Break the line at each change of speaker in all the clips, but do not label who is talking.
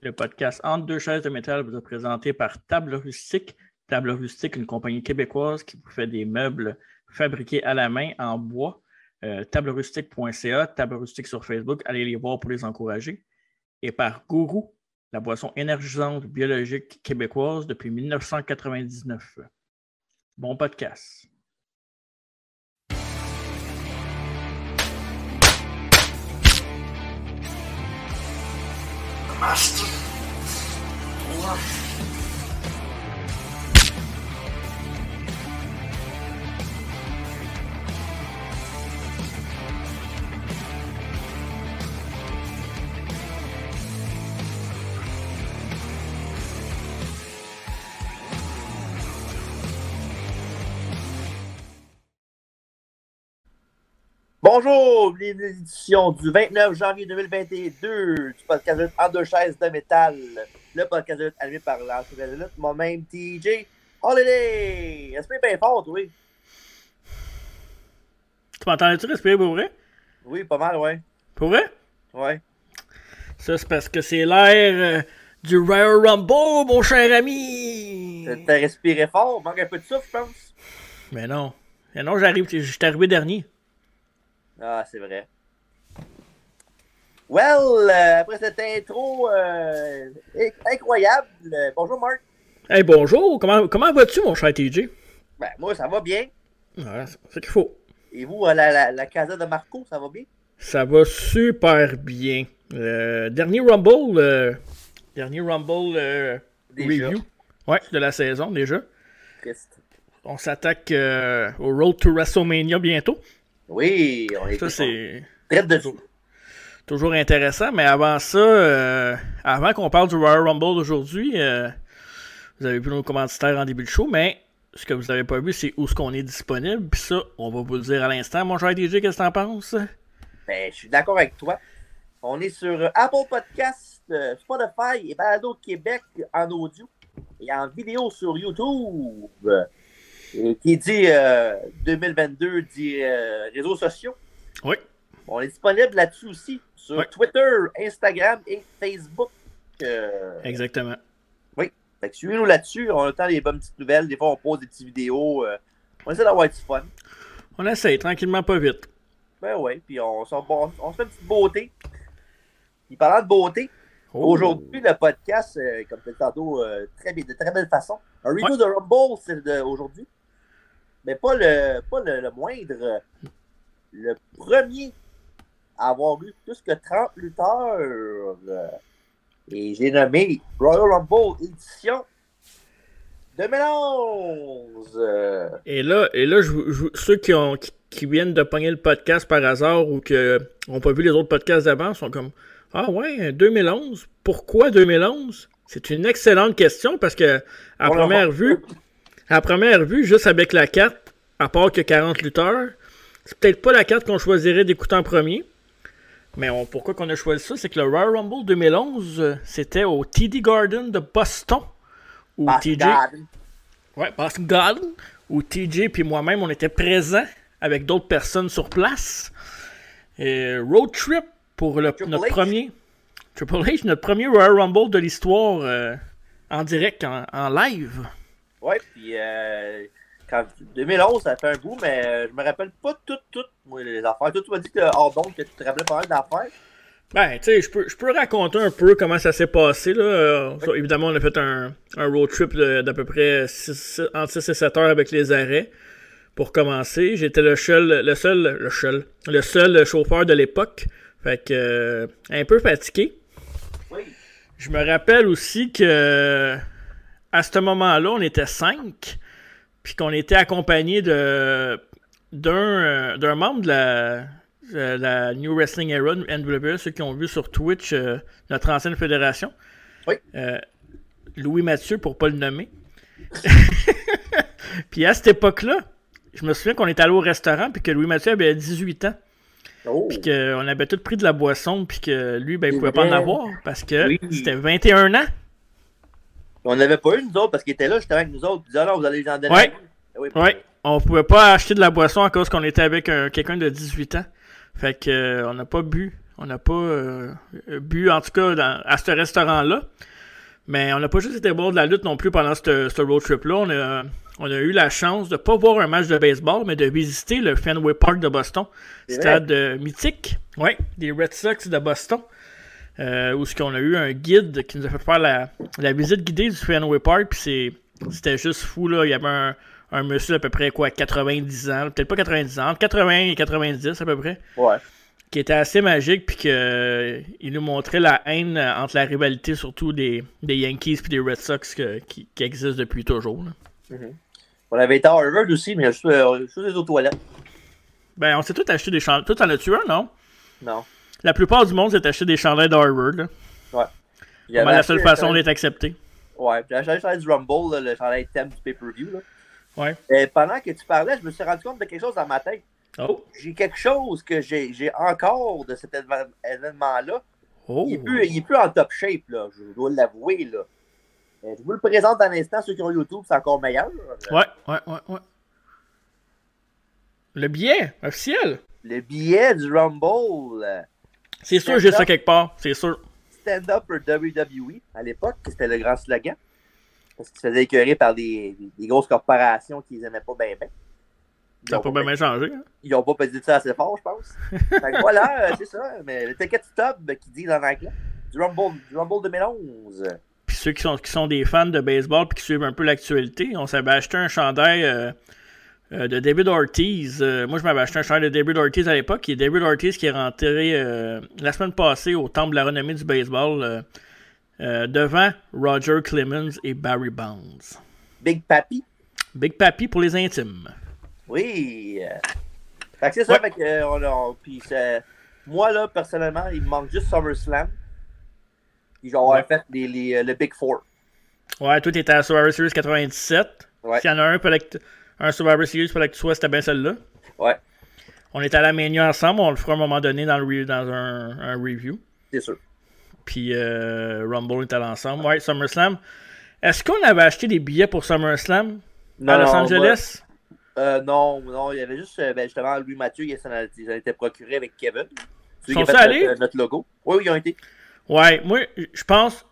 Le podcast Entre deux chaises de métal vous est présenté par Table Rustique. Table Rustique, une compagnie québécoise qui vous fait des meubles fabriqués à la main en bois. Euh, tablerustique.ca, Table Rustique sur Facebook, allez les voir pour les encourager. Et par Gourou, la boisson énergisante biologique québécoise depuis 1999. Bon podcast.
Asti. Bonjour, bienvenue à l'édition du 29 janvier 2022 du podcast de lutte en deux chaises de métal. Le podcast de lutte animé par l'entreprise de lutte, moi-même TJ Holiday. Esprit bien fort, oui.
Tu m'entendais-tu respirer pour vrai?
Oui, pas mal, ouais.
Pour vrai?
Ouais.
Ça, c'est parce que c'est l'air euh, du Royal Rumble, mon cher ami!
T'as t'as respiré fort, manque un peu de souffle, je pense.
Mais non. Mais non, j'arrive, je suis arrivé dernier.
Ah, c'est vrai. Well, euh, après cette intro euh, inc- incroyable, euh, bonjour Marc.
Hey, bonjour! Comment, comment vas-tu, mon cher TJ?
Ben, moi, ça va bien.
Ouais, c'est ce qu'il faut.
Et vous, euh, la, la, la casa de Marco, ça va bien?
Ça va super bien. Euh, dernier Rumble, euh, dernier Rumble euh,
Déjà.
review ouais, de la saison déjà.
Triste.
On s'attaque euh, au Road to WrestleMania bientôt.
Oui, on est
Ça, c'est
traite de tout.
toujours intéressant. Mais avant ça, euh, avant qu'on parle du Royal Rumble d'aujourd'hui, euh, vous avez vu nos commanditaires en début de show, mais ce que vous n'avez pas vu, c'est où ce qu'on est disponible. Puis ça, on va vous le dire à l'instant. Mon cher DJ, qu'est-ce que t'en penses?
Ben, je suis d'accord avec toi. On est sur euh, Apple Podcast, euh, Spotify et Balado Québec en audio et en vidéo sur YouTube. Et qui dit euh, 2022 dit euh, réseaux sociaux.
Oui.
On est disponible là-dessus aussi, sur
Ouais.
Twitter, Instagram et Facebook. Euh,
Exactement.
fait que suivez-nous là-dessus, on attend les bonnes petites nouvelles. Des fois, on pose des petites vidéos. euh, on essaie d'avoir du fun.
On essaye, tranquillement, pas vite.
Ben ouais, puis on, s'en- on, on se fait une petite beauté. Puis parlant de beauté,
Oh.
Aujourd'hui, le podcast, euh, comme tu l'as dit tantôt, euh, très bien, de très belle façon. Un review de Rumble, c'est de- aujourd'hui. Mais pas le, pas le, le moindre. euh, Le premier à avoir eu plus que 30 lutteurs. euh, et j'ai nommé Royal Rumble édition 2011. Euh,
Et là, et là je, vous- je vous- ceux qui, ont, qui, qui viennent de pogner le podcast par hasard ou qui n'ont pas vu les autres podcasts d'avant sont comme Ah ouais, 2011. Pourquoi 2011 C'est une excellente question parce que, à
On l'a
première
pas.
vue, à première vue, juste avec la carte, à part que 40 lutteurs, c'est peut-être pas la carte qu'on choisirait d'écouter en premier. Mais on- pourquoi qu'on a choisi ça, c'est que le Royal Rumble 2011, euh, c'était au TD Garden de Boston. Où
Parce
TJ
que,
Ouais, parce que Garden, où TJ puis moi-même, on était présents avec d'autres personnes sur place. Et road trip pour le-
Triple
notre
H.
premier Triple H, notre premier Royal Rumble de l'histoire euh, en direct, en, en live.
Ouais, puis euh, quand 2011, ça fait un bout, mais euh, je me rappelle pas toutes, toutes, moi, les affaires. Toi, tu m'as dit que, hors d'onde, que tu te rappelais pas mal d'affaires.
Ben, tu sais, je peux, je peux raconter un peu comment ça s'est passé. Là. Euh, ça, évidemment, on a fait un, un road trip de- d'à peu près six- six- entre 6 et 7 heures avec les arrêts. Pour commencer, j'étais le seul, le seul, le seul, le seul chauffeur de l'époque. Fait que, euh, un peu fatigué.
Oui.
Je me rappelle aussi que à ce moment-là, on était cinq, puis qu'on était accompagné de d'un euh, d'un membre de la, de la New Wrestling Era, NWA, ceux qui ont vu sur Twitch euh, notre ancienne fédération.
Oui.
Euh, Louis Mathieu, pour pas le nommer. puis à cette époque-là, je me souviens qu'on était allé au restaurant, puis que Louis Mathieu avait 18 ans,
Oh.
puis qu'on avait tous pris de la boisson, puis que lui, ben, il pouvait pas en
vrai.
avoir, parce que
Oui.
c'était 21 ans.
On n'avait pas eu, nous autres, parce qu'il était là, j'étais avec nous autres. Il disait, alors, vous allez les en donner.
Ouais.
Eh Oui,
Ouais, on pouvait pas acheter de la boisson à cause qu'on était avec un- quelqu'un de 18 ans. Fait que euh, on n'a pas bu On n'a pas euh, bu, en tout cas, dans- à ce restaurant-là. Mais on n'a pas juste été boire de la lutte non plus pendant ce ce road trip-là. On a, on a eu la chance de pas voir un match de baseball, mais de visiter le Fenway Park de Boston,
C'est
stade euh, mythique ouais, des Red Sox de Boston, euh, où on a eu un guide qui nous a fait faire la, la visite guidée du Fenway Park. Puis c'est- c'était juste fou. Là. Il y avait un, un monsieur à peu près quoi 90 ans, peut-être pas 90 ans, entre 80 et 90 à peu près
euh, Ouais.
qui était assez magique puis que euh, il nous montrait la haine euh, entre la rivalité surtout des, des Yankees puis des Red Sox que- qui, qui existent depuis toujours. là.
On avait été à Harvard aussi, mais juste, euh, juste aux toilettes.
Ben on s'est tous acheté des chandelles. Toi t'en as-tu un, non?
Non.
La plupart du monde s'est acheté des chandelles d'Harvard. là.
Il y
Comment
avait
Ah, ben, la seule
acheté un
façon d'être accepté.
Ouais, puis j'ai acheté du Rumble, là, le chandail thème du pay-per-view. là.
Ouais.
Et pendant que tu parlais, je me suis rendu compte de quelque chose dans ma tête.
Oh!
J'ai quelque chose que j'ai j'ai encore de cet éve- événement-là.
Oh!
Il, est plus, il est plus en top shape, là. je dois l'avouer. là. Euh, Je vous le présente à l'instant, ceux qui ont YouTube, c'est encore meilleur.
Ouais, ouais, ouais, ouais. Le billet officiel!
Le billet du Rumble, euh,
C'est sûr j'ai ça quelque part, c'est sûr.
Stand Up for WWE, à l'époque, c'était le grand slogan. Parce qu'ils se faisaient écœurer par des, des- des grosses corporations qui les aimaient pas bien. Ben.
Ça
Ah
n'a pas bien changé. hein.
ils ont pas pesé ça assez fort, je pense. Fait que voilà, euh, c'est ça. Mais le ticket stop qui dit en anglais, du Rumble, du Rumble 2011.
Puis ceux qui sont, qui sont des fans de baseball puis qui suivent un peu l'actualité, on s'avait acheté un chandail euh, euh, de David Ortiz. Euh, moi, je m'avais acheté un chandail de David Ortiz à l'époque. Et David Ortiz qui est rentré euh, la semaine passée au temple de la renommée du baseball euh, euh, devant Roger Clemens et Barry Bonds.
Big Papi.
Big Papi pour les intimes.
Oui. euh. Fait que c'est ça.
Ouais.
Fait que, euh, on, on- puis c'est- moi, là, personnellement, il me manque juste SummerSlam. Puis je vais avoir
Ouais.
fait les, les, euh, le Big Four.
Ouais, tout était à Survivor Series 97.
Ouais.
S'il y en a un, fallait que tu- un Survivor Series, fallait que tu sois, c'était bien celle-là.
Ouais,
On était à la Mania ensemble, on le fera à un moment donné dans, le re- dans un- un review.
c'est sûr.
puis euh, Rumble est allé ensemble. Ouais, SummerSlam. Est-ce qu'on avait acheté des billets pour SummerSlam
Non,
à Los
non,
Angeles?
moi, euh, non, non, il y avait juste, euh, ben, justement, Louis Mathieu, il s'en a, il s'en était procuré avec Kevin. Celui qui a
Sont-ils
fait
allés?
notre, notre logo. Oui, oui, ils ont été.
Ouais, moi, je pense,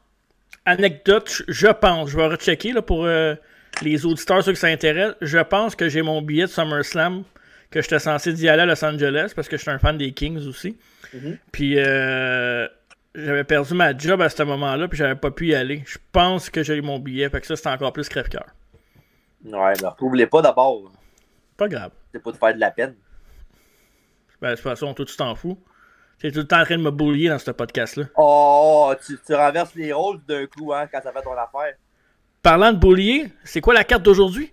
anecdote, je- je pense, je vais rechecker là, pour euh, les auditeurs, ceux qui s'intéressent, je pense que j'ai mon billet de SummerSlam, que j'étais censé d'y aller à Los Angeles, parce que je suis un fan des Kings aussi.
Mhm.
Puis euh, j'avais perdu ma job à ce moment-là, puis j'avais pas pu y aller. Je pense que j'ai eu mon billet, fait que ça, c'est encore plus crève-cœur.
Ouais, mais retrouve-les pas d'abord.
Pas grave.
C'est pas de faire de la peine.
Ben, de toute façon, toi, tu t'en fous. T'es tout le temps en train de me boulier dans ce podcast-là.
Oh, tu, tu renverses les rôles d'un coup hein, quand ça fait ton affaire.
Parlant de boulier, c'est quoi la carte d'aujourd'hui?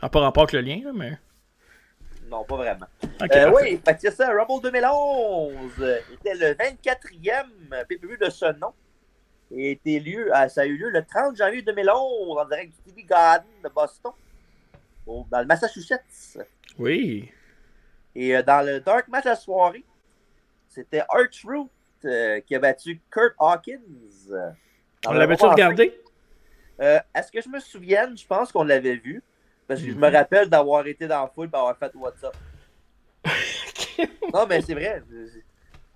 Ah, pas rapport avec le lien, là, mais.
Non, pas vraiment.
Ok,
Euh,
parfait.
oui, fait que c'est ça, Rumble 2011 euh, était le 24e PPV de ce nom. Et était lieu, ah, ça a eu lieu le 30 janvier 2011 en direct du TV Garden de Boston, au- dans le Massachusetts.
Oui.
Et euh, dans le Dark Match à soirée, c'était Arch Root euh, qui a battu Kurt Hawkins. euh, dans
On
le
l'avait-tu
moment
regardé?
Euh, à ce que je me souvienne, je pense qu'on l'avait vu. Parce que je me rappelle d'avoir été dans la foule et avoir fait What's up. non, mais c'est vrai.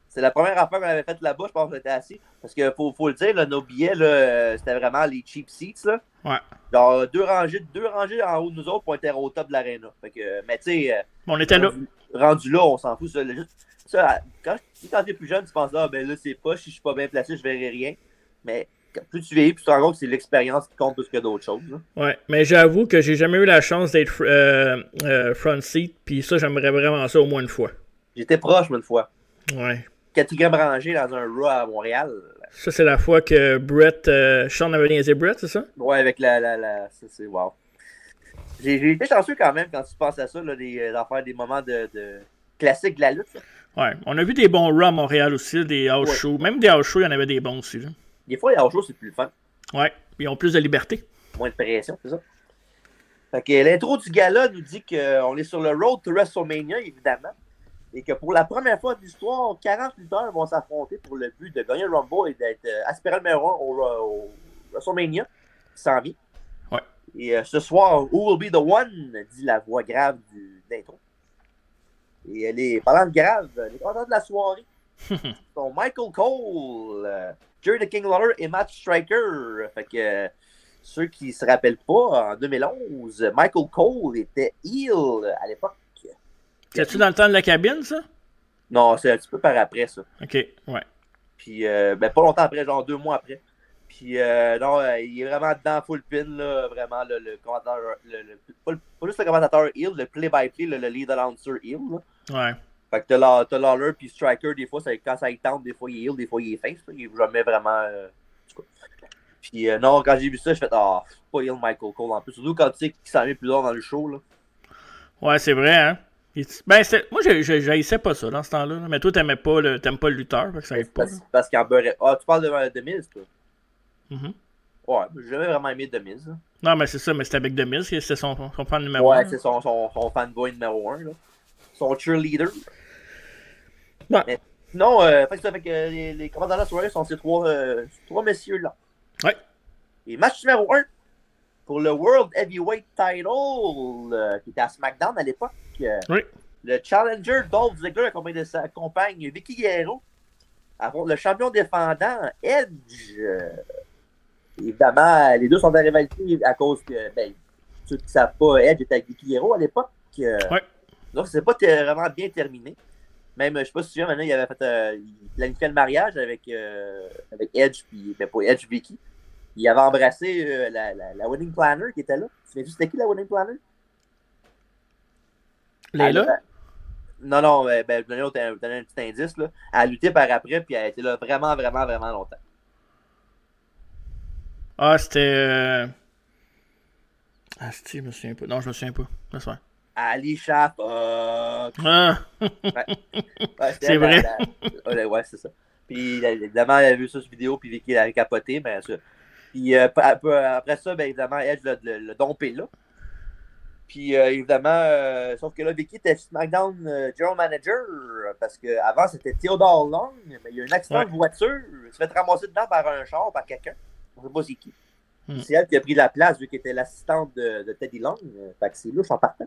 C'est la première affaire qu'on avait faite là-bas, je pense qu'on était assis. Parce que faut, faut le dire, là, nos billets, là, euh, c'était vraiment les cheap seats. Là.
Ouais.
Genre deux rangées, deux rangées en haut de nous autres pour être au top de l'aréna. Fait que, mais tu sais, euh,
On était là.
rendu, rendu là, on s'en fout. Ça, là, juste- ça, quand quand t'es plus jeune, tu penses ah ben là c'est pas, si je suis pas bien placé, je verrai rien. Mais quand- plus tu vieillis, plus tu te rends compte que c'est l'expérience qui compte plus que d'autres choses. là.
Ouais. Mais j'avoue que j'ai jamais eu la chance d'être fr- euh, euh, front seat, puis ça, j'aimerais vraiment ça au moins une fois.
J'étais proche moi, une fois.
Ouais.
Quatrième rangée dans un Raw à Montréal.
Ça, c'est la fois que Brett. euh, Sean avait niaisé Brett, c'est ça?
Ouais, avec la. la, la ça, c'est wow. J'ai j'ai été chanceux quand même quand tu penses à ça, là, des, euh, d'en faire des moments de, de classiques de la lutte. là.
Ouais. On a vu des bons runs à Montréal aussi, des house
Ouais.
shows. Même des house shows, il y en avait des bons aussi. là.
Des fois, les hors-shows, c'est plus le fun.
Ouais. Ils ont plus de liberté.
moins de pression, c'est ça. Fait que l'intro du gala nous dit qu'on est sur le road to WrestleMania, évidemment, et que pour la première fois de l'histoire, 40 lutteurs vont s'affronter pour le but de gagner le Rumble et d'être euh, aspirant numéro 1 au, euh, au WrestleMania, qui s'en vient.
Ouais.
Et euh, ce soir, who will be the one, dit la euh, voix grave du, de l'intro. Et elle est, parlant de grave, les contents de la soirée, sont Michael Cole, euh, Jerry the King Lawler et Matt Striker. Fait que euh, ceux qui ne se rappellent pas, en 2011, Michael Cole était heel à l'époque.
C'est-tu dans le temps de la cabine, ça?
Non, c'est un petit peu par après, ça.
OK, ouais.
Puis, euh, ben, pas longtemps après, genre deux mois après. Puis, euh, non, euh, il est vraiment dedans, full pin, là, vraiment, le, le commentateur, le, le- pas, le- pas juste le commentateur heel, le play-by-play, le, le lead announcer heel. là.
Ouais.
Fait que t'as la- t'as Lawler puis Striker, des fois, ça- quand ça y tente, des fois il est heel, des fois il est face. là. Il est jamais vraiment. euh, en tout cas. Puis, euh, non, quand j'ai vu ça, je fais, ah, c'est pas heel Michael Cole en plus. Surtout quand tu sais qu'il s'en met plus loin dans le show, là.
Ouais, c'est vrai, hein? Il- Ben, c'est- moi, je- je- j'haïssais pas ça dans ce temps-là. là. Mais toi, t'aimais pas le, t'aimes pas le lutteur, fait que ça aide pas.
Parce, parce qu'en beurre. Ah, tu parles de, de Miz, toi.
Mhm.
Ouais, j'ai jamais vraiment aimé de Miz. là.
Non, mais c'est ça, mais c'était avec Demise, c'était son, son fan numéro
Ouais,
un.
c'est son, son, son fanboy numéro un, là. Son cheerleader.
Ouais.
Mais sinon, euh, fait que ça fait que les, les commandants de la soirée sont ces trois, euh, ces trois messieurs-là.
Ouais.
Et match numéro 1 pour le World Heavyweight Title, euh, qui était à SmackDown à l'époque. euh,
Oui.
Le challenger Dolph Ziggler, accompagné de sa compagne Vicky Guerrero, affronte le champion défendant Edge. Euh, évidemment, les deux sont en rivalité à cause que, ben, ceux qui ne savent pas, Edge était avec Vicky Guerrero à l'époque. euh,
Ouais.
Donc, c'est pas ter- vraiment bien terminé. Même, je sais pas si tu viens, maintenant, il avait fait, euh, il planifiait le mariage avec, euh, avec Edge, puis, ben, pas Edge, Vicky. Il avait embrassé euh, la, la, la Winning Planner qui était là. Tu sais, c'était qui la Winning Planner?
Léla?
Elle- elle- Non, non, ben, ben, je vais donner un- je vais donner un petit indice. Là. Elle a lutté par après, puis elle a été là vraiment, vraiment, vraiment longtemps.
Ah, c'était. euh, Ah, si, je me souviens pas. Non, je me souviens pas. Laisse faire.
Alicia Fox.
Ah!
Ouais,
C'est
elle,
vrai.
la- la- Ah, ben, ouais, ouais, c'est ça. Puis elle- évidemment, elle a vu ça sur vidéo, puis Vicky elle a capoté, mais ça. Puis euh, pa- pa- après ça, ben, évidemment, Edge l'a l'a- l'a dompé là. Puis euh, évidemment, euh, sauf que là, Vicky était SmackDown euh, General Manager, euh, parce qu'avant, c'était Theodore Long, mais il y a eu un accident
Ouais.
de voiture. Il se fait ramasser dedans par un char, par quelqu'un. On ne sait pas c'est qui.
Hmm.
C'est elle qui a pris la place, vu qu'elle était l'assistante de, de Teddy Long. Euh, Fait que c'est louche en partant.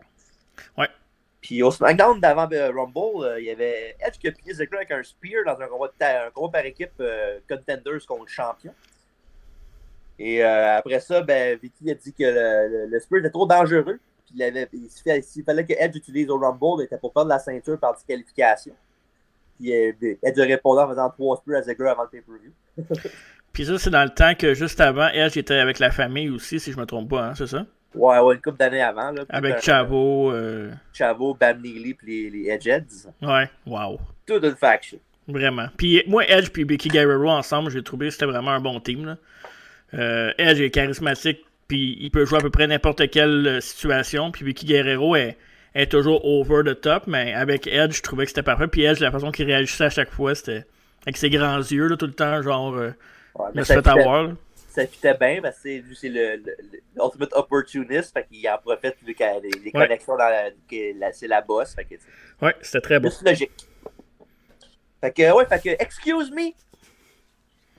Puis au SmackDown d'avant euh, Rumble, euh, il y avait Edge qui a plié Ziggler avec un spear dans un combat, de ta- un combat par équipe euh, Contenders contre champion. Et euh, après ça, ben, Vicky a dit que le, le- le spear était trop dangereux. Puis il avait- il suffit- s'il fallait que Edge utilise au Rumble, il était pour perdre la ceinture par disqualification. Puis euh, Edge a répondu en faisant trois spears à Ziggler avant le pay-per-view.
Puis ça, c'est dans le temps que juste avant, Edge était avec la famille aussi, si je me trompe pas, hein, c'est ça?
Ouais, ouais, une couple d'années avant. Là, Puis
Avec
un-
Chavo. euh,
Chavo, Bam Neely, puis les, les Edgeheads.
Ouais, wow.
Toute une faction.
Vraiment. Puis moi, Edge puis Becky Guerrero ensemble, j'ai trouvé que c'était vraiment un bon team. là. Euh, Edge est charismatique, puis il peut jouer à peu près n'importe quelle euh, situation. Puis Becky Guerrero est, est toujours over the top, mais avec Edge, je trouvais que c'était parfait. Puis Edge, la façon qu'il réagissait à chaque fois, c'était avec ses grands yeux là, tout le temps, genre, euh,
Ouais,
je me
mais
suis
ça
fait
fitait-
avoir. là.
ça fitait bien parce que lui, c'est le, le, le ultimate opportunist. Fait qu'il en profite vu qu'il a les, les
Ouais.
connexions dans la, que la- c'est la bosse. Fait que c'est
Ouais, c'était très beau.
juste logique. Fait que, ouais, fait que, excuse me!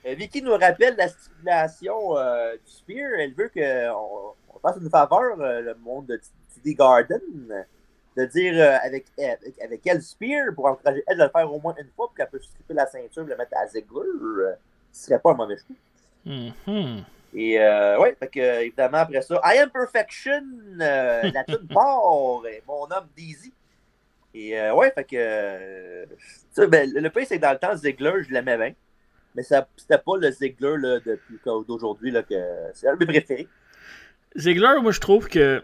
Euh, Vicky nous rappelle la stipulation euh, du Spear. Elle veut qu'on on fasse une faveur, euh, le monde de TD Garden, euh, de dire euh, avec, avec, avec elle Spear pour encourager elle de le faire au moins une fois, puis qu'elle peut stripper la ceinture et le mettre à Ziggler. Euh, ce serait pas un mauvais choix.
Mhm.
Et euh, ouais, fait que, euh, évidemment, après ça, I Am Perfection, euh, la tune part, et mon homme Daisy. Et euh, ouais, fait que. euh, tu sais, ben, le pire, c'est que dans le temps, Ziggler, je l'aimais bien. Mais ça, c'était pas le Ziggler là, depuis qu'au- d'aujourd'hui, là, que c'est un de mes préférés.
Ziggler, moi, je trouve que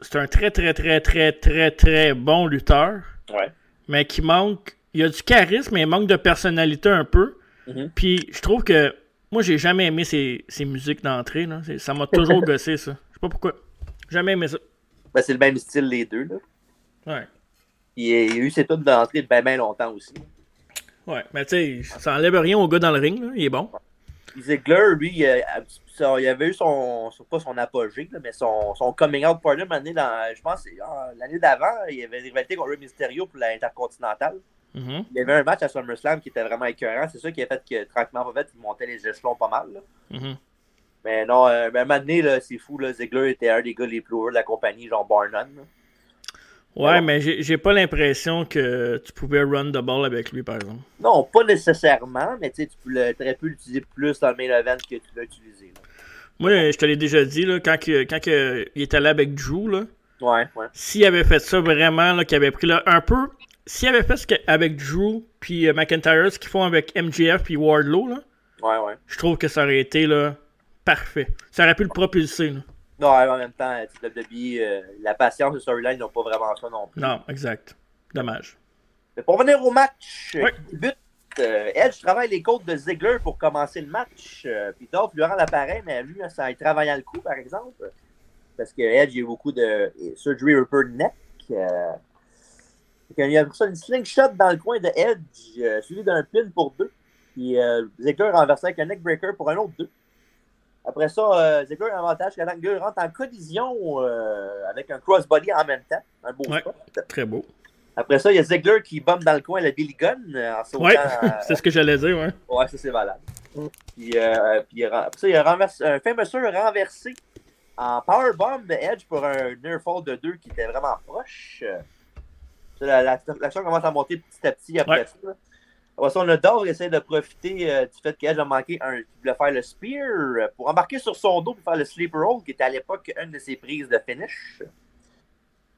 c'est un très, très, très, très, très, très bon lutteur.
Ouais.
mais qui manque. Il y a du charisme, mais il manque de personnalité un peu.
Mhm.
Puis je trouve que moi, j'ai jamais aimé ces, ces musiques d'entrée. là. C'est- Ça m'a toujours gossé, ça. Je sais pas pourquoi. Jamais aimé ça.
Ben, c'est le même style, les deux. Là.
Ouais.
Il y a il y a eu ses tunes d'entrée bien, bien longtemps aussi.
Ouais. Mais tu sais, ça enlève rien au gars dans le ring. là. Il est bon.
Puis Ziggler, lui, il, a- a- son- il avait eu son, son- pas son apogée, là, mais son, son coming out party, un moment donné, dans, je pense, c'est, ah, l'année d'avant, il y avait une rivalité contre Rey Mysterio pour l'Intercontinental.
Mhm.
Il y avait un match à SummerSlam qui était vraiment écœurant. C'est ça qui a fait que, tranquillement, pas fait, il montait les échelons pas mal. là.
Mhm.
Mais non, euh, mais à un moment donné, là, c'est fou, là, Ziggler était un des gars les plus heureux de la compagnie, genre Barnon.
Ouais, mais j'ai j'ai pas l'impression que tu pouvais run the ball avec lui, par exemple.
Non, pas nécessairement, mais tu sais, tu aurais pu l'utiliser plus dans le main event que tu l'as utilisé. là.
Moi, je te l'ai déjà dit, là, quand, que- quand que il était là avec Drew, là,
Ouais, ouais.
s'il avait fait ça vraiment, là, qu'il avait pris là, un peu. S'il avait fait ce que- avec Drew puis euh, McIntyre, ce qu'ils font avec MJF puis Wardlow, là,
Ouais, ouais.
je trouve que ça aurait été là, parfait. Ça aurait pu le propulser. Là.
Non, en même temps, tu sais, WWE, euh, la patience de storyline, ils n'ont pas vraiment ça non plus.
Non, exact. Dommage.
Mais pour revenir au match, euh,
Ouais.
qui débute, euh, Edge travaille les côtes de Ziggler pour commencer le match. euh, Puis Dolph lui rend l'appareil, mais lui, ça il travaille à le coup, par exemple. Parce que Edge, il y a eu beaucoup de surgery repair de neck. euh, fait qu'il y a ça, une slingshot dans le coin de Edge, euh, suivi d'un pin pour deux. Puis euh, Ziggler renversé avec un neckbreaker pour un autre deux. Après ça, euh, Ziggler a un avantage que Ziggler rentre en collision euh, avec un crossbody en même temps. Un beau
Ouais.
spot.
Très beau.
Après ça, il y a Ziggler qui bombe dans le coin la Billy Gunn euh, en sautant.
Ouais,
euh,
c'est ce que j'allais dire, ouais.
ouais, ça c'est valable. Puis, euh, puis il ren- après ça, il y a renversé- un fameux renversé en powerbomb de Edge pour un near fall de 2 qui était vraiment proche. Euh, ça, la- la- L'action commence à monter petit à petit après
Ouais.
ça. là. Après ça, on a Dor qui essaie de profiter euh, du fait qu'Edge a manqué un. Il voulait faire le spear euh, pour embarquer sur son dos pour faire le sleeper roll qui était à l'époque une de ses prises de finish.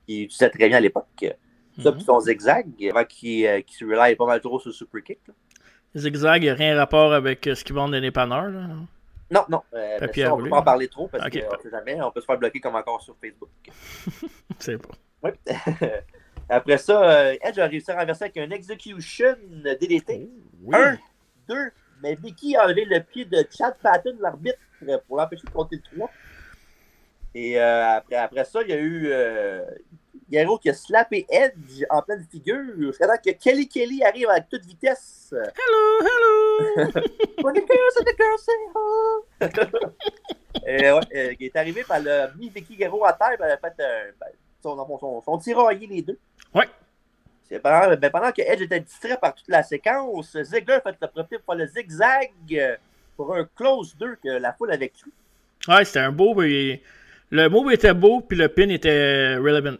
Il utilisait très bien à l'époque. Ça,
Mhm.
puis son zigzag, avant qu'il euh, qu'il se relaie pas mal trop sur le super kick. là.
Zigzag, il a rien rapport avec euh, ce qu'ils vendent des dépanneurs. Là.
Non, non. euh, mais
Papier
ça,
à
on peut
rouler.
pas en parler trop parce
Ok.
qu'on sait jamais. On peut se faire bloquer comme encore sur Facebook.
C'est pas.
Ouais. Après ça, euh, Edge a réussi à renverser avec un execution euh, DDT.
Oui.
Un, deux. Mais Vicky a enlevé le pied de Chad Patton, l'arbitre, euh, pour l'empêcher de compter le 3. Et euh, après, après ça, il y a eu euh, Guerrero qui a slappé Edge en pleine figure. Jusqu'à temps que Kelly Kelly arrive à toute vitesse.
Hello, Oh, hello!
When the girls and the girls say oh. Euh, ouais, euh, il est arrivé, par elle a mis Vicky Guerrero à terre, puis elle a fait euh, ben, son, son, son, son tiraillé les deux.
Ouais.
C'est Pendant, ben, pendant que Edge était distrait par toute la séquence, Ziggler fait le profil pour le zigzag euh, pour un close 2 que la foule avait cru.
Ouais, c'était un beau. puis- Le move était beau, puis le pin était relevant.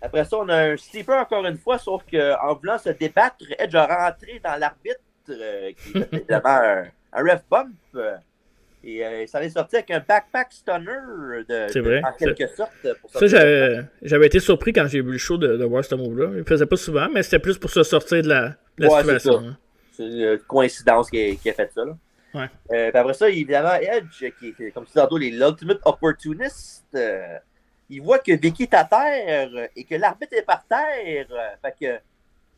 Après ça, on a un sleeper encore une fois, sauf qu'en voulant se débattre, Edge a rentré dans l'arbitre, euh, qui était évidemment un, un ref bump. euh, et euh, il s'en est sorti avec un backpack stunner, de,
C'est
de-
vrai.
en quelque sorte. Pour
Ça,
sortir.
j'avais j'avais été surpris quand j'ai vu le show de, de voir ce move-là. Il le faisait pas souvent, mais c'était plus pour se sortir de la, de la
Ouais, c'est
situation.
ça.
hein.
C'est une euh, coïncidence qui a, qui a fait ça. Là.
Ouais.
Euh, puis après ça, évidemment, Edge, qui est, comme tu dis tantôt, les- l'ultimate opportunist, euh, il voit que Vicky est à terre euh, et que l'arbitre est par terre. euh, fait que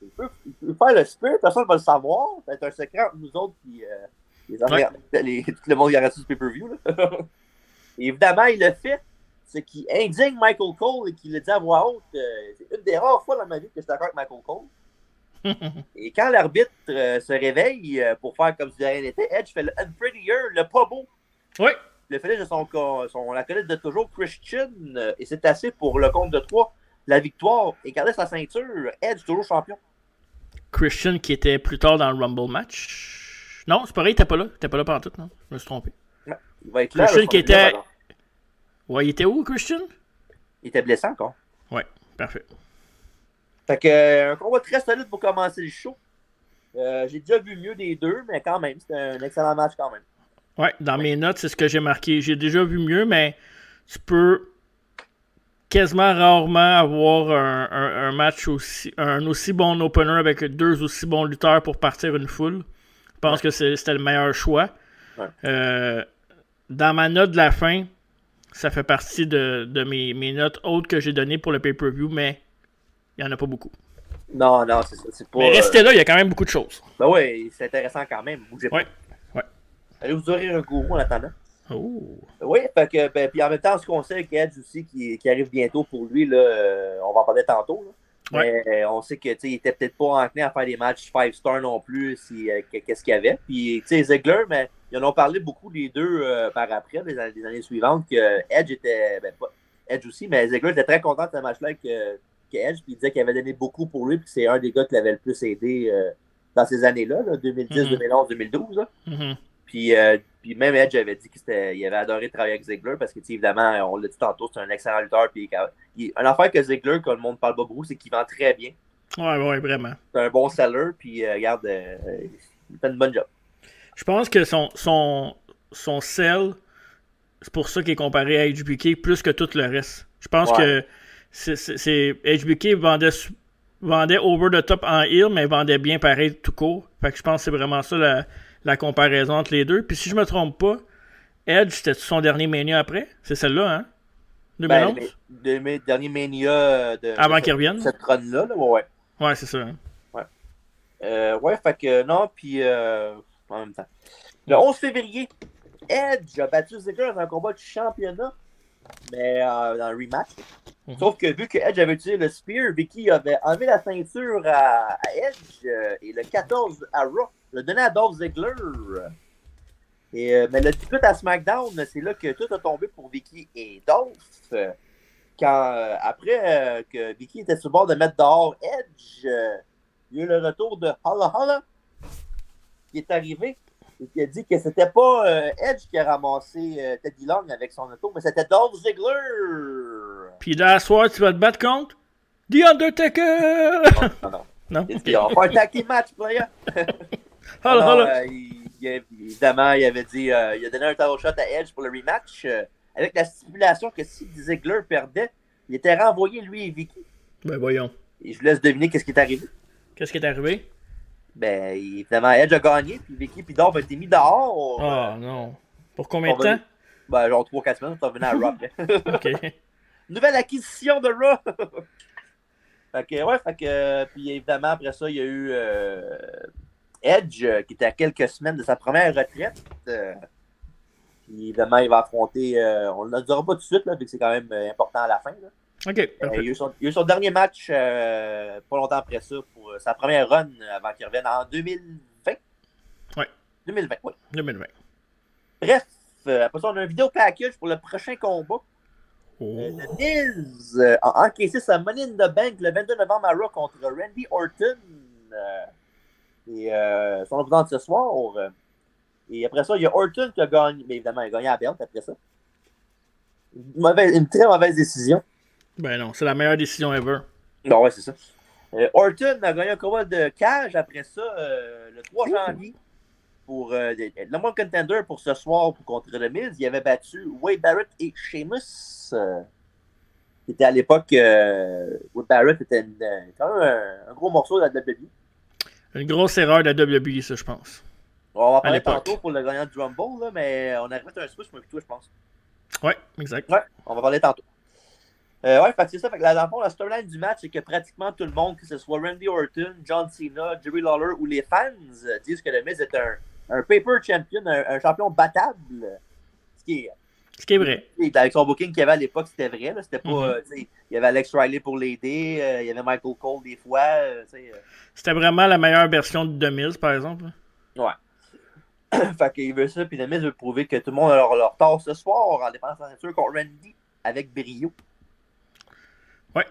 il peut, il peut faire le spear, personne ne va le savoir. C'est un secret entre nous autres puis euh, les arrières- les- tout le monde qui a reçu ce pay-per-view. là. Et évidemment, il le fait, ce qui indigne Michael Cole et qui le dit à voix haute. euh, c'est une des rares fois dans ma vie que je suis d'accord avec Michael Cole. Et quand l'arbitre euh, se réveille euh, pour faire comme si de rien n'était, Edge fait le unprettier, le pas beau,
Ouais,
le finish de son, co- son la connaît de toujours Christian, euh, et c'est assez pour le compte de 3, la victoire, et garder sa ceinture, Edge toujours champion.
Christian qui était plus tard dans le Rumble match. Non, c'est pareil, il était pas là. Il était pas là pendant tout, non? Je me suis trompé.
Il va être là.
Christian qui
le premier
était-
novembre.
Ouais, il était où, Christian?
Il était blessé encore.
Ouais, parfait.
Fait que, euh, un combat très solide pour commencer le show. Euh, J'ai déjà vu mieux des deux, mais quand même, c'était un excellent match quand même.
Ouais, dans mes notes, c'est ce que j'ai marqué. J'ai déjà vu mieux, mais tu peux quasiment rarement avoir un, un- un match aussi, un aussi bon opener avec deux aussi bons lutteurs pour partir une foule. Je pense que c'est- c'était le meilleur choix.
Ouais.
Euh, dans ma note de la fin, ça fait partie de, de mes, mes notes hautes que j'ai données pour le pay-per-view, mais il n'y en a pas beaucoup.
Non, non, c'est ça. C'est pas.
Mais
euh,
restez là, il y a quand même beaucoup de choses.
Ben oui, c'est intéressant quand même. Bougez pas.
Ouais, ouais.
Allez vous ouvrir un gourou en attendant.
Oh.
Oui, fait que, ben, puis en même temps, ce qu'on sait qu'Edge aussi, qui, qui arrive bientôt pour lui, là, euh, on va en parler tantôt. là.
Ouais.
Mais euh, on sait que tu sais, il était peut-être pas enclin à faire des matchs 5 stars non plus, si, euh, que- qu'est-ce qu'il y avait. Puis, tu sais, Ziggler, mais ils en ont parlé beaucoup les deux euh, par après, les années, les années suivantes, que Edge était, ben, pas Edge aussi, mais Ziggler était très content de ce match-là que, que Edge, puis il disait qu'il avait donné beaucoup pour lui, puis que c'est un des gars qui l'avait le plus aidé euh, dans ces années-là, là, 2010,
Mhm.
2011, 2012. là.
Mhm.
Puis, euh, puis même Edge avait dit qu'il avait adoré travailler avec Ziggler parce que, tu sais, évidemment, on l'a dit tantôt, c'est un excellent lutteur. Puis il, un affaire que Ziggler, que le monde parle pas beaucoup, c'est qu'il vend très bien.
Ouais, ouais, vraiment.
C'est un bon seller, puis euh, regarde, euh, il fait une bonne job.
Je pense que son, son, son sell, c'est pour ça qu'il est comparé à HBK plus que tout le reste. Je pense
Ouais.
que c'est- c'est c'est- HBK vendait, su- vendait over the top en heel, mais vendait bien pareil tout court. Fait que je pense que c'est vraiment ça la, la comparaison entre les deux. Puis si je me trompe pas, Edge, c'était son dernier mania après? C'est celle-là, hein? 2011?
Ben, le- le dernier Mania euh, de,
Avant
de
qu'il revienne.
cette run-là, là, ouais. ouais.
Ouais, c'est ça. hein.
Euh, ouais, fait que non, puis euh, en même temps. Le 11 février, Edge a battu Ziggler dans un combat de championnat, mais euh, dans un rematch.
Mhm.
Sauf que vu que Edge avait utilisé le Spear, Vicky avait enlevé la ceinture à, à Edge euh, et le 14 à Raw, le donné à Dolph Ziggler. Et, euh, mais le 18 à SmackDown, c'est là que tout a tombé pour Vicky et Dolph. Euh, Quand, euh, après euh, que Vicky était sur le bord de mettre dehors Edge, euh, il y a eu le retour de Holla Holla qui est arrivé et qui a dit que c'était pas euh, Edge qui a ramassé euh, Teddy Long avec son auto, mais c'était Dolph Ziggler.
Puis dans la soirée, tu vas te battre contre The Undertaker!
Non, non.
non?
Il a dit, on va faire un tag team match, player.
Holla,
Alors,
holla.
euh, il- il a- évidemment, il avait dit, euh, il a donné un tarot shot à Edge pour le rematch euh, avec la stipulation que si Ziggler perdait, il était renvoyé lui et Vicky.
Ben voyons.
Et je vous laisse deviner qu'est-ce qui est arrivé.
Qu'est-ce qui est arrivé?
Ben, évidemment, Edge a gagné, puis Vicky puis Dolph a été mis dehors.
Ah non. Pour combien de
on va-
temps?
Ben, genre 3-4 semaines, on revenait à Rock. là.
Ok.
Nouvelle acquisition de Raw! fait que, ouais, fait que, euh, puis évidemment, après ça, il y a eu euh, Edge, euh, qui était à quelques semaines de sa première retraite. euh, puis évidemment, il va affronter, euh, on ne le dira pas tout de suite, là, vu que c'est quand même euh, important à la fin. là.
Ok,
Euh,
parfait.
il, y a eu son, il y a eu son dernier match, euh, pas longtemps après ça, pour euh, sa première run euh, avant qu'il revienne en 2020.
Ouais.
2020, oui.
2020.
Bref, euh, après ça, on a un vidéo package pour le prochain combat. Euh,
Oh.
The Miz euh, a encaissé sa Money in the Bank le 22 novembre à Raw contre Randy Orton. Euh, et euh, son opposant de ce soir. euh, et après ça, il y a Orton qui a gagné. Mais évidemment, il a gagné à Belt après ça. Une, mauvaise- une très mauvaise décision.
Ben non, c'est la meilleure décision ever.
Non, ouais, c'est ça. Euh, Orton a gagné un combat de cage après ça euh, le 3 janvier. Pour euh, des- le number one contender pour ce soir pour contre The Miz, il avait battu Wade Barrett et Sheamus. euh, qui était à l'époque, euh, Wade Barrett était une- euh, quand même un, un gros morceau de la WWE.
Une grosse erreur de la WWE, ça, je pense.
On va en parler
l'époque.
tantôt pour le gagnant du Rumble, là, mais on arrive à un switch mais plutôt, je pense.
Ouais, exact.
Ouais, on va parler tantôt. Euh, ouais, fait que c'est ça. Fait que là, dans le fond, la storyline du match, c'est que pratiquement tout le monde, que ce soit Randy Orton, John Cena, Jerry Lawler ou les fans, euh, disent que le Miz est un, un paper champion, un, un champion battable. Ce qui est,
Ce qui est vrai.
et avec son booking qu'il y avait à l'époque, c'était vrai. là. C'était pas.
Mhm.
euh, tu sais, il y avait Alex Riley pour l'aider, euh, il y avait Michael Cole des fois. euh, tu sais, euh,
C'était vraiment la meilleure version de 2000, par exemple.
fait qu'il veut ça, puis le Miz veut prouver que tout le monde a leur, leur tort ce soir en défendant sa ceinture contre Randy avec brio.
Ouais.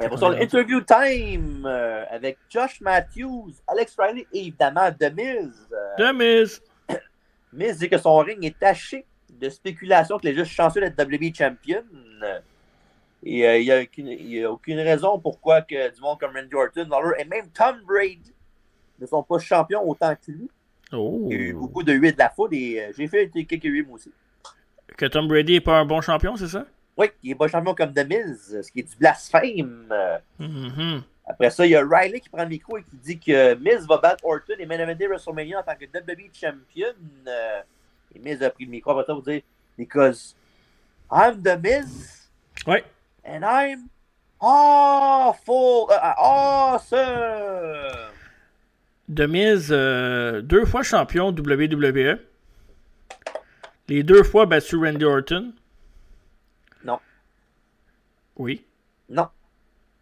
Et après ça, on a interview time euh, avec Josh Matthews, Alex Riley et évidemment The Miz. Euh,
The Miz.
Miz dit que son ring est taché de spéculation qu'il est juste chanceux d'être WWE Champion. Et euh, il n'y a, aucune- il y a aucune raison pourquoi que du monde comme Randy Orton, Lawler et même Tom Brady ne sont pas champions autant que lui.
Oh.
Il y a eu beaucoup de 8 de la foule et euh, j'ai fait quelques 8 moi aussi.
Que Tom Brady n'est pas un bon champion, c'est ça?
Oui, il est pas champion comme The Miz, ce qui est du blasphème. Euh,
Mhm.
Après ça, il y a Riley qui prend le micro et qui dit que Miz va battre Orton et main eventer WrestleMania en tant que WWE Champion. Euh, et Miz a pris le micro après ça pour dire Because I'm the Miz
Ouais.
and I'm awful, euh, awesome.
The Miz, euh, deux fois champion WWE. Les deux fois battu Randy Orton.
Non.
Oui.
Non,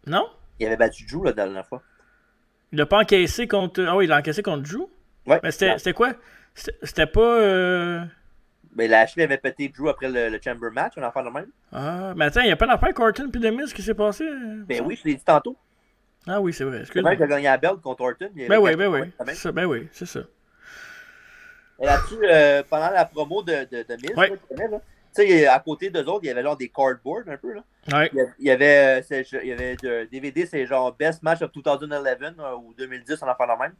Non?
il avait battu Drew la dernière fois.
Il l'a pas encaissé contre. Ah oui, il l'a encaissé contre Drew.
Ouais.
Mais Ben, c'était c'était quoi? C'était c'était pas. euh,
Mais Ben, Lashley avait pété Drew après le, le Chamber Match, on en fait le même.
Ah, mais attends, il n'y a pas d'affaire Corton puis Demis qui s'est passé. euh,
Ben
ça?
oui, je l'ai dit tantôt.
Ah oui, c'est vrai. Excuse
Le même qui a gagné la belt contre Orton. il
Ben
avait
oui,
quatre
ben
points
oui.
quand même.
C'est ça, Ben oui, c'est ça.
Et là-dessus, euh, pendant la promo de, de, de Miz,
Ouais.
là, tu connais, là, tu sais, à côté d'eux autres, il y avait genre des cardboards un peu. Là.
Ouais.
Il y avait- Il y avait, euh, c'est- il y avait de- DVD, c'est genre Best Match of 2011 euh, ou 2010, on en fait la même.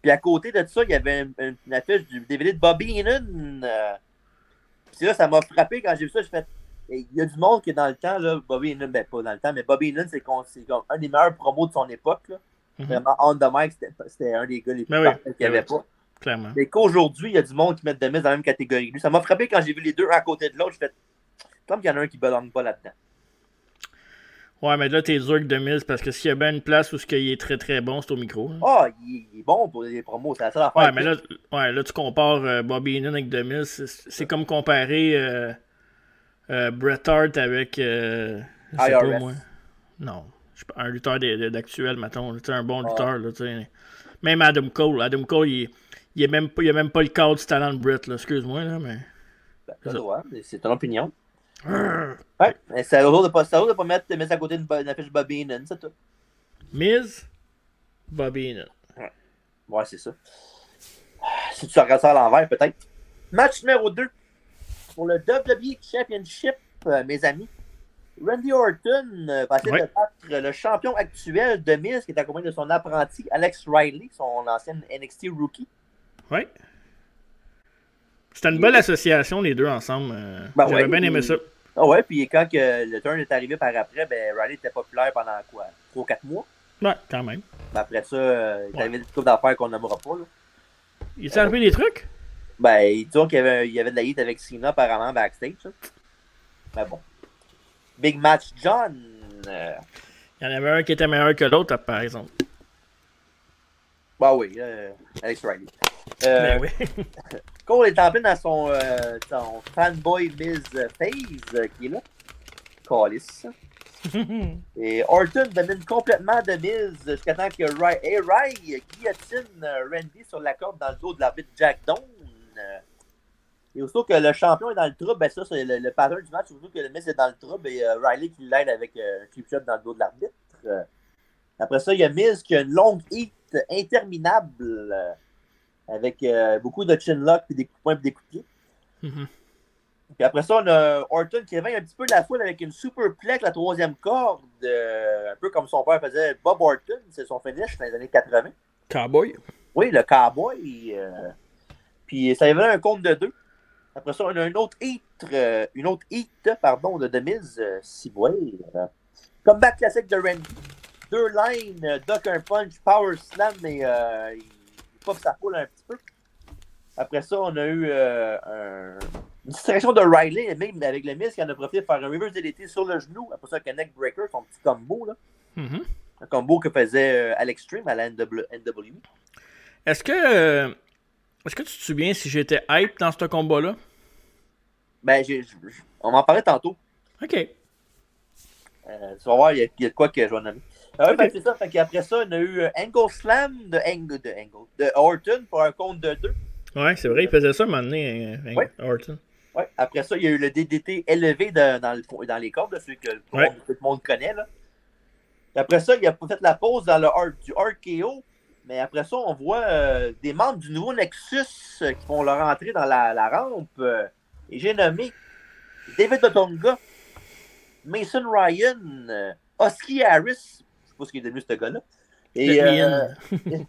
Puis à côté de ça, il y avait une, une- une affiche du DVD de Bobby Heenan. euh. Puis là, ça m'a frappé quand j'ai vu ça. J'ai fait, il y a du monde qui est dans le temps, là, Bobby Heenan, ben pas dans le temps, mais Bobby Heenan, c'est con- c'est comme un des meilleurs promos de son époque. là.
Mhm.
Vraiment, on the mic, c'était- c'était un des gars les plus
Ben oui,
parfaits qu'il y
ben
avait
oui.
pas.
clairement.
Mais qu'aujourd'hui, il y a du monde qui met de mise dans la même catégorie. que Lui, ça m'a frappé quand j'ai vu les deux à côté de l'autre. J'ai fait, comme qu'il y en a un qui belonge pas là-dedans.
Ouais, mais là, t'es dur que 2000 parce que s'il y a bien une place où ce qu'il est très très bon, c'est au micro. hein. là.
Ah, il, il est bon pour les promos, c'est la seule affaire.
Ouais, mais là, ouais, là tu compares euh, Bobby Heenan avec 2000, c'est c'est comme comparer euh, euh, Bret Hart avec. euh, je sais
IRS.
pas moi. Non. Je sais pas, Un lutteur d'- d'- d'actuel, mettons. là, tu sais, Un bon
Ouais.
lutteur. Là, tu sais. même Adam Cole. Adam Cole, il, il, est même, pas- il a même pas le cadre du talent de Bret. là, Excuse-moi, là, mais.
Ben, t'as le droit, mais c'est ton opinion.
Urgh.
Ouais, mais c'est à l'autre de pas, c'est à l'autre de pas mettre de mise à côté d'une bo- d'une affiche Bobby Heenan, c'est tout.
Miz, Bobby Heenan.
Ouais, c'est ça. Si tu regardes ça à l'envers, peut-être. Match numéro 2 pour le WWE Championship, euh, mes amis. Randy Orton euh, va essayer
Ouais.
de battre le champion actuel de Miz, qui est accompagné de son apprenti Alex Riley, son ancien NXT rookie.
Ouais. C'était une bonne association, les deux ensemble. euh,
Ben
J'aurais
ouais,
bien aimé
puis-
ça.
Ah ouais, puis quand que le turn est arrivé par après, ben Riley était populaire pendant quoi 3-4 mois.
Ouais, quand même.
Ben, après ça, euh, il est
Ouais.
arrivé des trucs d'affaires qu'on n'aimera pas. Là.
Il s'est arrivé des trucs?
Ben, ils disent qu'il y avait, il y avait de la hit avec Cena apparemment backstage. ça. Mais bon. Big Match John. euh,
Il y en avait un qui était meilleur que l'autre, par exemple.
bah oui, euh, Alex Riley.
Ben
Euh,
oui.
Cole est en plein dans son, euh, son fanboy Miz Phase euh, qui est là. Callis. Et Orton domine complètement de Miz jusqu'à temps que Ray, hey, Ray guillotine euh, Randy sur la corde dans le dos de l'arbitre Jack Doan. Euh, Et aussitôt que le champion est dans le trouble, ben ça, c'est le, le pattern du match. Surtout que le Miz est dans le trouble et euh, Riley qui l'aide avec euh, un clip shot dans le dos de l'arbitre. Euh, après ça, il y a Miz qui a une longue hit interminable euh, avec euh, beaucoup de chin lock puis des coups de poing puis des coups de pied.
Mhm.
Puis après ça, on a Orton qui éveille un petit peu la foule avec une superplex, la troisième corde, euh, un peu comme son père faisait Bob Orton, c'est son finish dans les années 80.
Cowboy.
Oui, le cowboy. euh, puis ça éveille un compte de deux. Après ça, on a une autre hit, euh, une autre hit, pardon, de demise, euh, si vous voyez. euh, comeback classique de Randy. Deux lines, euh, duck un punch, power slam, mais euh, il il pop sa poule un petit peu. Après ça, on a eu euh, un- une distraction de Riley, et même avec le Miz qui en a profité de faire un reverse DDT sur le genou. Après ça, Connect Breaker, son petit combo, là.
Mhm.
Un combo que faisait euh, Alex Stream à la NW NWE.
Est-ce que. euh, Est-ce que tu te souviens si j'étais hype dans ce combat-là?
Ben, j'ai- j'- j'- on m'en parlait tantôt.
Ok.
Euh, tu vas voir, il y, a- il y a de quoi que je vais nommer. Ah ouais,
Ok.
fait que c'est ça. Fait qu'après ça, on a eu euh, Angle Slam de, Angle, de, Angle, de Orton pour un compte de deux.
Ouais, c'est vrai, il faisait ça à un moment donné, hein, hein,
Ouais.
Orton.
Ouais. Après ça, il y a eu le DDT élevé de- dans, le- dans les cordes, là, celui que tout le
Ouais.
monde, tout le monde connaît. Là. Et après ça, il a fait la pause dans le R- du RKO. Mais après ça, on voit euh, des membres du nouveau Nexus euh, qui font leur entrée dans la, la rampe. euh, et j'ai nommé David Otonga, Mason Ryan, euh, Husky Harris, je sais pas ce qu'il est devenu ce gars-là,
Let
et,
me
euh,
in.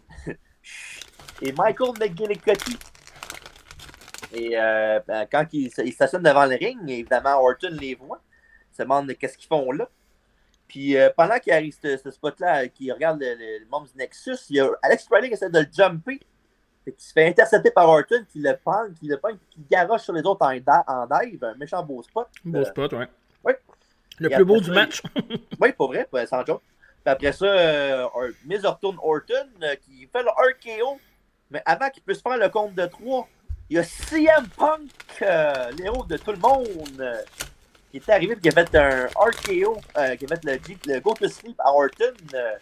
et Michael McGillicuddy. Et euh, ben, quand ils il stationnent devant le ring, évidemment, Orton les voit. Il se demande qu'est-ce qu'ils font là. Puis euh, pendant qu'il arrive ce, ce spot-là, qu'il regarde le, le, le membre du Nexus, il y a Alex Riley qui essaie de le jumper. Fait qu'il se fait intercepter par Orton, qui le prend, qui le prend, qui le garoche sur les autres en, da- en dive. Un méchant beau spot.
Beau spot, ouais.
ouais.
Le
Et
plus beau
après
du
ça,
match.
Oui, pour vrai, pas- sans joke. Puis après ça, euh, Or- Miz retourne Orton euh, qui fait le RKO. Mais avant qu'il puisse faire le compte de 3, il y a CM Punk, euh, l'héros de tout le monde, euh, qui est arrivé et qui a fait un RKO, euh, qui a fait le, G- le Go to Sleep à Orton euh,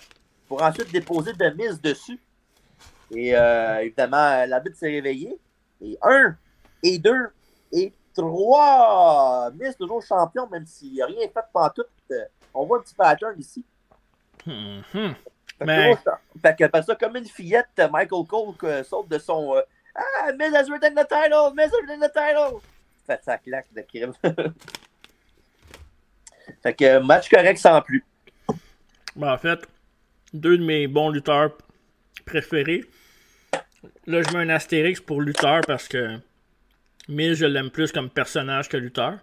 pour ensuite déposer de Miz dessus. Et euh, évidemment, la bite s'est réveillée. Et 1, et 2, et 3. Miz toujours champion, même s'il n'a rien fait pendant tout. euh, on voit un petit pattern ici.
Mhm.
Fait que,
Mais-
gros, ça- fait que, parce que comme une fillette, Michael Cole euh, saute de son euh, Ah, Miz has written the title! Miz has written the title! Fait ça claque de crime. fait que euh, match correct sans plus.
Ben, en fait, deux de mes bons lutteurs préférés. Là, je mets un astérix pour lutteur parce que Miz, je l'aime plus comme personnage que lutteur.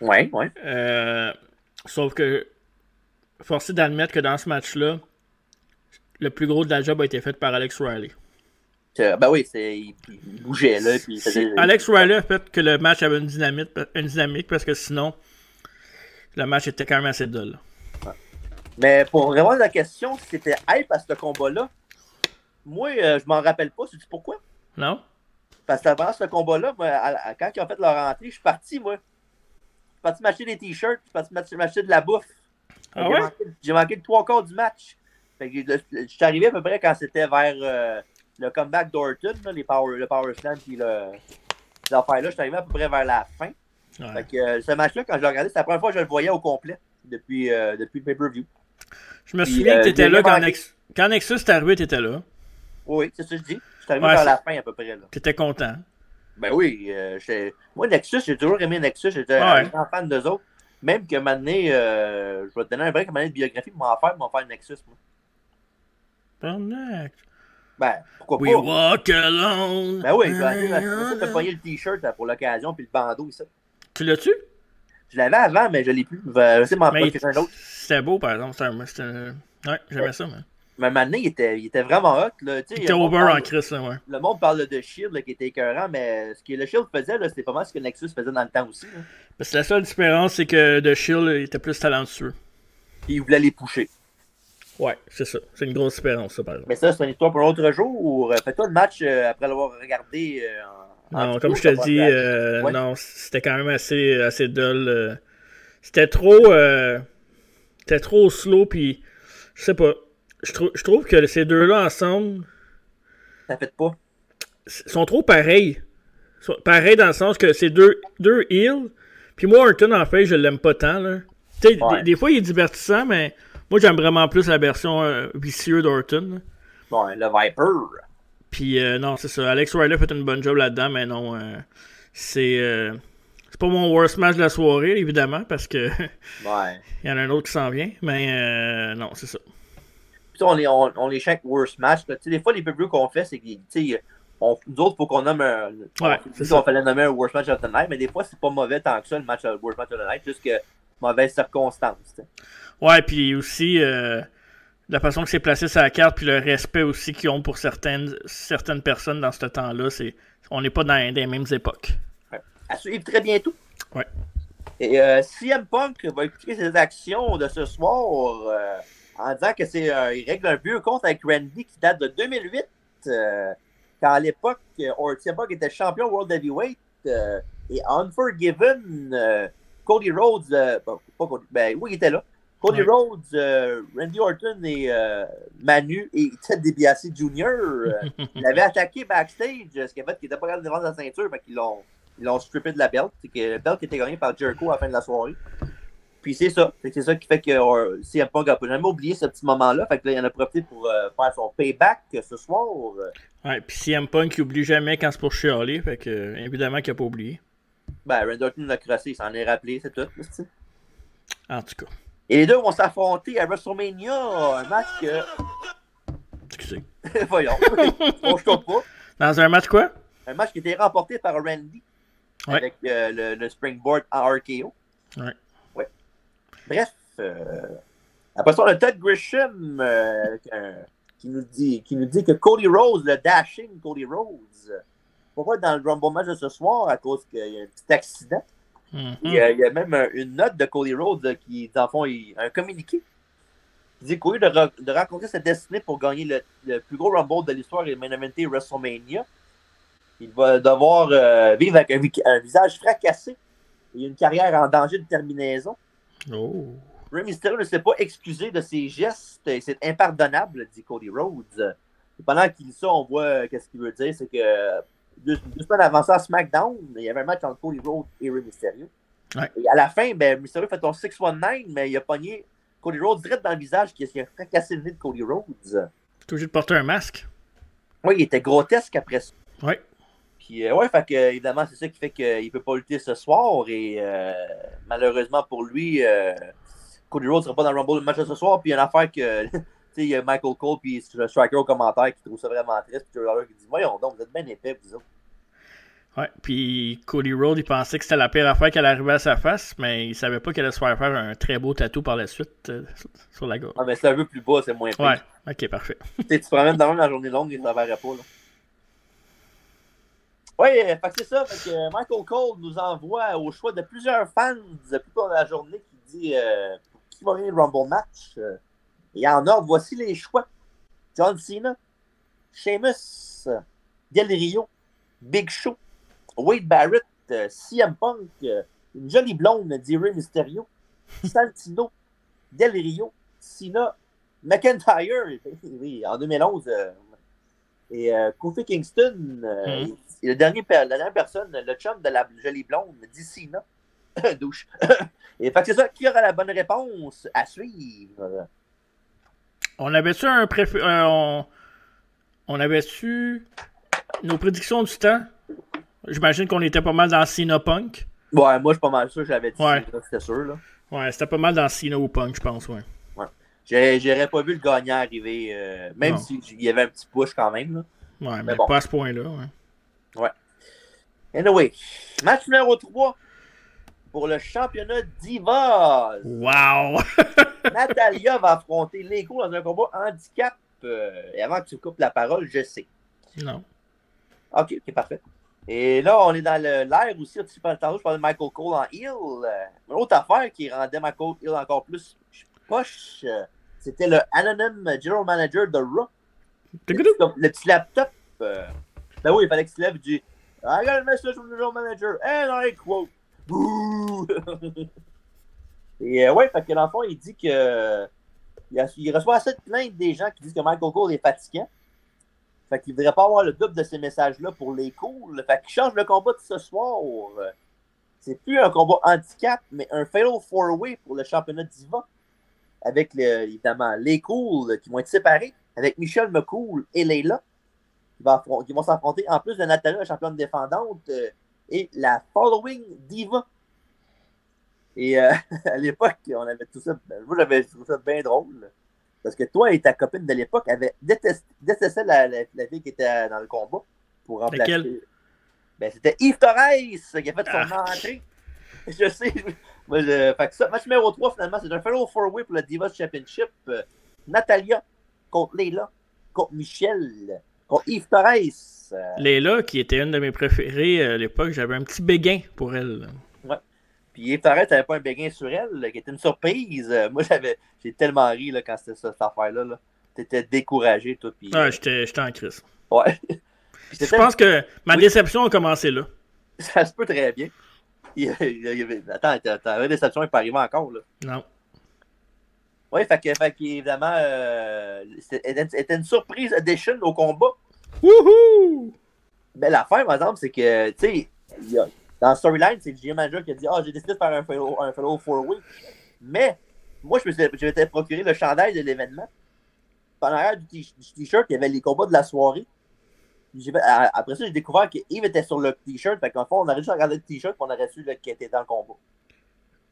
Ouais, ouais.
Euh, sauf que, forcé d'admettre que dans ce match-là, le plus gros de la job a été fait par Alex Riley.
Euh, Ben oui, c'est, il il bougeait là. Puis il
Si
faisait-
Alex Riley a fait que le match avait une dynamique, une dynamique parce que sinon, le match était quand même assez dull.
Mais pour répondre à la question, si c'était hype à ce combat-là, moi, euh, je m'en rappelle pas. Sais-tu pourquoi?
Non?
Parce qu'avant ce combat-là, moi, à- à- quand ils ont fait leur entrée, je suis parti, moi. Je suis parti m'acheter des t-shirts, je suis parti m'ach- m'acheter de la bouffe. Fait que
Ah
j'ai
ouais?
manqué- J'ai manqué le trois quarts du match. Fait que le- je suis arrivé à peu près quand c'était vers euh, le comeback d'Orton, là, les power, le Power Slam puis le. L'affaire là, je suis arrivé à peu près vers la fin. Fait
Ouais.
que euh, ce match-là, quand je l'ai regardé, c'est la première fois que je le voyais au complet depuis, euh, depuis le pay-per-view.
Je me
Puis,
souviens
euh,
que t'étais là
deuxième
quand,
entrée.
Nex- quand Nexus est arrivé, t'étais là.
Oui, oui, c'est ça que je dis. Je suis arrivé
Ouais,
vers
c'est-
la fin à peu près. Là.
T'étais content.
Ben oui, euh, j'étais- moi, Nexus, j'ai toujours aimé Nexus. J'étais
Ah ouais.
un grand fan d'eux autres. Même que maintenant, euh, je vais te donner un break, maintenant, de biographie, pour m'en faire, m'en faire Nexus. Moi. Oh.
Barnac.
Ben, pourquoi
We
pas?
walk alone.
Ben oui, je vais aller là, je vais pogner le t-shirt là, pour l'occasion, puis le bandeau, ça.
Tu l'as-tu?
Je l'avais avant, mais je l'ai plus. Euh, Je sais m'en
Mais
faire
il-
quelqu'un d'autre.
C'était beau, par exemple. C'était- c'était- Ouais, j'aimais ça, man.
Mais maintenant, il était, il était vraiment hot. Là, tu
Il
sais,
était
le monde
over en
parle-
Chris, là, ouais.
Le monde parle de Shield là, qui était écœurant, mais ce que le Shield faisait, là, c'était pas mal ce que Nexus faisait dans le temps aussi. là.
Parce que la seule différence, c'est que The Shield il était plus talentueux.
Puis il voulait les pousser.
Ouais, c'est ça. C'est une grosse différence, ça, par exemple.
Mais ça, c'est une histoire pour un autre jour ou euh, fais-toi le match euh, après l'avoir regardé euh, en- en
Non,
vidéo,
comme je
ça
te
va
dis,
faire-
euh,
Ouais.
non, c'était quand même assez, assez dull. euh. C'était trop. euh, C'était trop slow, puis. Je sais pas. Je, trou- je trouve que ces deux-là ensemble
Ça fait pas.
s- sont trop pareils. Sont Pareils dans le sens que c'est deux, deux heels. Puis moi, Orton, en fait, je l'aime pas tant. Là. Tu sais, des-
Ouais.
des, fois, il est divertissant, mais moi, j'aime vraiment plus la version euh, vicieuse d'Orton. là.
Bon, hein, le Viper.
Puis euh, non, c'est ça. Alex Riley a fait une bonne job là-dedans, mais non, euh, c'est euh, c'est pas mon worst match de la soirée, évidemment, parce que
Ouais.
il y en a un autre qui s'en vient. Mais euh, non, c'est ça.
Puis on les, on, on les chaque worst match. là. Tu sais, Des fois, les pay-per-views qu'on fait, c'est que tu sais, on, nous autres, faut qu'on nomme un. euh,
Ouais,
on,
c'est
dit qu'on
ça.
fallait nommer un worst match of the night, mais des fois, c'est pas mauvais tant que ça, le match le worst match of the night, juste que mauvaise circonstance. tu sais.
Ouais, puis aussi euh, la façon que c'est placé sur la carte, puis le respect aussi qu'ils ont pour certaines certaines personnes dans ce temps-là, c'est on n'est pas dans les mêmes époques.
À suivre très bientôt.
Ouais.
Et euh, CM Punk va expliquer ses actions de ce soir euh, en disant que c'est euh, il règle un vieux compte avec Randy qui date de 2008, euh, quand à l'époque, euh, Or- CM Punk était champion World Heavyweight euh, et Unforgiven, euh, Cody Rhodes, euh, bon, pas Cody, ben oui, il était là. Cody
Ouais.
Rhodes, euh, Randy Orton et euh, Manu et Ted DiBiase Jr. euh, il avait attaqué backstage, euh, ce qui a fait qu'il était pas capable de vendre la ceinture, mais qu'ils l'ont ils l'ont strippé de la belt. C'est que la belt qui était gagnée par Jericho à la fin de la soirée. Puis c'est ça. Fait que C'est ça qui fait que euh, CM Punk n'a jamais oublié ce petit moment-là. Fait que là, il en a profité pour euh, faire son payback euh, ce soir. Euh,
Ouais, puis CM Punk il oublie jamais quand c'est pour chialer, fait que euh, évidemment qu'il a pas oublié.
Ben, Randy Orton l'a crossé, il s'en est rappelé, c'est tout. c'est ça.
En tout cas,
Et les deux vont s'affronter à WrestleMania, un match que.
excusez.
Voyons, on se trompe pas.
Dans un match quoi?
Un match qui était remporté par Randy
Ouais.
avec euh, le, le springboard en RKO.
Ouais.
Ouais. Bref, euh, après ça, on a Todd Grisham euh, avec un- qui, nous dit, qui nous dit que Cody Rose, le dashing Cody Rose, euh, pourquoi dans le Rumble match de ce soir à cause qu'il y a un petit accident.
Mhm.
Il, y a, il y a même un- une note de Cody Rhodes euh, qui, dans le fond, il- un communiqué. Il dit qu'au lieu de, ra- de rencontrer sa destinée pour gagner le, le plus gros Rumble de l'histoire et main eventer WrestleMania, il va devoir euh, vivre avec un, vi- un visage fracassé et une carrière en danger de terminaison.
Oh.
Rey Mysterio ne s'est pas excusé de ses gestes et c'est impardonnable, dit Cody Rhodes. Et pendant qu'il dit ça, on voit euh, qu'est-ce qu'il veut dire, c'est que euh, deux, deux semaines avant ça, à SmackDown, il y avait un match entre Cody Rhodes et Rey Mysterio.
Ouais.
Et à la fin, ben, Mysterio fait ton 619, mais il a pogné Cody Rhodes direct dans le visage, qui qui a fracassé le nez de Cody Rhodes.
T'es obligé de porter un masque?
Oui, il était grotesque après ça.
Ouais.
Puis, euh, ouais, fait que, euh, évidemment, c'est ça qui fait qu'il ne peut pas lutter ce soir. Et euh, malheureusement pour lui, euh, Cody Rhodes ne sera pas dans le Rumble le match de ce soir. Puis, il y a une affaire que, tu sais, il y a Michael Cole, puis le Striker au commentaire qui trouve ça vraiment triste. Puis, Joe Lawler qui dit Voyons donc, vous êtes bien épais, vous autres.
Ouais, puis Cody Rhodes, il pensait que c'était la pire affaire qu'elle arrivait à sa face, mais il savait pas qu'elle allait se faire faire un très beau tatou par la suite euh, sur la gorge.
Ah, mais c'est un peu plus bas, c'est moins pire.
Ouais, ok, parfait.
tu sais, tu te ramènes dans la journée longue et ça verrait pas, là. Oui, fait que c'est ça. Fait que euh, Michael Cole nous envoie au choix de plusieurs fans plus tard dans la journée qui dit euh, qui va gagner le Rumble match. Euh, et en ordre, voici les choix. John Cena, Sheamus, Del Rio, Big Show, Wade Barrett, euh, CM Punk, euh, une jolie blonde, dirait Mysterio, Santino, Del Rio, Cena, McIntyre, oui, en 2011, euh, et euh, Kofi Kingston, mm. Et le dernier, la dernière personne, le chum de la jolie blonde, d'ici, là. Douche. Et fait que c'est ça, qui aura la bonne réponse à suivre?
On avait-tu un préf... Euh, on... on avait-tu nos prédictions du temps? J'imagine qu'on était pas mal dans Cinopunk.
Ouais, moi, je suis pas mal sûr, j'avais dit, ouais. c'était sûr, là.
Ouais, c'était pas mal dans Cinopunk, je pense, ouais.
ouais. J'aurais pas vu le gagnant arriver, euh, même s'il si y avait un petit push quand même, là.
Ouais, mais, mais bon. pas à ce point-là, ouais.
Ouais. Anyway, match numéro 3 pour le championnat Divas.
Wow!
Natalia va affronter Leko dans un combat handicap. Euh, et avant que tu me coupes la parole, je sais.
Non.
Ok, ok, parfait. Et là, on est dans l'air aussi. Tu parles, je parlais de Michael Cole en heel. Euh, Une autre affaire qui rendait Michael Hill encore plus poche, euh, c'était le Anonymous General Manager de Raw. Le petit, le petit laptop. Euh, ben oui, il fallait qu'il se lève et dit I got a message from the general manager and I quote Bouh! et euh, ouais, fait que l'enfant il dit que il, a, il, reçoit assez de plaintes des gens qui disent que Michael Cole est fatiguant. Fait qu'il voudrait pas avoir le double de ces messages-là pour les cools. Fait qu'il change le combat de ce soir. C'est plus un combat handicap, mais un fatal four-way pour le championnat d'Iva. Avec le, évidemment les cools qui vont être séparés, avec Michel McCool et Leila qui vont s'affronter en plus de Natalia, la championne défendante, euh, et la Following Diva. Et euh, à l'époque, on avait tout ça. ben, Moi, j'avais trouvé ça bien drôle. Parce que toi et ta copine de l'époque avaient détesté, détesté la, la, la, fille qui était dans le combat pour remplacer. Laquelle? Ben, c'était Yves Torres qui a fait son ah. entrée. Je sais. Moi, je... Fait que ça, match numéro 3, finalement, c'est un fellow four-way pour le Divas Championship. Euh, Natalia contre Leila contre Michel contre Yves Torres. Euh...
Léla, qui était une de mes préférées euh, à l'époque, j'avais un petit béguin pour elle.
Ouais. Puis Yves Torres n'avait pas un béguin sur elle, qui était une surprise. Euh, Moi, j'avais, j'ai tellement ri là, quand c'était ça, cette affaire-là. -là, T'étais découragé, toi. Puis, euh,
ouais, euh... j'étais, j'étais en crise.
Ouais.
Je pense que ma oui. déception a commencé là.
Ça se peut très bien. Il... Il... Attends, ta déception n'est pas arrivée encore. Là.
Non.
Oui, fait que, fait que évidemment, euh, c'était une surprise addition au combat.
Wouhou!
Mais l'affaire, par exemple, c'est que, tu sais, dans Storyline, c'est GM Manager qui a dit Ah, oh, j'ai décidé de faire un fellow, un fellow four week. Mais, moi, je me suis je m'étais procuré le chandail de l'événement. Pendant l'arrière du t-shirt, il y avait les combats de la soirée. Après ça, j'ai découvert que Yves était sur le t-shirt. Fait qu'en fond, on aurait juste regardé le t-shirt et on aurait su qu'il était dans le combat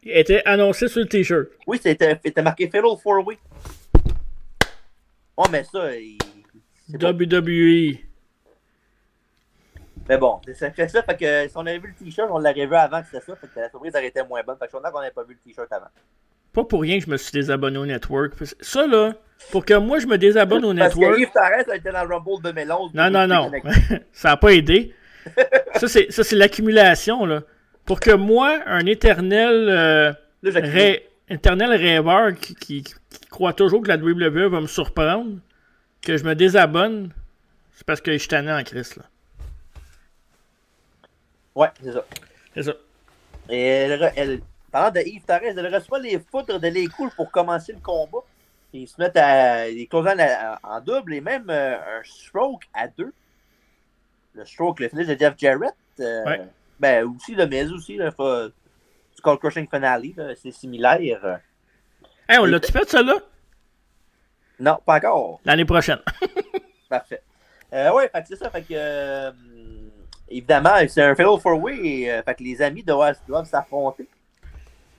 était annoncé sur le t-shirt.
Oui, c'était marqué Fatal 4 Way. Oh, mais ça. Il...
WWE.
Mais bon, c'est ça. Fait que si on avait vu le t-shirt, on l'aurait vu avant que c'était ça. Fait que la surprise aurait été moins bonne. Fait que je suis qu'on n'avait pas vu le t-shirt avant.
Pas pour rien que je me suis désabonné au network. Ça, là, pour que moi je me désabonne au
Parce
network.
Que Yves Tarrette a été dans le Rumble 2011.
Non, non, non. ça n'a pas aidé. ça, c'est l'accumulation, là pour que moi, un éternel, euh, ré, éternel rêveur qui, qui, qui, croit toujours que la WWE va me surprendre, que je me désabonne, c'est parce que je suis tanné en crise. Là.
Ouais, c'est ça.
C'est ça.
Et elle, elle, parlant de Yves Tarès, elle reçoit les foutres de les coules pour commencer le combat. Ils se mettent à. Ils closent en, en, double et même euh, un stroke à deux. Le stroke, le finish de Jeff Jarrett. Euh,
ouais.
Ben, aussi, le mais aussi, le Skull Crushing Finale, c'est similaire.
Hey, on l'a-tu fait, ça, là?
Non, pas encore.
L'année prochaine.
Parfait. Euh, ouais, fait c'est ça, fait que... Euh, évidemment, c'est un fellow four way, euh, fait que les amis doivent, doivent s'affronter.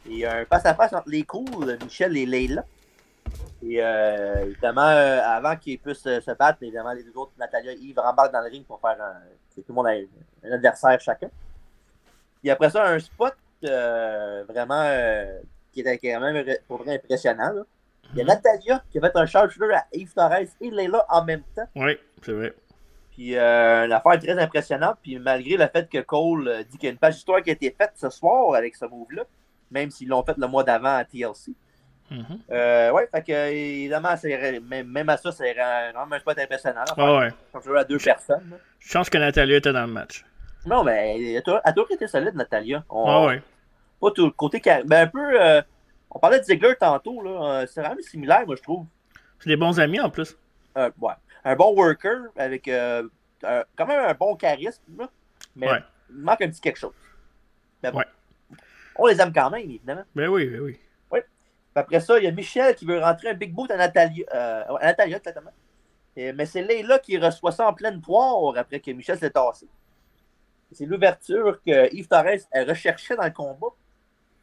Et il y a un face-à-face entre les cools, Michel et Leila. Et euh, évidemment, euh, avant qu'ils puissent euh, se battre, évidemment, les deux autres, Natalia et Yves, rembarquent dans le ring pour faire un, c'est tout le monde a un adversaire chacun. Puis après ça, un spot euh, vraiment euh, qui était quand même re- pour vrai impressionnant. là. Il y a
Mm-hmm.
Natalia qui a fait un sharpshooter à Yves Torres et Leila en même temps.
Oui, c'est vrai.
Puis euh, une affaire très impressionnante. Puis malgré le fait que Cole euh, dit qu'il y a une page d'histoire qui a été faite ce soir avec ce move-là, même s'ils l'ont fait le mois d'avant à TLC.
Mhm.
Euh, ouais, fait que, euh, évidemment, c'est- même, même à ça, c'est vraiment un spot impressionnant. là.
Ah ouais.
Quand tu joues à deux personnes. là.
Je pense que Natalia était dans le match.
Non, mais elle a tou- elle a toujours été solide, Natalia. On-
Ah ouais.
Pas tout le côté. car- Ben, un peu. euh, on parlait de Ziggler tantôt, là. euh, C'est vraiment similaire, moi, je trouve.
C'est des bons amis en plus.
Euh, ouais. Un bon worker avec euh, un- quand même un bon charisme, là. Mais
Ouais.
il manque un petit quelque chose. Mais bon.
Ouais.
On les aime quand même, évidemment.
Ben oui, ben oui.
Puis Après ça, il y a Michel qui veut rentrer un big boot à Natalia, euh, à Natalia exactement. Et- mais c'est Leila qui reçoit ça en pleine poire après que Michel s'est tassé. C'est l'ouverture que Yves Torres elle recherchait dans le combat.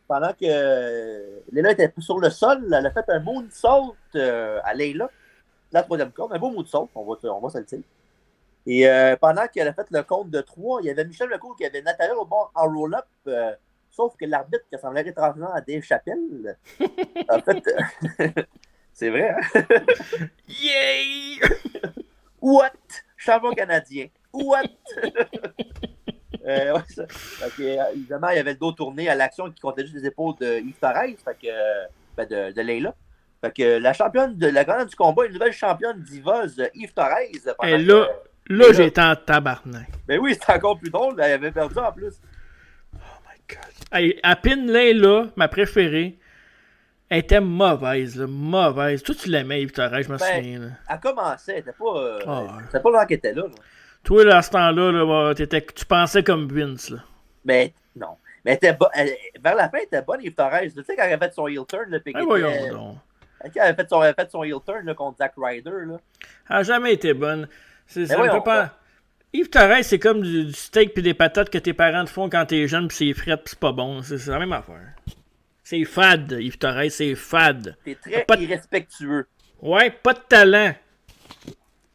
Pendant que euh, Leila était sur le sol, elle a fait un moonsault euh, à Leila. La troisième corde, un beau moonsault, on va, on va se le dire. Et euh, pendant qu'elle a fait le compte de trois, il y avait Michel Lecourt qui avait Natalia au bord en roll-up. euh, sauf que l'arbitre qui semblait étrangement à Dave Chappelle, en fait, euh, c'est vrai, hein?
Yay!
What? Champion canadien. What? Euh, ouais, ça. Fait que, euh, évidemment, il y avait le dos tourné à l'action qui comptait juste les épaules de Yves Torres, fait que, euh, ben, de, de Leila. Fait que euh, la championne de la grande du combat, une nouvelle championne divose euh, Yves Torres. pendant
Et là-
que- euh,
Là, j'étais en tabarnak.
ben oui, c'est encore plus drôle, elle avait perdu en plus.
Oh my god. Hey, à Pin Layla, ma préférée, elle était mauvaise, là, mauvaise. Toi, tu l'aimais, Yves Torres, je me
Ben,
souviens. là.
Elle commençait, elle était pas. euh,
Ah ouais.
c'était pas longtemps qu'elle était là. là.
Toi, là, à ce temps-là, là, bah, t'étais- tu pensais comme Vince. Là.
Mais non. Mais elle était bonne. Vers la fin, elle était bonne, Yves Torres. Tu sais, quand elle avait fait son heel turn, là, puis
Eh,
euh, qu'elle
voyons
était-
donc.
Quand elle avait fait son, elle avait fait son heel turn là, contre Zack Ryder, là.
Elle n'a jamais été bonne. C'est, ça me
Mais voyons
fait pas- Yves Torres, c'est comme du, du steak puis des patates que tes parents te font quand t'es jeune, puis c'est frais, puis c'est pas bon. C'est, c'est la même affaire. C'est fade, Yves Torres, c'est fade.
T'es très
Pas de-
irrespectueux.
Ouais, pas de talent.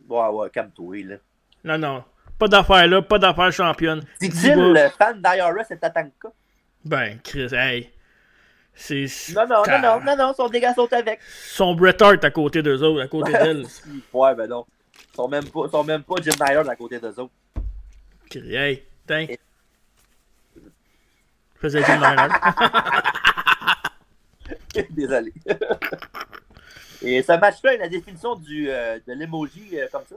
Ouais, ouais, comme toi, là.
Non, non. Pas d'affaire là, pas d'affaire championne.
Dit-il,
Dis-moi.
le fan d'IRS et Tatanka.
Ben, Chris, hey. C'est.
Non, non,
Ta-
non, non, non, non, son dégât saute avec.
Son Bret Hart à côté d'eux autres, à côté d'elle.
Ouais, ben non. Ils sont même pas, ils sont même pas Jim Nyland à côté d'eux autres.
Chris, hey, tiens. Je faisais Jim Lynard.
Désolé. Et ce match-là, la définition du, euh, de l'emoji euh, comme ça.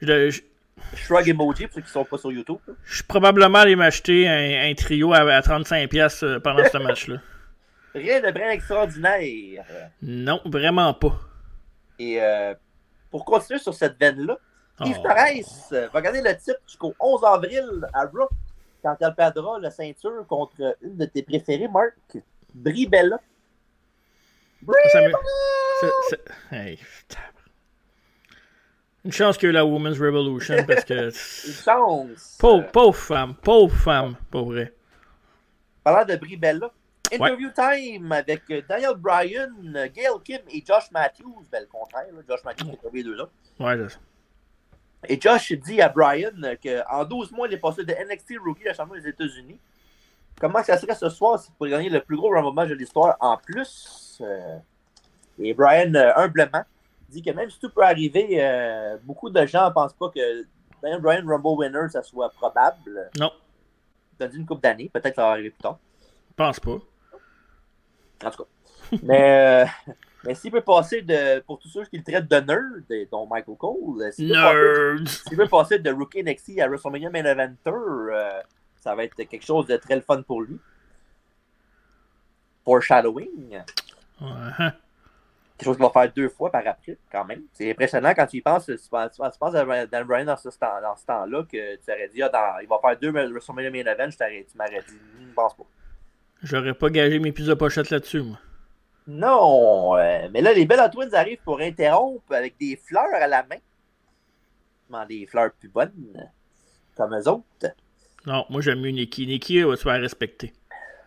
Je, je-
Shrug emoji, pour ceux qui sont pas sur YouTube. là.
je suis probablement allé m'acheter un, un trio à, à 35$ euh, pendant ce match-là.
Rien de bien extraordinaire.
Non, vraiment pas.
Et euh, pour continuer sur cette veine-là, Yves
Oh.
Torres euh, va garder le titre jusqu'au 11 avril à Raw quand elle perdra la ceinture contre une de tes préférées, Marc, Brie Bella.
Ça me- ça- ça- Hey, putain. Une chance qu'il y a eu la Women's Revolution parce que.
Une chance.
Pauvre,
Euh,
pauvre femme, pauvre femme, pour vrai.
parlant de Brie Bella, interview time avec euh, Daniel Bryan, euh, Gail Kim et Josh Matthews. Ben, le contraire, là, Josh Matthews est les deux là.
Ouais, je-
Et Josh dit à Brian euh, qu'en 12 mois, il est passé de NXT Rookie à champion des États-Unis. Comment ça serait ce soir s'il pourrait gagner le plus gros Rumble match de l'histoire en plus? Euh, et Brian, euh, humblement, dit que même si tout peut arriver, euh, beaucoup de gens ne pensent pas que Daniel Bryan Rumble winner, ça soit probable.
Non,
Dans une coupe d'années, peut-être que ça va arriver plus tard.
pense pas.
En tout cas. Mais, euh, mais s'il peut passer de. Pour tous ceux qui le traitent de nerd, et dont Michael Cole, euh, s'il peut passer de-
Nerds!
s'il veut passer de Rookie NXT à WrestleMania Main Eventer, euh, ça va être quelque chose de très le fun pour lui. Foreshadowing.
Ouais, hein.
Quelque chose qu'il va faire deux fois par après, quand même. C'est impressionnant quand tu y penses. Tu penses, tu penses- tu penses à Brian- Dan Bryan dans ce, temps, dans ce temps-là que tu aurais dit, ah, dans- il va faire deux WrestleMania Main Event, je t'aurais- tu m'aurais dit, Hum, je pense pas.
J'aurais pas gagé mes plus de pochettes là-dessus, moi.
Non, euh, mais là, les Bella Twins arrivent pour interrompre avec des fleurs à la main. Comment des fleurs plus bonnes? comme eux autres.
Non, moi j'aime mieux Nikki. Nikki, euh, tu vas la respecter.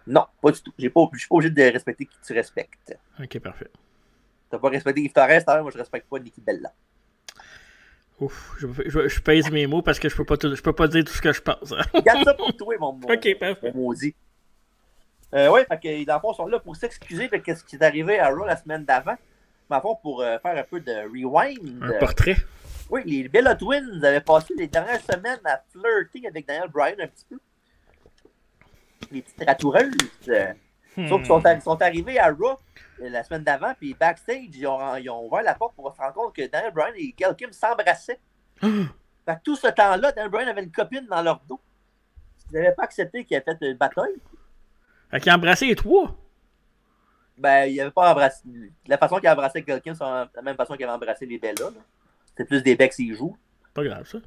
Non, pas du tout. J'ai pas- Je suis pas obligé de respecter qui tu respectes.
Ok, parfait.
T'as pas respecté Yves Torres, t'as l'air, moi je respecte pas Nikki Bella.
Ouf, je, je- je pèse mes mots parce que je peux pas tout- je peux pas dire tout ce que je pense. hein.
Garde ça pour toi, mon, mon,
ok, parfait.
mon maudit. Euh, ouais, fait que, dans le fond, ils sont là pour s'excuser de ce qui est arrivé à Raw la semaine d'avant. Mais en fond, pour euh, faire un peu de rewind.
Un
euh,
portrait.
Oui, les Bella Twins avaient passé les dernières semaines à flirter avec Daniel Bryan un petit peu. Les petites ratoureuses. euh. Sauf qu'ils
Hmm.
sont, arri- sont arrivés à Raw euh, la semaine d'avant, puis backstage, ils ont, ils ont ouvert la porte pour se rendre compte que Daniel Bryan et Gail Kim s'embrassaient. Fait que tout ce temps-là, Daniel Bryan avait une copine dans leur dos. Ils n'avaient pas accepté qu'il ait fait une bataille.
Fait qu'il a embrassé les trois.
Ben, il n'avait pas embrassé. La façon qu'il a embrassé Gail Kim, c'est la même façon qu'il avait embrassé les Bella. là. C'est plus des becs s'ils jouent.
Pas grave, ça.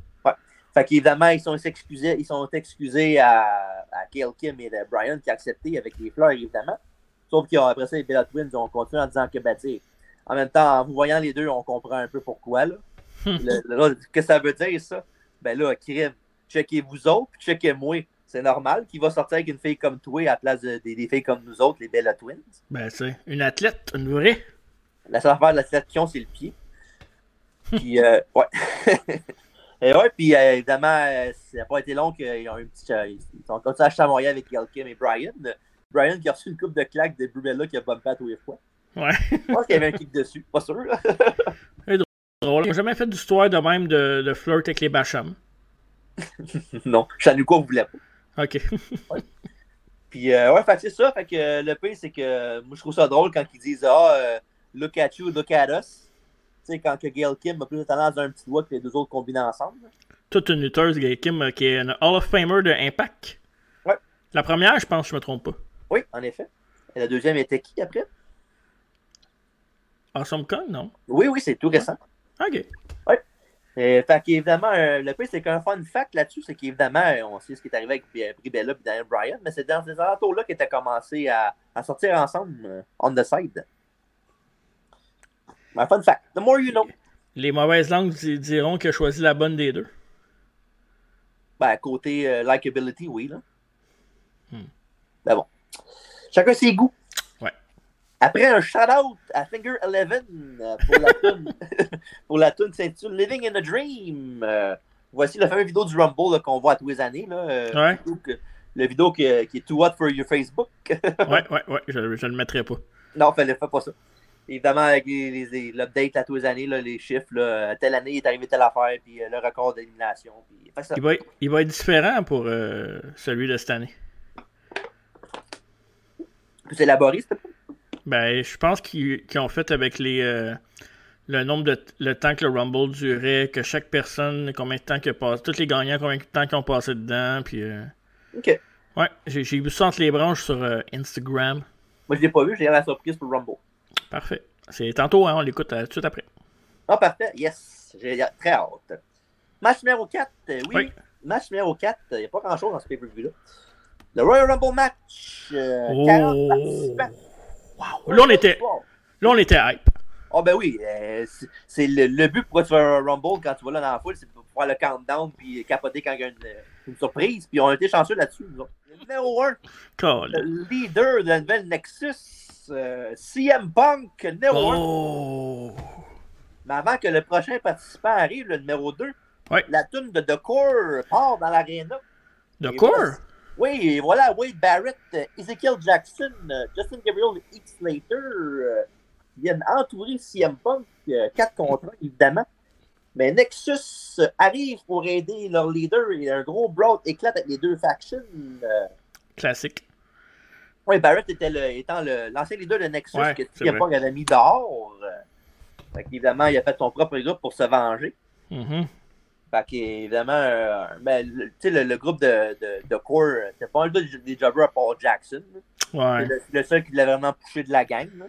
Fait qu'évidemment, ils sont excusés, ils sont excusés à, à Gail Kim et à Brian qui a accepté avec les fleurs, évidemment. Sauf qu'après ça, les Bella Twins ont continué en disant que, ben, tu sais, en même temps, en vous voyant les deux, on comprend un peu pourquoi, là. Le- le- là, Qu'est-ce que ça veut dire, ça? Ben là, crime, checkez vous autres, puis checkez moi. C'est normal qu'il va sortir avec une fille comme toi à la place de- des, des filles comme nous autres, les Bella Twins.
Ben, c'est une athlète, une vraie.
La seule affaire de la sélection, c'est le pied. Puis, euh, ouais. Et ouais, puis euh, évidemment, euh, ça n'a pas été long qu'ils ont eu un petit. euh, ils ont continué à chamoyer avec Gail Kim et Brian. Euh, Brian qui a reçu une coupe de claque de Brubella qui a bumpé à tous les fois.
Ouais.
Je pense qu'il y avait un kick dessus, pas sûr. là.
Drôle. Ils ont jamais fait d'histoire de même de, de flirt avec les Bacham.
non, Chanuko voulait pas.
Ok.
Puis, euh, ouais, fait que c'est ça. Fait que euh, le pire, c'est que euh, moi, je trouve ça drôle quand ils disent Ah, euh, look at you, look at us. Tu sais, quand que Gail Kim a plus de talent dans un petit doigt que les deux autres combinés ensemble.
Toute une lutteuse, Gail Kim, euh, qui est une Hall of Famer de Impact.
Ouais.
La première, je pense, je me trompe pas.
Oui, en effet. Et la deuxième était qui après?
Awesome Kong, non?
Oui, oui, c'est tout récent.
Ok.
Euh, fait qu'évidemment, euh, le pire, c'est qu'un fun fact là-dessus, c'est qu'évidemment, euh, on sait ce qui est arrivé avec euh, Bribella et Daniel Bryan, mais c'est dans ces alentours-là qu'ils étaient commencé à, à sortir ensemble, euh, on the side. Un fun fact. The more you know.
Les mauvaises langues di- diront qu'il a choisi la bonne des deux.
Ben, côté euh, likability, oui, là.
Hmm.
Ben bon. Chacun ses goûts.
Ouais.
Après un shout-out à Finger Eleven euh, pour la tune pour la tune s'intitule Living in a Dream. Euh, voici la fameuse vidéo du Rumble là, qu'on voit à tous les années. Là, euh,
Ouais.
le vidéo que- le vidéo que- qui est too hot for your Facebook.
Ouais, ouais, ouais, je, je le mettrai pas.
non, fais, fais pas ça. Évidemment, avec les- les- les- l'update à tous les années, là, les chiffres, là, telle année il est arrivé telle affaire, puis euh, le record d'élimination. Puis... fait que ça.
Il va, être- il va être différent pour euh, celui de cette année.
Plus élaboré, c'était
Ben, je pense qu'ils qu'ils ont fait avec les euh, le nombre de le temps que le Rumble durait, que chaque personne, combien de temps qu'ils passent, tous les gagnants, combien de temps qu'ils ont passé dedans, puis euh,
OK.
ouais, j'ai j'ai vu ça entre les branches sur euh, Instagram.
Moi, je l'ai pas vu, j'ai la surprise pour Rumble.
Parfait. C'est tantôt, hein, on l'écoute euh, tout de suite après.
Ah, parfait, yes, j'ai très hâte. Match numéro 4, oui,
Oui.
match numéro 4, il n'y a pas grand-chose dans ce pay-per-view-là. Le Royal Rumble match, euh,
Oh.
40 participants.
Wow. Là on était
Wow.
là on était hype.
Ah ben oui, euh, c'est- c'est le, le but pourquoi tu fais un Rumble quand tu vas là dans la foule, c'est pour faire le countdown puis capoter quand il y a une, une surprise, puis on a été chanceux là-dessus. nous autres. Le Numéro 1,
Call.
le leader de la nouvelle Nexus, euh, CM Punk, numéro 1.
Oh.
Mais avant que le prochain participant arrive, le numéro 2,
Ouais.
la toune de The Core part dans l'aréna.
De
Et
core.
voici- Oui, et voilà Wade Barrett, euh, Ezekiel Jackson, euh, Justin Gabriel et Heath Slater euh, viennent entourer CM Punk, 4 contre 1 évidemment. Mais Nexus euh, arrive pour aider leur leader et un gros brawl éclate avec les deux factions. Euh,
Classique.
ouais, Barrett était le, étant le- l'ancien leader de Nexus
Ouais,
que
c'est
CM
vrai.
Punk avait mis dehors. Euh, fait qu'évidemment, il a fait son propre groupe pour se venger.
Mhm.
Fait qu'évidemment, euh, ben, le, tu sais, le, le groupe de, de, de core, euh, c'était pas un des, des jobbers à Paul Jackson. là. C'est
Ouais.
le, le seul qui l'a vraiment poussé de la gang. là.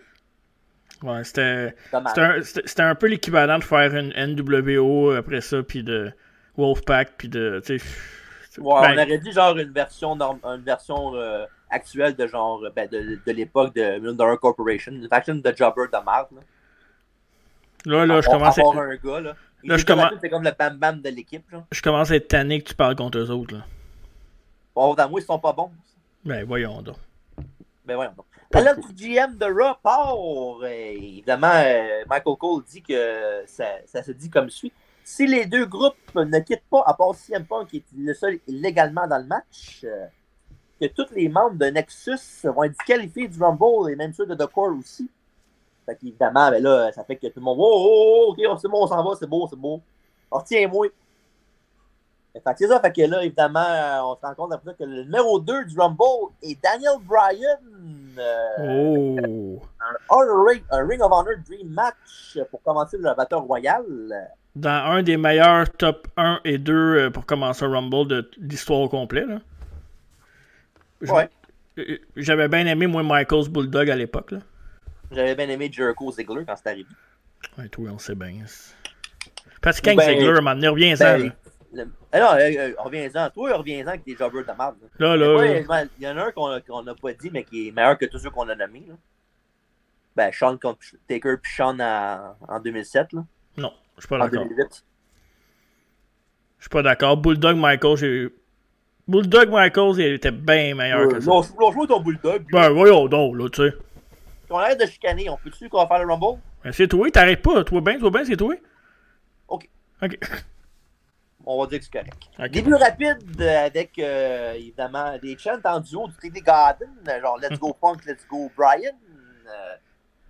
Ouais, c'était
Dommage.
C'était un- C'était c'était un peu l'équivalent de faire une NWO après ça, puis de Wolfpack, puis de. tu sais, pff,
Ouais,
ben,
On aurait dit genre une version, norm- une version euh, actuelle de genre euh, ben, de, de l'époque de Million Dollar Corporation, une faction de jobbers de marque. Là.
Là, là, je
Avoir-
commence à.
avoir un gars, là. Là, je commence. C'est comme le bam-bam de l'équipe. genre.
Je commence à être tanné que tu parles contre eux autres. Là.
Bon, dans moi, ils sont pas bons.
Ben, voyons donc.
Ben voyons donc. Alors, du GM de Raw part. euh, évidemment, euh, Michael Cole dit que ça, ça se dit comme suit. Si les deux groupes ne quittent pas, à part CM Punk qui est le seul légalement dans le match, euh, que tous les membres de Nexus vont être disqualifiés du Rumble et même ceux de The Core aussi. Fait qu'évidemment, ben là, ça fait que tout le monde, oh, oh, oh, ok, c'est bon, on s'en va, c'est beau, c'est beau. Alors, tiens-moi. Fait que c'est ça, fait que là, évidemment, euh, on se rend compte après ça que le numéro 2 du Rumble est Daniel Bryan. euh,
Oh!
un Ring, un Ring of Honor Dream Match pour commencer le batteur royal.
Dans un des meilleurs top 1 et 2 euh, pour commencer un Rumble de de l'histoire au complet. Là. Je-
Ouais.
euh, J'avais bien aimé, moi, Michael's Bulldog à l'époque. là.
J'avais bien aimé Jericho Ziggler quand c'est arrivé.
Ouais, toi, on sait bien. Parce que quand
Ben,
Ziggler, à un moment donné, reviens-en,
Ben,
là.
le- Ah non, euh, euh, reviens-en. Toi, reviens-en avec tes jobbers de merde.
Là,
là. Mais
là,
ouais,
là.
ben, Il y en a un qu'on a- qu'on n'a pas dit, mais qui est meilleur que tous ceux qu'on a nommés. là. Ben, Sean contre Taker puis Sean en, en 2007. Là,
Non, je suis pas
en
d'accord.
2008.
Je suis pas d'accord. Bulldog Michael, j'ai. Bulldog Michael, il était bien meilleur
Euh,
que ça.
là, on joue- on joue ton bulldog. puis
Ben, voyons donc, là, tu sais.
On arrête de chicaner. On peut-tu qu'on va faire le Rumble?
Ben, c'est toi, t'arrêtes pas. Toi, ben, toi, ben, c'est toi.
Ok.
Ok.
On va dire que c'est correct.
Ok.
Début rapide euh, avec euh, évidemment des chants en duo du TD Garden, euh, genre Let's Go Punk, Let's Go Brian. Euh,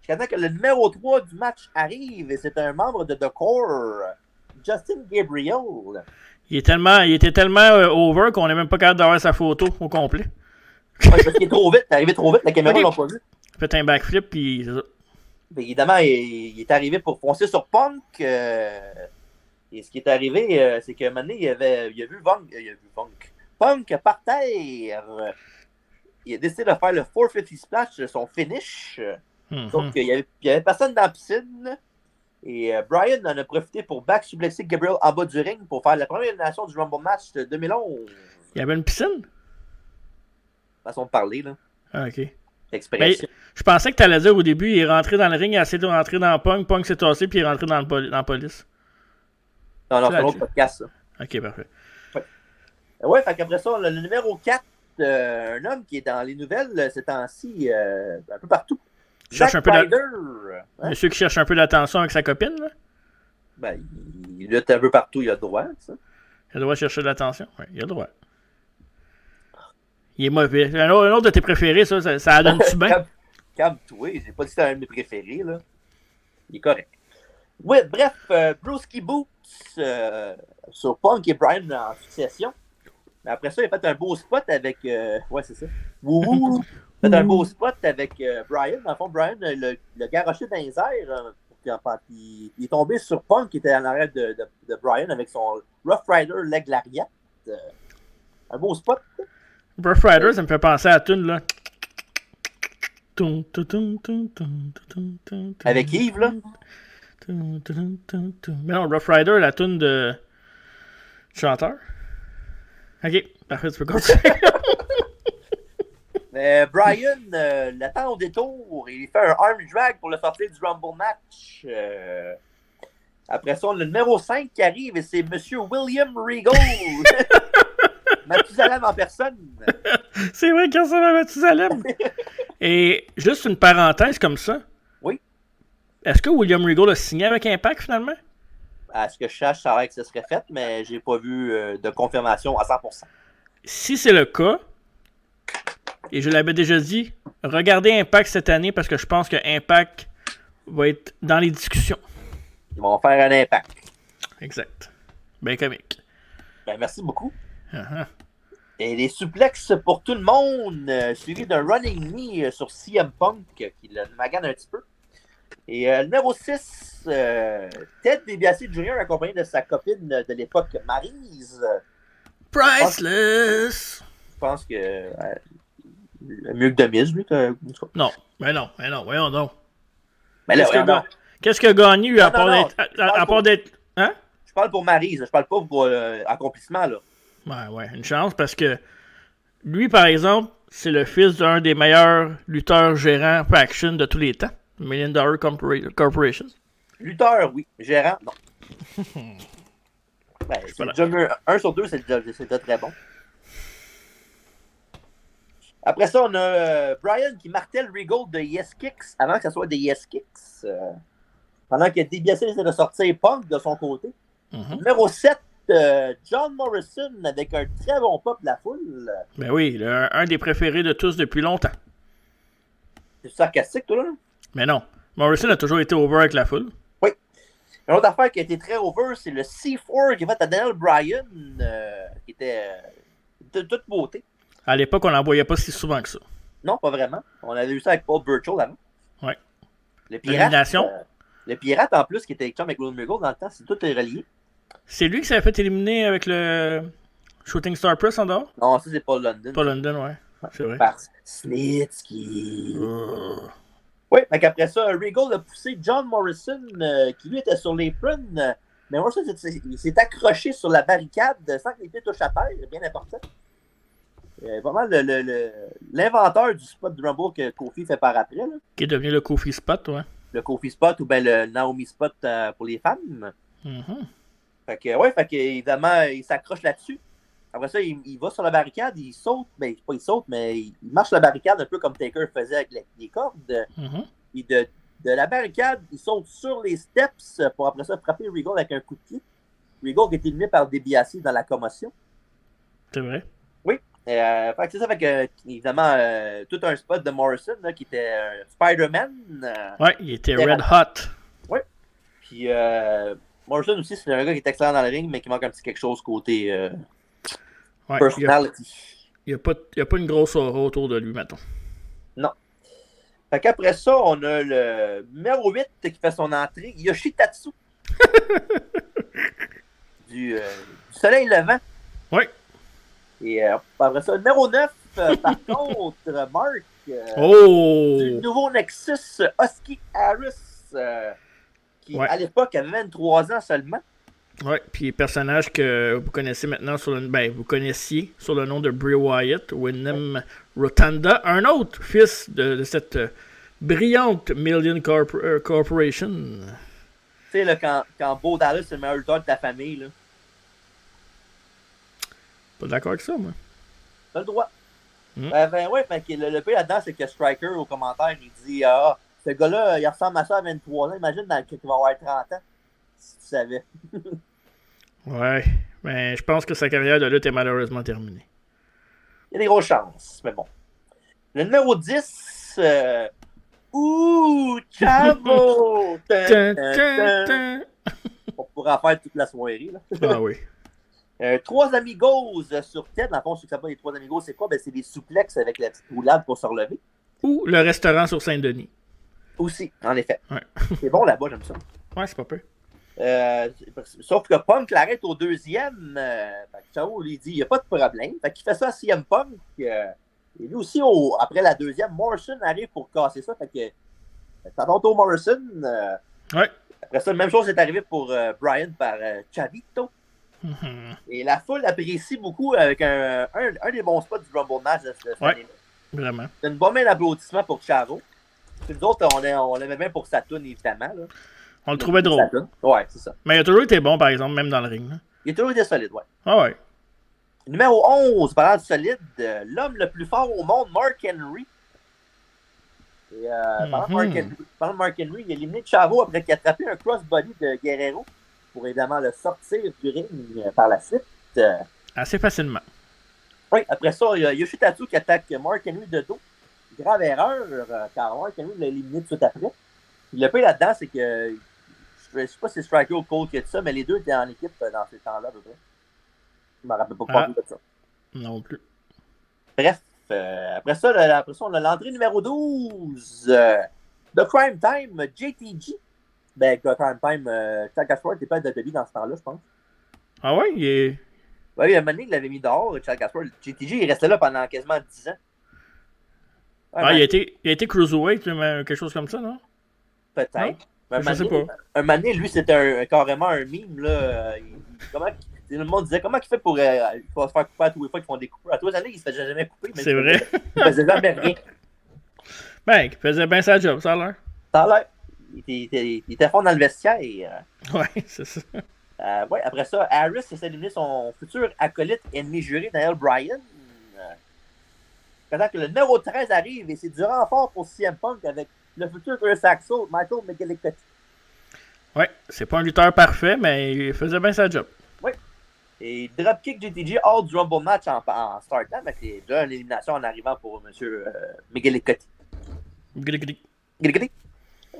Jusqu'à temps que le numéro 3 du match arrive et c'est un membre de The Core, euh, Justin Gabriel.
Il, est tellement, il était tellement euh, over qu'on est même pas capable d'avoir sa photo au complet.
Ouais, parce qu'il est trop vite, il est arrivé trop vite, la caméra
Ok.
l'a pas vu.
Il fait un backflip, puis c'est ça.
Mais Ben, évidemment, il, il est arrivé pour foncer sur Punk. euh, et ce qui est arrivé, euh, c'est qu'à un moment donné, il, avait, il a vu Punk. Il a vu Punk. Punk par terre. Il a décidé de faire le 450 splash de son finish.
Mhm.
Donc, il n'y avait, il y avait personne dans la piscine. Et euh, Brian en a profité pour back sublesser Gabriel en bas du ring pour faire la première élimination du Rumble Match de 2011.
Il y avait une piscine?
Façon de parler, là.
Ah, ok.
L'expression.
Je pensais que t'allais dire au début, il est rentré dans le ring, il a essayé de rentrer dans Punk, Punk s'est tassé, puis il est rentré dans, le poli- dans la police.
Non, non,
tu
c'est un
l'as
autre
dit.
podcast, ça.
Ok, parfait.
Euh, Ouais, fait qu'après ça, on a le numéro 4, euh, un homme qui est dans les nouvelles euh, ces temps-ci, euh, un peu partout.
Je cherche
Zack
un peu de-
Ryder, hein?
Monsieur qui cherche un peu d'attention avec sa copine, là.
Ben, il- il lutte un peu partout, il a le droit, ça.
Il a le droit de chercher de l'attention. Oui, il a le droit. Il est mauvais. Un autre, un autre de tes préférés, ça, ça, ça donne-tu bien?
Calme- Calme-toi, j'ai pas dit que c'était un de mes préférés, là. Il est correct. Ouais, bref, euh, Bruce qui boots euh, sur Punk et Brian en succession. Mais après ça, il a fait un beau spot avec. euh, ouais, c'est ça. Wouhou! Il a fait un beau spot avec euh, Brian. Dans le fond, Brian euh, le, le garoché dans les airs. euh, pour qu'il en parte. il, il est tombé sur Punk qui était en arrière de, de, de Brian avec son Rough Rider Leg Lariat. Euh, un beau spot.
Breath Rider, ça me fait penser à la tune, là. Toum, toum, toum, toum, toum, toum, toum, toum.
Avec Yves, là.
Toum, toum, toum, toum. Mais non, Rough Rider, la tune de. du chanteur. Ok, parfait, tu peux continuer.
Mais Brian euh, l'attend au détour. Il fait un arm drag pour le sortir du Rumble match. Euh, Après ça, on a le numéro 5 qui arrive et c'est Monsieur William Regal. Mathusalem en personne.
C'est vrai qu'il ressemble à Mathusalem. Et juste une parenthèse comme ça.
Oui.
Est-ce que William Regal a signé avec Impact finalement?
À ce que je sache, ça a l'air que ce serait fait, mais j'ai pas vu euh, de confirmation à 100%.
si c'est le cas, et je l'avais déjà dit, regardez Impact cette année parce que je pense que Impact va être dans les discussions.
Ils vont faire un impact.
Exact. Ben comique.
Ben, merci beaucoup.
Ah, ah.
Et les suplexes pour tout le monde, euh, suivi d'un running knee euh, sur CM Punk euh, qui le magane un petit peu. Et euh, numéro 6, Ted DiBiase Jr. accompagné de sa copine euh, de l'époque, Maryse. Euh,
Priceless!
Je pense que euh, mieux que Demise, lui. que- en tout cas.
Non, mais non, mais non, voyons donc.
Mais là,
Qu'est-ce que
ouais, non,
Ga- qu'est-ce que Gagné lui, à
Non,
part
non, non,
d'être. à- à- à part d'être- Hein?
je parle pour Maryse, je parle pas pour euh, accomplissement. Là.
Ouais, ouais, une chance parce que lui, par exemple, c'est le fils d'un des meilleurs lutteurs gérants faction de tous les temps, Million Dollar Corpora- Corporation.
Lutteur, oui. Gérant, non. Ben, c'est déjà mieux. Un sur deux, c'est déjà, c'est déjà très bon. Après ça, on a euh, Brian qui martèle Regal de Yes Kicks avant que ça soit des Yes Kicks. euh, pendant que DBS essaie de sortir Punk de son côté.
Mhm.
Numéro 7, euh, John Morrison avec un très bon pop de la foule.
Ben oui, le- un, un des préférés de tous depuis longtemps.
C'est sarcastique, toi, là.
Mais non, Morrison a toujours été over avec la foule.
Une autre affaire qui a été très over, c'est le C4 qui est fait à Daniel Bryan, euh, qui était euh, de toute beauté.
À l'époque, on n'en voyait pas si souvent que ça.
Non, pas vraiment. On avait eu ça avec Paul Burchill avant.
Ouais.
Le pirate.
L'élimination.
euh, le pirate, en plus, qui était chum avec Will Muggle dans le temps, c'est tout est relié.
C'est lui qui s'est fait éliminer avec le Shooting Star Press en dehors
Non, ça, c'est Paul London.
Pas London, ouais. C'est vrai.
Par Snitsky.
Euh,
Oui, donc après ça, Regal a poussé John Morrison, euh, qui lui était sur l'apron. euh, mais Morrison s'est- s'est- il s'est accroché sur la barricade euh, sans que les pieds touchent à terre, bien important. Euh, vraiment le- le- le- l'inventeur du spot de Rumble que Kofi fait par après, là.
Qui est devenu le Kofi Spot, ouais.
le Kofi spot ou ben le Naomi spot euh, pour les femmes.
Mhm.
Fait que, ouais, fait que, évidemment, il s'accroche là-dessus. Après ça, il, il va sur la barricade, il saute, mais pas il saute, mais il il marche sur la barricade un peu comme Taker faisait avec les, les cordes.
Mhm.
Et de, de la barricade, il saute sur les steps pour après ça frapper Regal avec un coup de pied. Regal qui est éliminé par DiBiase dans la commotion.
C'est vrai.
Euh, fait que c'est ça, fait que, évidemment, euh, tout un spot de Morrison là, qui était euh, Spider-Man. euh,
Ouais, il était
C'était
red hot.
Puis euh, Morrison aussi, c'est un gars qui est excellent dans le ring, mais qui manque un petit quelque chose côté euh,
Ouais, il n'y a,
personality.
il y a pas il y a pas une grosse aura autour de lui, mettons.
Fait qu'après ça, on a le numéro 8 qui fait son entrée, Yoshitatsu. du, euh, du soleil levant.
Ouais.
Et euh, après ça, numéro 9, euh, par contre, Mark, euh, du
Oh!
nouveau Nexus, euh, Husky Harris, euh, qui
Ouais.
à l'époque avait 23 ans seulement.
Ouais, puis personnage que vous connaissez maintenant sur le ben, vous connaissiez sur le nom de Bray Wyatt, Wyndham Rotunda, un autre fils de, de cette euh, brillante Million Corp- euh, Corporation.
Tu sais, là, quand, quand Beau Dallas est le meilleur lutteur de ta famille, là,
Pas d'accord avec ça, moi.
t'as le droit.
Mm.
Ben, ben ouais, fait que le, le pire là-dedans, c'est que Striker, au commentaire, il dit Ah, ce gars-là, il ressemble à ça à 23 ans. Imagine dans- qu'il va avoir 30 ans. Si tu savais.
Ouais, mais je pense que sa carrière de lutte est malheureusement terminée.
Il y a des grosses chances, mais bon. Le numéro 10, euh... Ouh, Chavo! Tin, tin,
Tin,
tin.
tin, tin.
On pourra en faire toute la soirée. Là.
Ah oui.
Euh, trois amigos euh, sur tête. Dans le fond, ceux qui savent pas les trois amigos, c'est quoi? Ben, c'est des souplexes avec la petite roulade pour se relever.
Ou le restaurant sur Saint-Denis.
Aussi, en effet.
Ouais.
C'est bon là-bas, j'aime ça.
Ouais, c'est pas peu.
Euh, sauf que Punk l'arrête au deuxième. Euh, fait que Chavo lui dit il n'y a pas de problème. Fait qu'il fait ça à CM Punk. euh, et lui aussi, au- après la deuxième, Morrison arrive pour casser ça. Fait que Toronto Morrison. euh,
Ouais.
après ça, la même chose est arrivée pour euh, Brian par euh, Chavito.
Mhm.
Et la foule apprécie beaucoup euh, avec un, un, un des bons spots du Rumble match de cette
Ouais.
année-là.
Vraiment.
C'est une bonne main d'applaudissement pour Chavo. Puis nous autres, on, est- on l'aimait bien pour sa toune, évidemment. Là.
On le trouvait drôle.
Sa toune. Ouais, c'est ça.
Mais il a toujours été bon, par exemple, même dans le ring. là.
Il a toujours été solide, ouais.
Ah ouais.
Numéro 11, parlant de solide, euh, l'homme le plus fort au monde, Mark Henry. Et, euh, parlant, de Mark
Mhm.
Henry parlant de Mark Henry, il a éliminé Chavo après qu'il a attrapé un crossbody de Guerrero pour évidemment le sortir du ring euh, par la suite. Euh,
Assez facilement.
Oui, après ça, il y a Yoshitatsu qui attaque Mark Henry de dos. Grave erreur, euh, car Mark Henry l'a éliminé tout de suite après. Puis le pire là-dedans, c'est que je ne sais pas si c'est Striker ou Cole qui a dit ça, mais les deux étaient en équipe euh, dans ces temps-là, à peu près. Je ne me rappelle pas
Ah.
parler de ça.
Non plus.
Bref, euh, après ça, là, après ça, on a l'entrée numéro 12 euh, de Crime Time, JTG. Ben, que Crime Time, euh, Chuck Ashford n'était pas de début dans ce temps-là, je pense.
Ah ouais, il est.
Oui, à un moment donné, il l'avait mis dehors, Chuck Ashford. JTG, il restait là pendant quasiment 10 ans. Ouais,
Ah,
ben,
il a été, il a été cruiserweight, mais quelque chose comme ça, non?
Peut-être. Mais un
Je
moment
sais
donné-
pas.
Un moment donné, lui, c'était un- carrément un mime. Là. Euh, il- il- comment, le monde disait comment il fait pour, euh, pour se faire couper à tous les fois qu'ils font des coupeurs. À tous les années, il se faisait jamais couper. mais
C'est
il
vrai.
faisait- Il faisait jamais rien.
Ben, il faisait bien sa job, ça a l'air.
Ça a l'air. il était, il était- il était fort dans le vestiaire. Et, euh,
Ouais, c'est ça.
euh, ouais, après ça, Harris s'est éliminé son futur acolyte ennemi juré, Daniel Bryan. Euh, pendant que le numéro 13 arrive et c'est du renfort pour CM Punk avec le futur Chris Axel, Michael McGillicuddy.
Ouais, c'est pas un lutteur parfait, mais il faisait bien sa job.
Et dropkick JTG hors du Rumble match en, en startant avec les deux en élimination en arrivant pour M. Euh, McGillicuddy.
Gris, gris.
Gris-gris.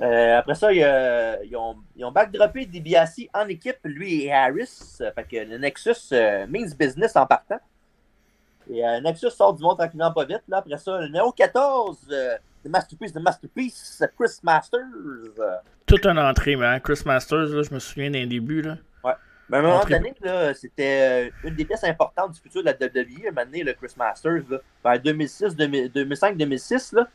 Euh, après ça, il y a- ils ont, ils ont backdroppé DiBiase en équipe, lui et Harris. Euh, Fait que le Nexus euh, means business en partant. Et euh, Nexus sort du monde tranquillement pas vite. Là. Après ça, le numéro 14, euh, The Masterpiece, The Masterpiece, Chris Masters. Euh,
Toute une entrée, mais hein, Chris Masters, là, je me souviens d'un début. Là.
ben, à un moment
Entrée-
donné, là, c'était euh, une des pièces importantes du futur de la WWE. À un moment donné, le Chris Masters, là, vers 2006, 2000 2005-2006, là.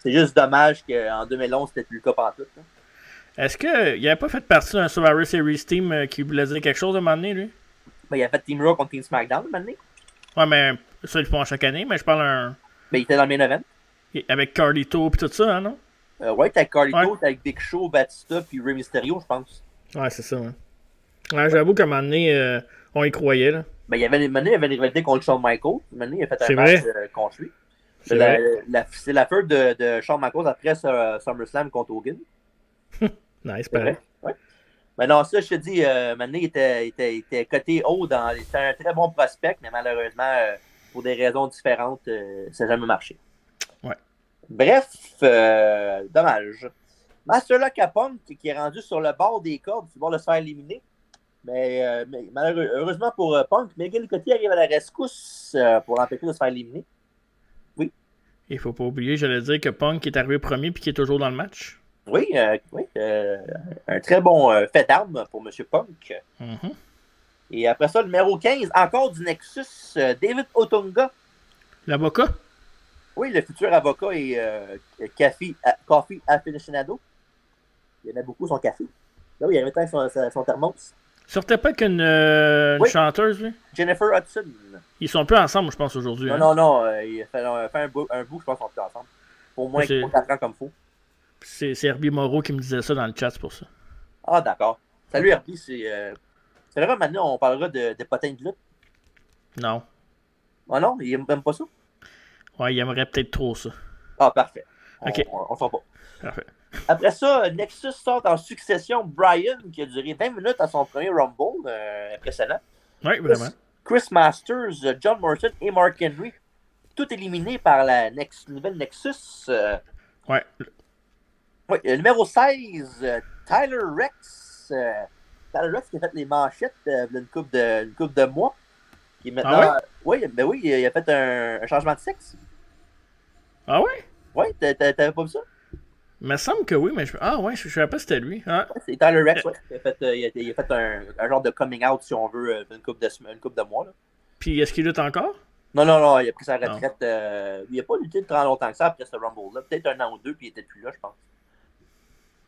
c'est juste dommage qu'en 2011, c'était plus le cas pantoute. là.
Est-ce qu'il avait pas fait partie d'un Survivor Series team euh, qui voulait dire quelque chose à un moment donné, lui
Ben, il a fait Team Raw contre Team SmackDown, à un moment donné.
Ouais, mais ça, ils le font chaque année, mais je parle un...
Mais Ben, il était dans le main event.
avec Carlito et tout ça, hein, non
Euh, ouais, t'as Carlito,
Ouais.
t'as Big Show, Batista, puis Rey Mysterio, je pense.
Ouais, c'est ça. Ouais. Ouais, J'avoue qu'à un moment donné, euh, on y croyait. là.
Ben, il y avait, Mané, il avait une rivalité contre Shawn Michaels. Mané, il a fait un
C'est
match
vrai.
euh, contre lui.
C'est
La-
vrai.
la- C'est la feuille de, de Shawn Michaels après euh, SummerSlam contre Hogan.
Nice,
C'est
pareil.
vrai. Ouais. Mais non, ça, je te dis, euh, Mané il était, il était, il était coté haut. dans C'était un très bon prospect, mais malheureusement, euh, pour des raisons différentes, euh, ça n'a jamais marché.
Ouais.
Bref, euh, dommage. Master Lock à Punk, qui est rendu sur le bord des cordes, qui va se faire éliminer. Mais, euh, mais malheureux- heureusement pour euh, Punk, Miguel Coty arrive à la rescousse euh, pour l'empêcher de se faire éliminer.
Il faut pas oublier, j'allais dire que Punk est arrivé premier puis qui est toujours dans le match.
Oui, euh, oui euh, un très bon euh, fait d'armes pour M. Punk.
Mhm.
Et après ça, le numéro 15, encore du Nexus, euh, David Otunga.
L'avocat
Oui, le futur avocat et euh, café, à, coffee aficionado. Il y en a beaucoup, son café. Là, oui, il avait son, son, son thermos.
Sortait pas qu'une euh, une
Oui.
chanteuse, lui
Jennifer Hudson.
Ils sont plus ensemble, je pense, aujourd'hui.
Non,
hein.
non, non, euh, il a fait, on a fait un, bout, un bout, je pense qu'on plus ensemble. Au moins
C'est-
4 ans comme faux.
C'est c'est Herbie Moreau qui me disait ça dans le chat, c'est pour ça.
Ah, d'accord. Salut, Herbie. C'est euh... c'est vrai, maintenant, on parlera de, de potins de lutte.
Non.
Ah non, il n'aime pas ça?
Ouais, il aimerait peut-être trop ça.
Ah, parfait. On,
Ok.
on, on le fera pas.
Parfait.
Après ça, Nexus sort en succession Brian, qui a duré 20 minutes à son premier Rumble, euh, impressionnant.
Ouais, vraiment.
Chris Masters, euh, John Morrison et Mark Henry, tout éliminés par la Nex- nouvelle Nexus. euh,
Ouais.
ouais, euh, numéro 16, euh, Tyler Rex. euh, Tyler Rex qui a fait les manchettes euh, v'là une coupe de, une couple de mois. Qui est maintenant,
Ah
oui, ben oui, il a fait un, un changement de sexe.
Ah ouais
Oui, t'as- t'as- t'avais pas vu ça?
Il me semble que oui, mais je. Ah ouais, je, je savais pas si c'était lui. Ah.
C'est Tyler Rex, ouais. Il a fait, euh, il a, il a fait un, un genre de coming out, si on veut, euh, une coupe de, sem- une couple de mois. Là.
Puis est-ce qu'il lutte encore
Non, non, non, il a pris sa
Non.
retraite. euh, il n'a pas lutté tant longtemps que ça après ce Rumble-là. Peut-être un an ou deux, puis il était plus là, je pense.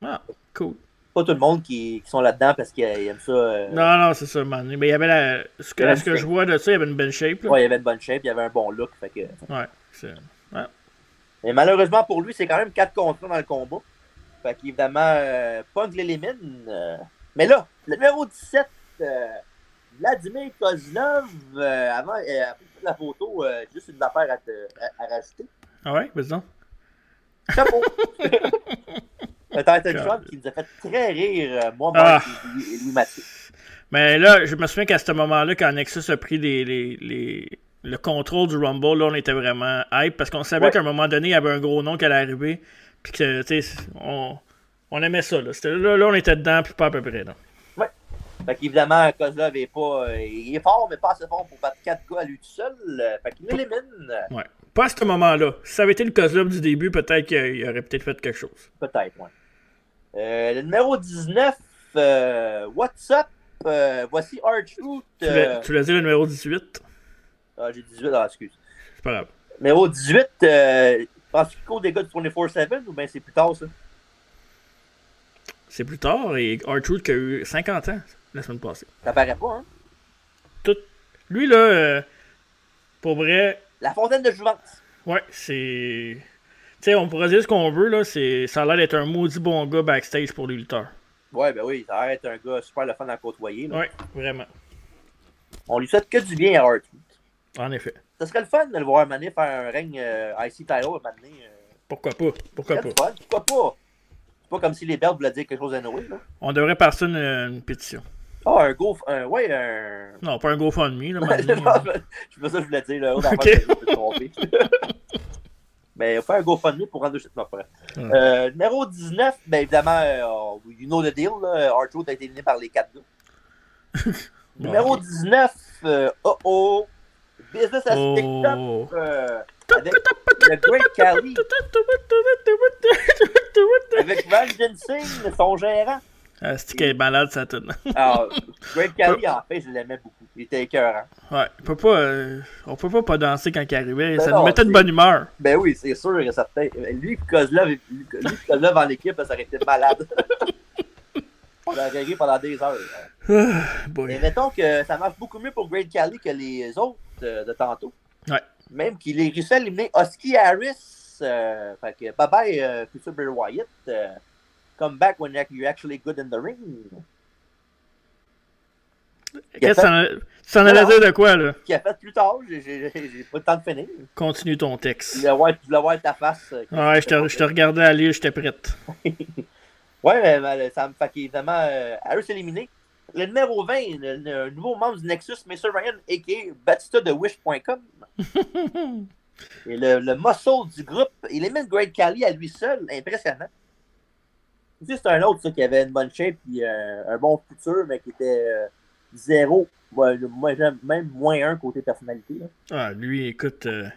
Ah, cool.
Pas tout le monde qui, qui sont là-dedans parce qu'ils aiment ça. euh,
Non, non, c'est ça, à un moment donné. Mais il y avait la. Ce que,
Il y avait
ce que
une
je vois de ça, il y avait une belle shape, là.
ouais, il avait une bonne shape, il avait un bon look. Fait que...
Ouais, c'est-
Mais malheureusement pour lui, c'est quand même 4 contre un dans le combat. Fait qu'évidemment, euh, Punk l'élimine. euh, Mais là, le numéro 17, euh, Vladimir Kozlov, euh, avant, euh, après toute la photo, euh, juste une affaire à, te- à- à rajouter.
Ah ouais, vas-y donc.
Chapeau! Le Titan
God.
Trump qui nous a fait très rire, euh, moi,
Ah.
Mike et Louis- et Louis Mathieu.
Mais là, je me souviens qu'à ce moment-là, quand Nexus a pris les, les- les- le contrôle du Rumble, là, on était vraiment hype parce qu'on savait
Ouais.
qu'à un moment donné, il y avait un gros nom qui allait arriver. Puis que, tu sais, on, on aimait ça. Là. C'était- là, là, on était dedans, puis pas à peu près. non.
Fait qu'évidemment, Kozlov est pas. euh, il est fort, mais pas assez fort pour battre 4 gars à lui tout seul. euh, Fait qu'il l'élimine, euh,
Ouais. Pas à ce moment-là. Si ça avait été le Kozlov du début, peut-être qu'il aurait peut-être fait quelque chose.
peut-être, ouais. Euh, le numéro 19, euh, What's Up? euh, voici Archroot.
Tu l'as- Tu l'as dit, le numéro 18.
Ah, j'ai 18, ah, excuse.
C'est pas grave.
Numéro 18, euh, penses-tu qu'il cause des gars du 24-7 ou bien c'est plus tard ça?
C'est plus tard, et R-Truth qui a eu 50 ans la semaine passée.
Ça paraît pas, hein?
Tout... Lui, là, euh, pour vrai,
La fontaine de Jouvence.
Ouais, c'est. sais, on pourrait dire ce qu'on veut, là, c'est, ça a l'air d'être un maudit bon gars backstage pour les lutteurs.
Ouais, ben oui, ça a l'air d'être un gars super le fun à côtoyer. là.
Ouais, vraiment.
On lui souhaite que du bien à Hart.
En effet.
Ça serait le fun de le voir maner faire un règne euh, IC title à maner.
Pourquoi pas? Pourquoi pas?
Pourquoi pas? Pourquoi pas? C'est pas comme si les Belges voulaient dire quelque chose à Noé. là.
On devrait passer une, une pétition.
Ah, un go... Un, ouais, un...
Non, pas un GoFundMe, là,
Non,
mais-
C'est pas ça que je voulais dire. Là, Autre affaire, je me suis trompé. Mais on fait un GoFundMe pour rendre... Non, pas vrai.
Hmm.
Euh, numéro 19, ben évidemment, euh, on- you know the deal. Arthur a été éliminé par les 4 gars.
Bon,
numéro
ok.
19, euh, oh oh, Business as
Oh.
picked up euh, avec le Great Cali, avec Van Jensen, son gérant.
Ah, c'est qu'elle est malade, ça tourne.
Alors, Great Cali, en fait, je l'aimais beaucoup. Il était écœurant.
Ouais, il peut pas, euh, on peut pas pas danser quand il arrivait.
Ben
ça
non,
nous mettait de
c'est-
bonne humeur.
Ben oui, c'est sûr et certain. Lui, puis Kozlov, lui, lui, puis Kozlov en équipe, ça aurait été malade. J'aurais ri pendant des heures.
Ah,
Mais
boy.
mettons que ça marche beaucoup mieux pour Great Cali que les autres euh, de tantôt.
Ouais.
Même qu'il ait réussi à éliminer Husky Harris. euh, fait que bye bye, euh, future Bray Wyatt. euh, come back when you're actually good in the ring.
Qu'est-ce que ça- ça en
Non,
allait
non.
dire de quoi, là?
Qui a fait plus tard, j'ai- j'ai j'ai pas le temps de finir.
Continue ton
Je
texte.
voulais voir, je voulais voir ta face. euh,
Ouais, je te, je te regardais aller, j'étais prête.
Ouais, mais, mais, ça me fait qu'évidemment, euh, Harris éliminé. Le numéro 20, le, le nouveau membre du Nexus, Mr. Ryan, a.k.a. Batista de Wish.com. Et le, le muscle du groupe, il élimine Great Cali à lui seul, impressionnant. Juste un autre, ça, qui avait une bonne shape et un bon futur, mais qui était euh, zéro, ouais, le- moi, j'aime- même moins un côté personnalité. là.
Ah, lui, écoute, euh,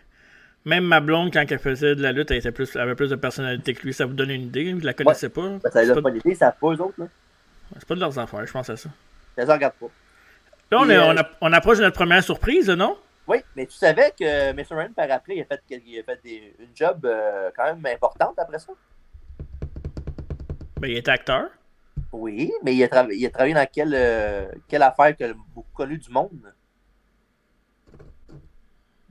même ma blonde, quand elle faisait de la lutte, elle, était plus, elle avait plus de personnalité que lui. Ça vous donne une idée, je la connaissais pas.
Ben, ça
C'est
n'a
pas,
pas d'idée, ça n'a pas eux autres. Là.
c'est pas de leurs affaires, je pense à ça.
Ça ne regarde pas.
Là, on,
Et,
est-
euh,
on, a- on approche de notre première surprise, non?
Oui, mais tu savais que Mr. Ryan, par après, il a fait, il a fait des- une job euh, quand même importante après ça?
Ben, il était acteur.
Oui, mais il a, trava- il a travaillé dans quelle, euh, quelle affaire que le- beaucoup connue du monde?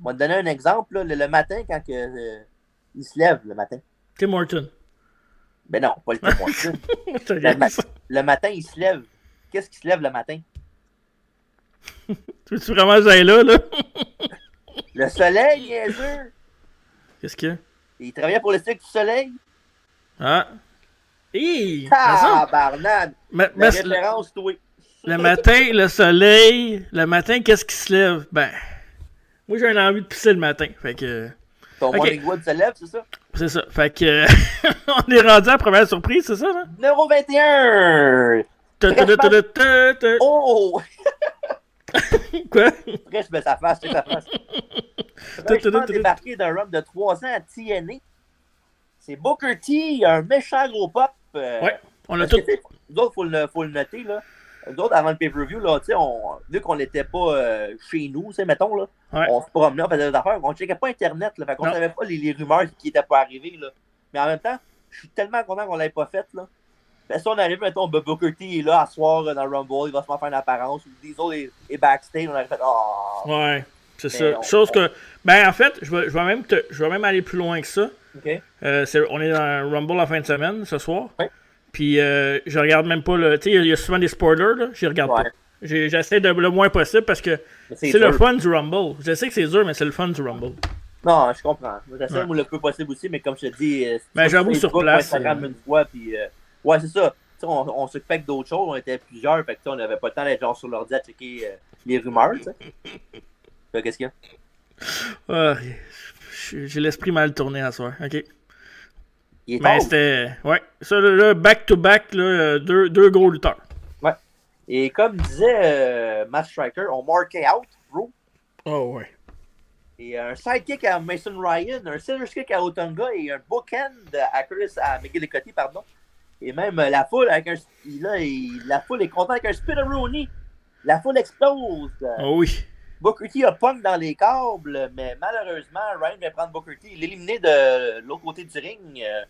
On va te donner un exemple. là, le, le matin, quand que, euh, il se lève le matin.
Tim Horton.
Ben non, pas le témoin. le
Ça vient de
ma-
ça.
le matin, il se lève. Qu'est-ce qui se lève le matin?
Tu veux-tu vraiment que j'aille là, là?
Le soleil, bien sûr!
Qu'est-ce qu'il y a?
Il travaillait pour le cycle du soleil.
Ah! Hi!
Ah, ben, Barnade!
Mais-
La
mais-
référence, toi.
le matin, le soleil, le matin, qu'est-ce qui se lève? Ben, moi j'ai une envie de pisser le matin. Fait que,
Ton
Ok.
morning wood se lève, c'est ça?
c'est ça. Fait que, on est rendu à la première surprise, c'est ça, là?
Numéro 21!
Ta- ta- ta- ta- ta- ta- ta-
Oh!
Quoi?
Après, je mets sa face, tu sais, sa face. Franchement, débarqué d'un run de 3 ans à TNA. C'est Booker T, un méchant gros pop. euh,
Ouais, on a
parce
tout.
que, tu sais, Nous autres, il faut le, faut le noter. Là. Nous autres, avant le pay-per-view, là, tu sais, on, vu qu'on n'était pas euh, chez nous, tu sais, mettons, là,
Ouais.
on se promenait, on faisait des affaires, on ne checkait pas Internet. Là, fait qu'on
Non.
savait pas les, les rumeurs qui n'étaient pas arrivées. Là. Mais en même temps, je suis tellement content qu'on ne l'ait pas faite. Là. Parce que si on arrive, mettons, ben, Booker T est là, à soir, euh, dans le Rumble, il va se faire une apparence. Ou des autres, et, backstage, on aurait fait Ah,
Ouais, c'est
Mais
ça.
on-
Chose que, ben en fait, je vais, je vais même te- je vais même aller plus loin que ça.
OK.
Euh, c'est- on est dans un Rumble la fin de semaine ce soir.
Ouais.
Puis euh, je regarde même pas le. Tu sais, il y a- il y a souvent des spoilers, là. Je regarde
Ouais.
pas. J'ai- J'essaie de le moins possible parce que
Mais c'est
c'est le
dur.
fun du Rumble. Je sais que c'est dur, mais c'est le fun du Rumble.
Non, je comprends. J'essaie
Ouais.
moi, le peu possible aussi, mais comme je te dis, euh,
Ben, j'avoue, sur
Facebook,
place,
Instagram
euh,
une fois, puis euh, ouais, c'est ça. Tu sais, on, on s'occupait que d'autres choses, on était plusieurs, fait que tu sais, on n'avait pas le temps d'être genre sur l'ordi à checker euh, les rumeurs, tu sais. Fait que Qu'est-ce qu'il y a?
Ah, j'ai j'ai l'esprit mal tourné à soir. Ok.
Il est
Mais
tard.
c'était. Ouais. Ça, là, là, back to back, là, euh, deux, deux gros lutteurs.
Et comme disait euh, Matt Striker, on marquait out, bro.
Oh, ouais.
Et un sidekick à Mason Ryan, un scissors kick à Otunga et un bookend à Chris, à McGillicuddy, pardon. Et même euh, la foule avec un. il- Là, il- la foule est contente avec un Spinneroonie. La foule explose.
Oh, oui.
Booker T a punk dans les câbles, mais malheureusement, Ryan va prendre Booker T. Il est éliminé de l'autre côté du ring, euh,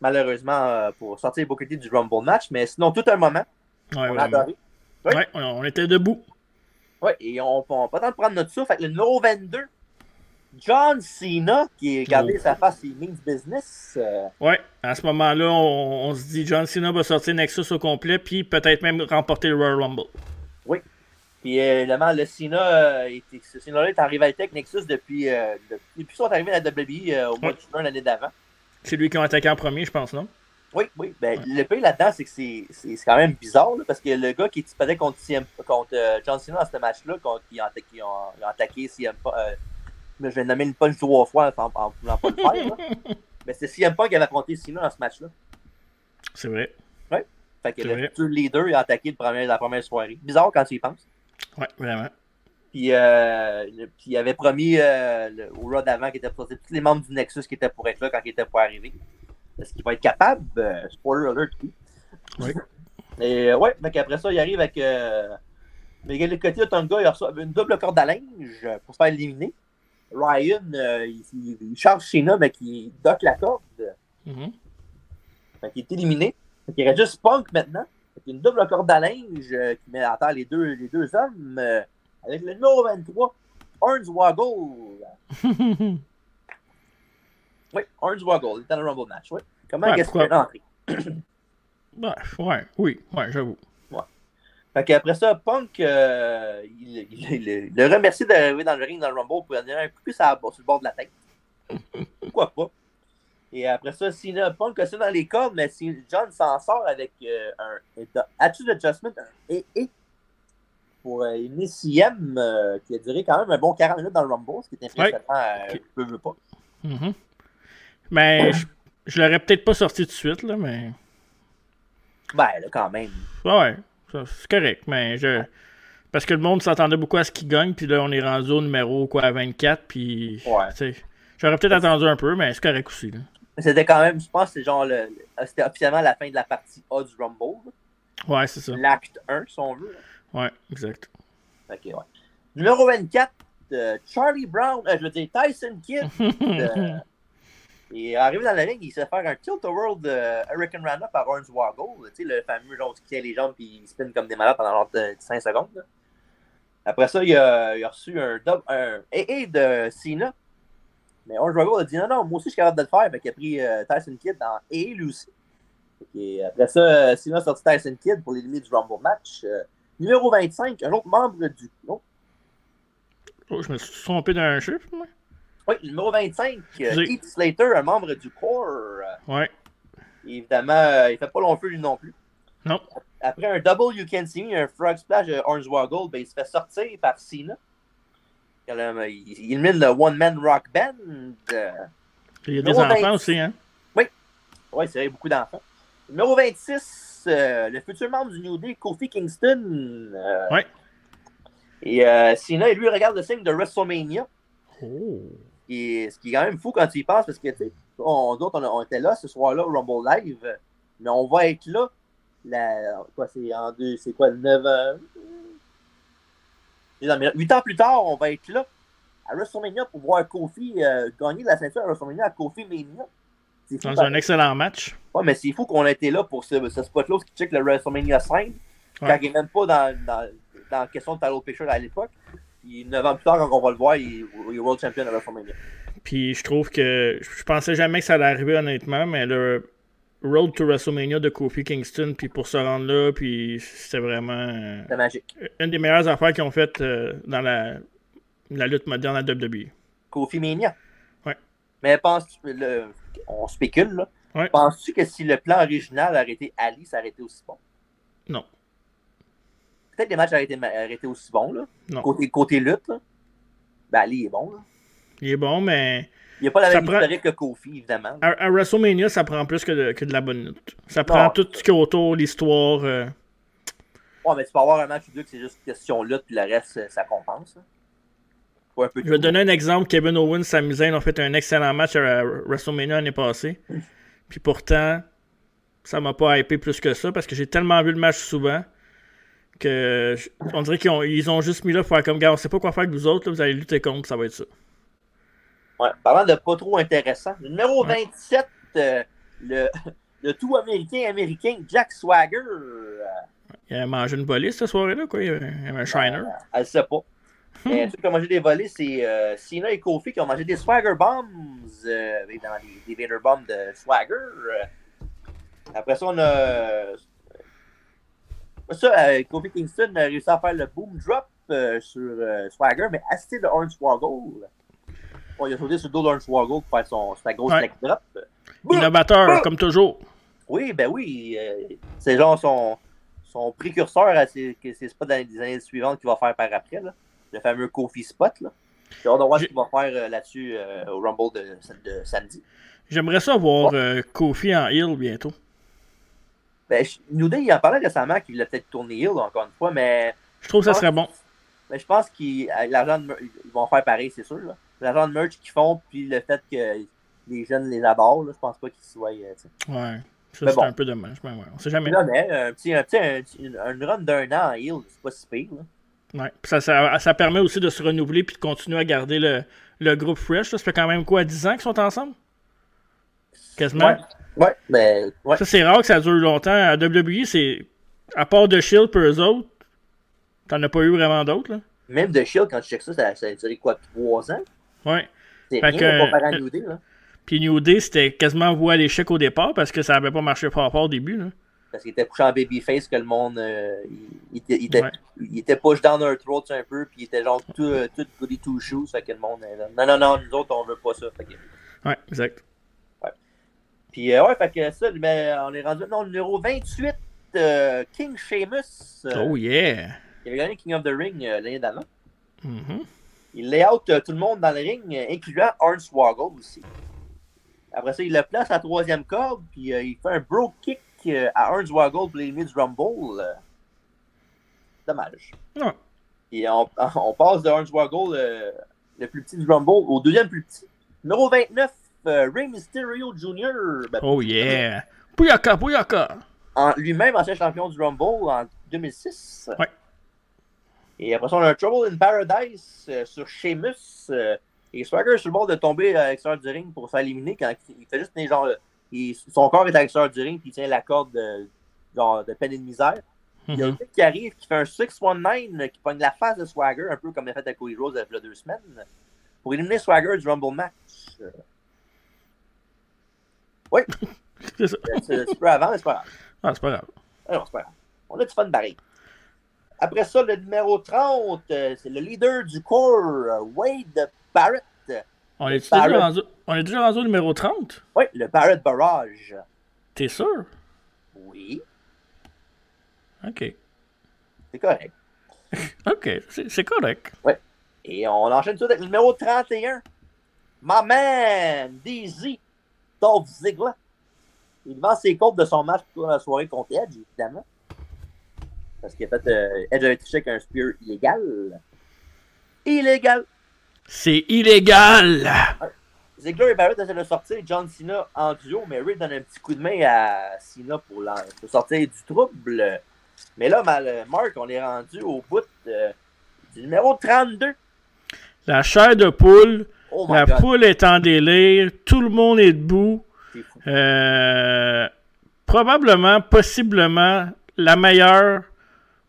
malheureusement, euh, pour sortir Booker T du Rumble match. Mais sinon, tout un moment,
Ouais,
on a
vraiment.
adoré. Oui.
Ouais, on- on était debout.
Ouais, et on n'a pas le temps de prendre notre souffle avec le numéro 22. John Cena, qui gardait oh. sa face, il means business. Euh...
Ouais, à ce moment-là, on, on, se dit John Cena va sortir Nexus au complet, puis peut-être même remporter le Royal Rumble.
Oui. Puis évidemment, le Cena, euh, ce Cena-là est en rivalité avec Nexus depuis, euh, depuis son arrivée à la WWE au mois ouais. de juin l'année d'avant.
C'est lui qui a attaqué en premier, je pense, non?
Oui, oui. Ben, ouais. Le pays là-dedans, c'est que c'est quand même bizarre, là, parce que le gars qui disputait contre, CM, contre euh, John Cena dans ce match-là, qui, a qui ont attaqué CM euh, je vais nommer une punch trois fois en ne voulant pas le faire. Mais ben, c'est CM Punk qui avait affronté Cena dans ce match-là.
C'est vrai.
Oui. Fait que le vrai. futur leader a attaqué le premier, la première soirée. Bizarre quand tu y penses.
Oui, vraiment.
Puis, euh, le, puis il avait promis euh, le, au Raw d'avant qu'il était pour tous les membres du Nexus qui étaient pour être là quand il était pour arriver. Est-ce qu'il va être capable? Euh, spoiler alert, oui.
Oui.
Et euh, ouais, donc après ça, il arrive avec euh, Miguel Cotillo Tonga, il reçoit une double corde à linge pour se faire éliminer. Ryan, il, il, charge Shayna, mais qui doc la corde.
Mm -hmm.
Donc il est éliminé. Donc il reste juste Punk maintenant. Donc une double corde à linge euh, qui met à terre les deux, les deux hommes euh, avec le numéro 23, Ernst Waggle. Oui, Hornswoggle, il était dans le Rumble match, oui. Comment ouais, est-ce qu'il est entré?
ouais, ouais, oui, ouais, j'avoue.
Ouais. Fait qu'après ça, Punk, euh, il, il, il, le remercie d'arriver dans le ring, dans le Rumble, pour donner un coup de sur le bord de la tête. Pourquoi pas? Et après ça, Cena, Punk a ça dans les cordes, mais John s'en sort avec euh, un, un attitude adjustment, un et pour euh, une CM euh, qui a duré quand même un bon 40 minutes dans le Rumble, ce qui est impressionnant, ouais. okay. peu, veux pas.
Mm -hmm. Mais je, je l'aurais peut-être pas sorti tout de suite, là, mais.
Ben, là, quand même.
Ouais, c'est correct, mais je. Parce que le monde s'attendait beaucoup à ce qu'il gagne, puis là, on est rendu au numéro quoi, 24, puis.
Ouais.
J'aurais peut-être attendu un peu, mais c'est correct aussi.
C'était quand même, je pense, c'est genre le. C'était officiellement la fin de la partie A du Rumble.
Ouais, c'est ça.
L'acte 1, si on veut.
Là. Ouais, exact.
Ok, ouais. Numéro 24, euh, Charlie Brown, euh, je veux dire Tyson Kidd. euh, Et arrivé dans la ligne, il se fait faire un tilt world de Hurricane Rana par Orange Waggle, tu sais, le fameux genre qui tient les jambes puis il spin comme des malades pendant genre de 5 secondes. Là. Après ça, il a, il a reçu un double, un AA de Cena. Mais Orange Waggle a dit non, non, moi aussi je suis capable de le faire. Fait qu'il a pris euh, Tyson Kidd en AA lui aussi. Et après ça, euh, Cena a sorti Tyson Kidd pour l'éliminer du Rumble match. Euh, numéro 25, un autre membre du.
Oh, oh je me suis trompé d'un chiffre, moi.
Oui, numéro 25, Heath Slater, un membre du corps.
Oui.
Évidemment, euh, il fait pas long feu lui non plus.
Non.
Après un double You Can See Me, un frog splash de Orange Waggle, ben, il se fait sortir par Cena. Il élimine le One Man Rock Band. Euh,
Il y a des enfants 26. aussi, hein?
Oui. Oui, c'est vrai, beaucoup d'enfants. Numéro 26, euh, le futur membre du New Day, Kofi Kingston. Euh,
oui.
Et euh, Cena, lui, regarde le signe de WrestleMania.
Oh.
Et ce qui est quand même fou quand tu y penses, parce que, tu on, d'autres, on, on, était là ce soir-là au Rumble Live, mais on va être là, la, quoi, c'est en deux, c'est quoi, 9 euh, 8 ans plus tard, on va être là, à WrestleMania, pour voir Kofi euh, gagner la ceinture à WrestleMania, à Kofi Mania.
Fou, Dans parce... un excellent match.
Ouais, mais c'est fou qu'on ait été là pour ce, ce spot-là, qui check le WrestleMania 5, ouais. quand il n'est même pas dans, dans, dans la question de Talot Pêcheur à l'époque. Puis 9 ans plus tard, quand on va le voir, il, il est World Champion à WrestleMania.
Puis je trouve que je pensais jamais que ça allait arriver, honnêtement, mais le Road to WrestleMania de Kofi Kingston, puis pour se rendre là, puis c'était vraiment. euh,
C'était magique.
Une des meilleures affaires qu'ils ont faites euh, dans la, la lutte moderne à E. WWE.
Kofi Mania.
Ouais.
Mais pense le, on spécule, là.
Ouais.
Penses-tu que si le plan original aurait été Ali, ça aurait été aussi bon?
Non
peut-être les matchs auraient été, auraient été, aussi bons. Là.
Non.
Côté, côté lutte, là. ben Ali est bon. Là.
Il est bon, mais.
Il n'y a pas la même prend... historique que Kofi, évidemment.
À, à, WrestleMania, ça prend plus que de, que de la bonne lutte. Ça non, prend tout ce qui est autour, l'histoire. Euh...
Ouais, mais tu peux avoir un match ou deux que c'est juste question lutte, puis le reste, ça compense.
Un peu Je vais donner un exemple. Kevin Owens, Sami Zayn ont fait un excellent match à WrestleMania l'année passée. puis pourtant, ça m'a pas hypé plus que ça parce que j'ai tellement vu le match souvent que on dirait qu'ils ont, ils ont juste mis là pour faire comme gars, on sait pas quoi faire avec vous autres, là, vous allez lutter contre, ça va être ça.
Ouais, parlant de pas trop intéressant, le numéro ouais. 27, euh, le, le, tout américain américain Jack Swagger. Euh,
il a mangé une police cette soirée-là, quoi. Il avait, il avait un shiner.
Euh, elle sait pas. Mais ceux qui ont mangé des volets, c'est euh, Cena et Kofi qui ont mangé des Swagger Bombs, euh, évidemment, des, des Vader Bombs de Swagger. Euh, Après ça, on a. euh, Ça, euh, Kofi Kingston a réussi à faire le boom drop euh, sur euh, Swagger, mais assisté de Hornswoggle. Bon, il a sauté sur le dos d'Hornswaggle pour faire son, sa grosse
Ouais.
leg drop.
Innovateur, comme toujours.
Oui, ben oui. euh, c'est genre son, son précurseur à ses, que ses spots dans les années suivantes qu'il va faire par après. Là. Le fameux Kofi Spot. Là. J'ai hâte de voir ce
J'ai-
qu'il va faire euh, là-dessus euh, au Rumble de, de samedi.
J'aimerais ça voir euh, Kofi en heel bientôt.
Ben, je- New Day, il en parlait récemment qu'il voulait peut-être tourner Hill encore une fois, mais,
Je trouve que ça serait bon.
mais ben, je pense qu'avec l'argent de mer- ils vont faire pareil, c'est sûr. Là. L'argent de merch qu'ils font, puis le fait que les jeunes les adorent, là, je pense pas qu'ils soient. euh, tu sais.
Ouais. Ça,
Mais
c'est
bon.
un peu dommage. Mais ouais, on sait jamais.
Là, mais un petit, un petit un, une run d'un an en Hill, c'est pas si pire. Là.
Ouais. Puis Ça, ça, ça permet aussi de se renouveler puis de continuer à garder le, le groupe fresh. là. Ça fait quand même quoi, 10 ans qu'ils sont ensemble? Quasiment.
Ouais. Ouais, ben, ouais.
Ça, c'est rare que ça dure longtemps. À WWE, c'est. À part de Shield pour eux autres, t'en as pas eu vraiment d'autres, là.
Même de Shield, quand je check ça, ça, ça a duré quoi, 3 ans?
Ouais.
C'est
Fait
rien
que-
comparé à New Day, là.
Puis New Day, c'était quasiment voué à l'échec au départ parce que ça avait pas marché fort fort au début, là.
Parce qu'il était couché en babyface, que le monde, euh, il, il était, il, était,
Ouais.
il était push down their throats un peu, puis il était genre tout, euh, tout goody two shoes, fait que le monde, euh, non, non, non, nous autres, on veut pas ça. Fait que-
Ouais, exact.
Puis euh, ouais, fait que ça, ben, on est rendu maintenant au numéro 28, euh, King Sheamus, euh,
Oh yeah!
qui avait gagné King of the Ring euh, l'année d'avant.
Mhm.
Il layout euh, tout le monde dans le ring, euh, incluant Hornswoggle aussi. Après ça, il le place à la troisième corde, puis euh, il fait un bro kick euh, à Hornswoggle pour l'éliminer du Rumble. euh. Dommage.
Ouais.
Et on, on passe de Hornswoggle, euh, le plus petit du Rumble, au deuxième plus petit. Numéro 29, euh, Rey Mysterio Jr. ben,
Oh yeah! Pouyaka, pouyaka!
en- lui-même ancien champion du Rumble en 2006.
Ouais.
Et après ça, on a un Trouble in Paradise euh, sur Sheamus. euh, et Swagger est sur le bord de tomber à l'extérieur du ring pour s'éliminer quand il fait juste tenir genre. le- il- son corps est à l'extérieur du ring puis il tient la corde de, genre, de peine et de misère. Il y a un
Mhm.
type qui arrive qui fait un 6-1-9 euh, qui pogne la face de Swagger, un peu comme l'a fait à Cody Rose il y a deux semaines, pour éliminer Swagger du Rumble match. Euh, Oui,
C'est ça.
c'est c'est peu avant, mais c'est pas grave.
Ah, c'est pas grave.
Ah non, c'est pas grave. On a du fun pareil. Après ça, le numéro 30, euh, c'est le leader du corps, euh, Wade Barrett.
On est
Barrett.
déjà rendu, on est déjà rendu au numéro 30?
Oui, le Barrett Barrage.
T'es sûr?
Oui,
Ok.
c'est correct.
Ok, c'est c'est correct.
Et on enchaîne tout de suite avec le numéro 31. My man, Daisy, Dolph Ziggler. Il vend ses comptes de son match pour la soirée contre Edge, évidemment. Parce qu'il a fait euh, Edge avait triché avec un spear illégal. Illégal!
C'est illégal!
Ziggler et Barrett essaient de sortir John Cena en duo, mais Ray donne un petit coup de main à Cena pour, l'en- pour sortir du trouble. Mais là, mal, euh, Mark, on est rendu au bout de- du numéro 32.
La chair de poule,
Oh my
la
god,
poule est en délire, tout le monde est debout.
c'est fou.
Euh, probablement, possiblement, la meilleure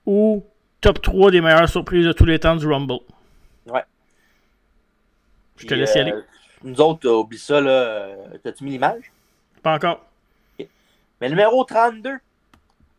ou top 3 des meilleures surprises de tous les temps du Rumble.
Ouais.
Je te
Puis,
laisse y
euh,
aller.
Nous autres, euh, oublie ça, là. euh, T'as-tu mis l'image?
Pas encore.
Mais numéro 32,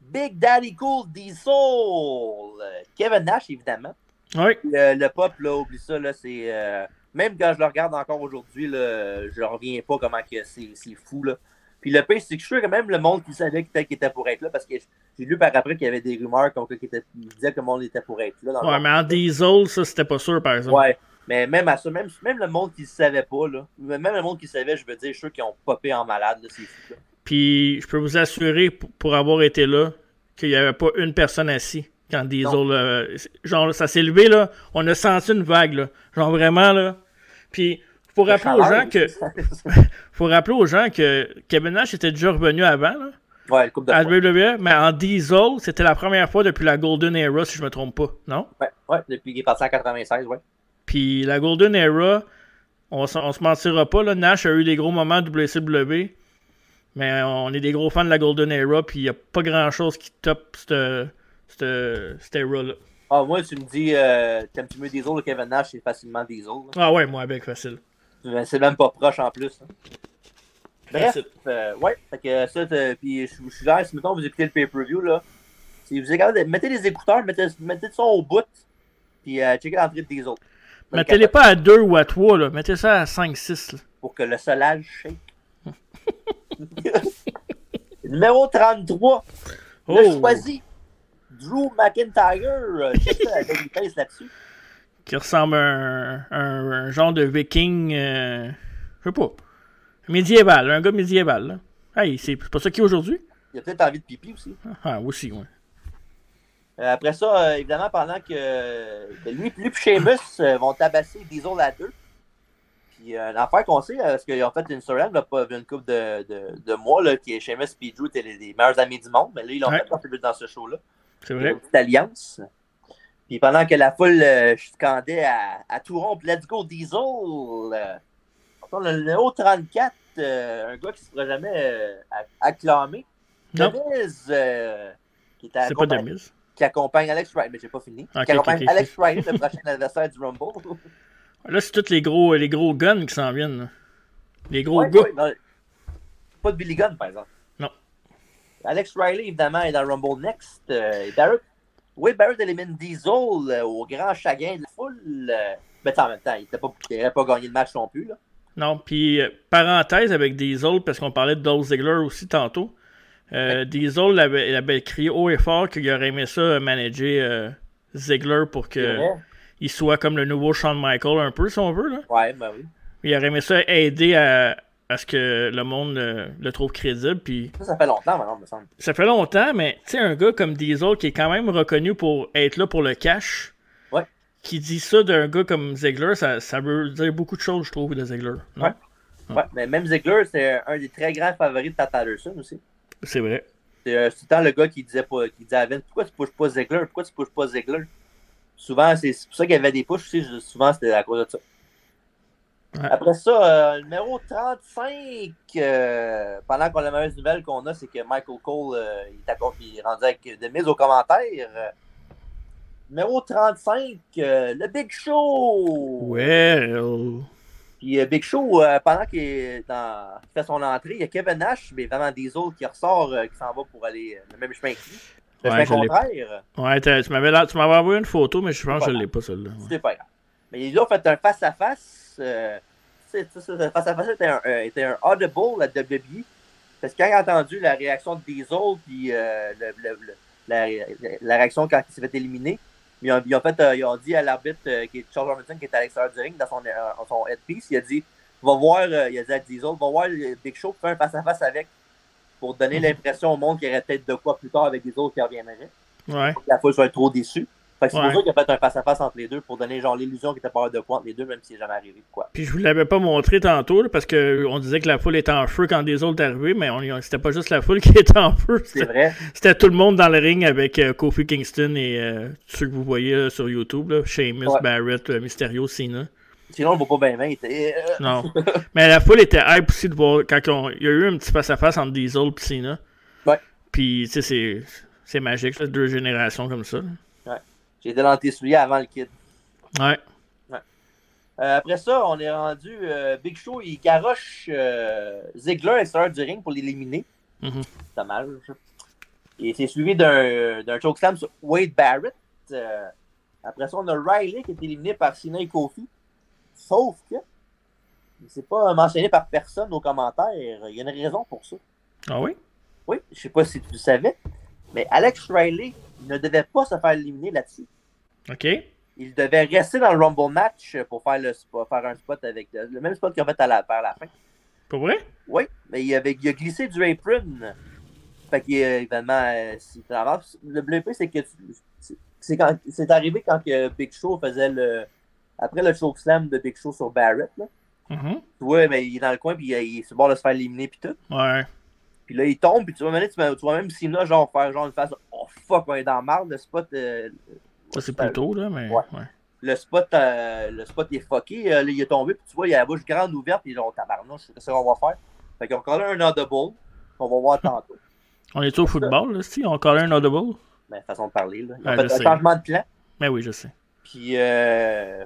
Big Daddy Cool Diesel. Euh, Kevin Nash, évidemment.
Oui,
Le, le pop, là, oublie ça, là, c'est. euh, même quand je le regarde encore aujourd'hui, là, je reviens pas comment que c'est, c'est fou, là. Puis le pire, c'est que je suis sûr que même le monde qui savait qu'il était- qu'il était pour être là, parce que j'ai lu par après qu'il y avait des rumeurs comme quoi qu'il était- il disait que le monde était pour être là. dans le
ouais,
monde.
mais en Diesel, ça c'était pas sûr par exemple.
Ouais. Mais même à ça, même, même le monde qui savait pas, là. Même le monde qui savait, je veux dire, je suis sûr qu'ils ont popé en malade, là, c'est fou, là.
Puis je peux vous assurer, p- pour avoir été là, qu'il n'y avait pas une personne assise quand Diesel.
Non.
euh, c'est- genre, ça s'est levé, là. On a senti une vague, là. Genre vraiment, là. Puis, faut rappeler aux gens que. Faut rappeler aux gens que Kevin Nash était déjà revenu avant, là,
ouais, le coupe de
à
poing.
WWE, mais en Diesel, c'était la première fois depuis la Golden Era, si je me trompe pas, non?
Ouais, ouais, depuis qu'il est parti en 96, ouais.
Puis la Golden Era, on, s- on se mentira pas, là, Nash a eu des gros moments à WCW, mais on est des gros fans de la Golden Era, puis il n'y a pas grand-chose qui top cette, cette, cette era-là.
Ah, moi, tu me dis, euh, t'aimes-tu mieux Diesel ou Kevin Nash? C'est facilement Diesel. là.
Ah ouais, moi, avec facile.
Ben, C'est même pas proche en plus. hein. Bref,
Facile.
euh, ouais, fait que ça, t'as- puis je je suis là, si mettons vous écoutez le pay-per-view, là, si vous êtes capable de- mettez les écouteurs, mettez, mettez le son au bout, puis euh, checkez l'entrée de Diesel. Vous allez être
Mettez-les
capable-
pas à 2 ou à 3, là. Mettez ça à 5-6.
Pour que le solage shake. Numéro 33,
Oh.
le choisi, Drew McIntyre, euh, check ça, la babyface là-dessus.
Qui ressemble à un, un- un genre de viking. euh, je sais pas. Médiéval, un gars médiéval. Là. Hey, c'est c'est pas ça qui est aujourd'hui?
Il a peut-être envie de pipi aussi.
Ah, aussi, ouais.
Euh, après ça, euh, évidemment, pendant que, que lui, lui et Sheamus euh, vont tabasser Diesel à deux. Puis euh, l'affaire qu'on sait, euh, parce qu'ils ont fait une storyline là, pas une couple de, de, de mois, là, qui est Sheamus et Drew étaient les, les meilleurs amis du monde, mais là, ils l'ont
Ouais.
fait un peu dans ce show-là.
C'est
Une
vrai.
petite alliance. Puis pendant que la foule euh, scandait à, à tout rompre, let's go Diesel! euh, on a le numéro 34, euh, un gars qui se fera jamais euh, acclamé.
Non.
The Miz, euh, qui était
C'est pas de
accompagné-
mise.
qui accompagne Alex Ryder, mais j'ai pas fini,
Ok,
qui accompagne
ok, ok.
Alex Ryder, le prochain adversaire du Rumble.
Là, c'est tous les gros, les gros guns qui s'en viennent. là. Les gros
Ouais,
gars.
ouais, dans- Pas de Billy Gunn, par exemple.
Non.
Alex Riley, évidemment, est dans Rumble Next. Euh, et Barrett... Oui, Barrett élimine Diesel euh, au grand chagrin de la foule. euh, Mais en même temps, il n'aurait pas... il aurait pas gagné le match non plus. Là.
Non, puis euh, parenthèse avec Diesel, parce qu'on parlait de Dolph Ziggler aussi tantôt. Euh, Diesel avait, il avait crié haut et fort qu'il aurait aimé ça euh, manager euh, Ziggler pour
C'est
que
vrai.
il soit comme le nouveau Shawn Michael un peu, si on veut. Là.
Ouais, ben oui.
Il aurait aimé ça aider à, à ce que le monde euh, le trouve crédible. Puis
Ça, ça fait longtemps maintenant, me semble.
ça fait longtemps, mais tu sais, un gars comme Diesel qui est quand même reconnu pour être là pour le cash,
Ouais.
qui dit ça d'un gars comme Ziggler, ça, ça veut dire beaucoup de choses, je trouve, de Ziggler. Non?
Ouais. Ouais, mais même Ziggler, c'est un des très grands favoris de Pat Patterson aussi.
C'est vrai.
C'est euh, tout le temps le gars qui disait, pas, qui disait à Vince, pourquoi tu pushes pas Ziggler? Pourquoi tu pushes pas Ziggler? Souvent, c'est c'est pour ça qu'il y avait des pushes aussi. je- Souvent, c'était à cause de ça.
Ouais.
Après ça, euh, numéro 35, euh, pendant qu'on a la mauvaise nouvelle qu'on a, c'est que Michael Cole, euh, il, est accord- il est rendu avec de mise aux commentaires. Euh, numéro 35, euh, le Big Show!
Well.
Puis euh, Big Show, euh, pendant qu'il est dans- qu'il fait son entrée, il y a Kevin Nash, mais vraiment des autres qui ressort, euh, qui s'en va pour aller euh, le même chemin que lui. Le
Ouais, je
chemin
l'ai-
contraire,
Ouais, t'as- tu m'avais la- tu m'avais envoyé une photo, mais je pense que je
Voilà.
l'ai pas celle-là. ouais.
c'était pas grave. Mais ils ont fait un face-à-face. euh, c'est- c'est- c'est- face à face était un, euh, était un audible à WWE. Parce que quand il a entendu la réaction de Diesel, puis euh, le- le- le- la, la réaction quand il s'est fait éliminer, ils ont, ils ont fait, euh, ils ont dit à l'arbitre euh, qui est Charles Robinson, qui est à l'extérieur du ring, dans son, euh, son headpiece, il a dit va voir, euh, il a dit à Diesel, va voir le Big Show, faire un face-à-face avec, pour donner l'impression au monde qu'il y aurait peut-être de quoi plus tard avec Diesel qui reviendrait
Ouais.
la foule soit trop déçue. Fait que c'est
Ouais.
pour ça qu'il a fait un face-à-face entre les deux pour donner genre l'illusion qu'il était pas de quoi entre les deux, même s'il n'est jamais arrivé de quoi.
Puis je vous l'avais pas montré tantôt, là, parce que on disait que la foule était en feu quand des autres arrivaient, mais on, c'était pas juste la foule qui était en feu.
C'est
C'était,
vrai.
c'était tout le monde dans le ring avec euh, Kofi Kingston et euh, ceux que vous voyez là, sur YouTube, là, Sheamus,
Ouais.
Barrett, euh, Mysterio, Cena.
Sinon, on ne voit pas bien, bien. il était- euh,
Non. mais la foule était hype aussi de voir quand on- il y a eu un petit face-à-face entre Diesel et Cena.
Ouais.
Puis, tu sais, c'est, c'est magique, là, deux générations comme ça.
J'étais dans tes souliers avant le kid.
Ouais.
Euh, après ça, on est rendu. euh, Big Show, il garoche euh, Ziggler à l'extérieur du ring pour l'éliminer.
Mhm.
Dommage. Et c'est suivi d'un d'un chokeslam sur Wade Barrett. Euh, après ça, on a Riley qui est éliminé par Sina et Kofi. Sauf que. C'est pas mentionné par personne aux commentaires. Il y a une raison pour ça.
Ah oui?
Oui, je sais pas si tu le savais, mais Alex Riley il ne devait pas se faire éliminer là-dessus.
OK.
Il devait rester dans le Rumble match pour faire, le, spo- faire un spot avec le, le même spot qu'ils ont fait à la, par la fin.
Pour vrai?
Oui, mais il, avait, il a glissé du apron. Fait qu'il est évidemment, euh, s'il traverse- Le bleu c'est que tu- c'est- c'est quand- c'est arrivé quand que Big Show faisait le. Après le choke slam de Big Show sur Barrett, là.
Mhm.
Tu vois, mais il est dans le coin, puis euh, il, il est sur le bord de se faire éliminer, puis tout.
Ouais.
Puis là, il tombe, puis tu vas mener, tu, vas- tu vois même Sina, genre, faire genre une face, oh fuck, on est dans la marde, le spot, euh,
Ça, c'est plus tôt, là, mais.
Ouais.
ouais.
le spot, euh, le spot est fucké, Euh, là, il est tombé, puis tu vois, il a la bouche grande ouverte, puis genre, tabarnouche, c'est ce qu'on va faire. Fait qu'on colle un audible, qu'on va voir tantôt.
On est au football, là, si? On collait un audible?
Mais Ben, façon de parler, là. Ils ont
Ouais, je
fait
sais.
un changement de plan.
Mais oui, je sais.
Puis, euh,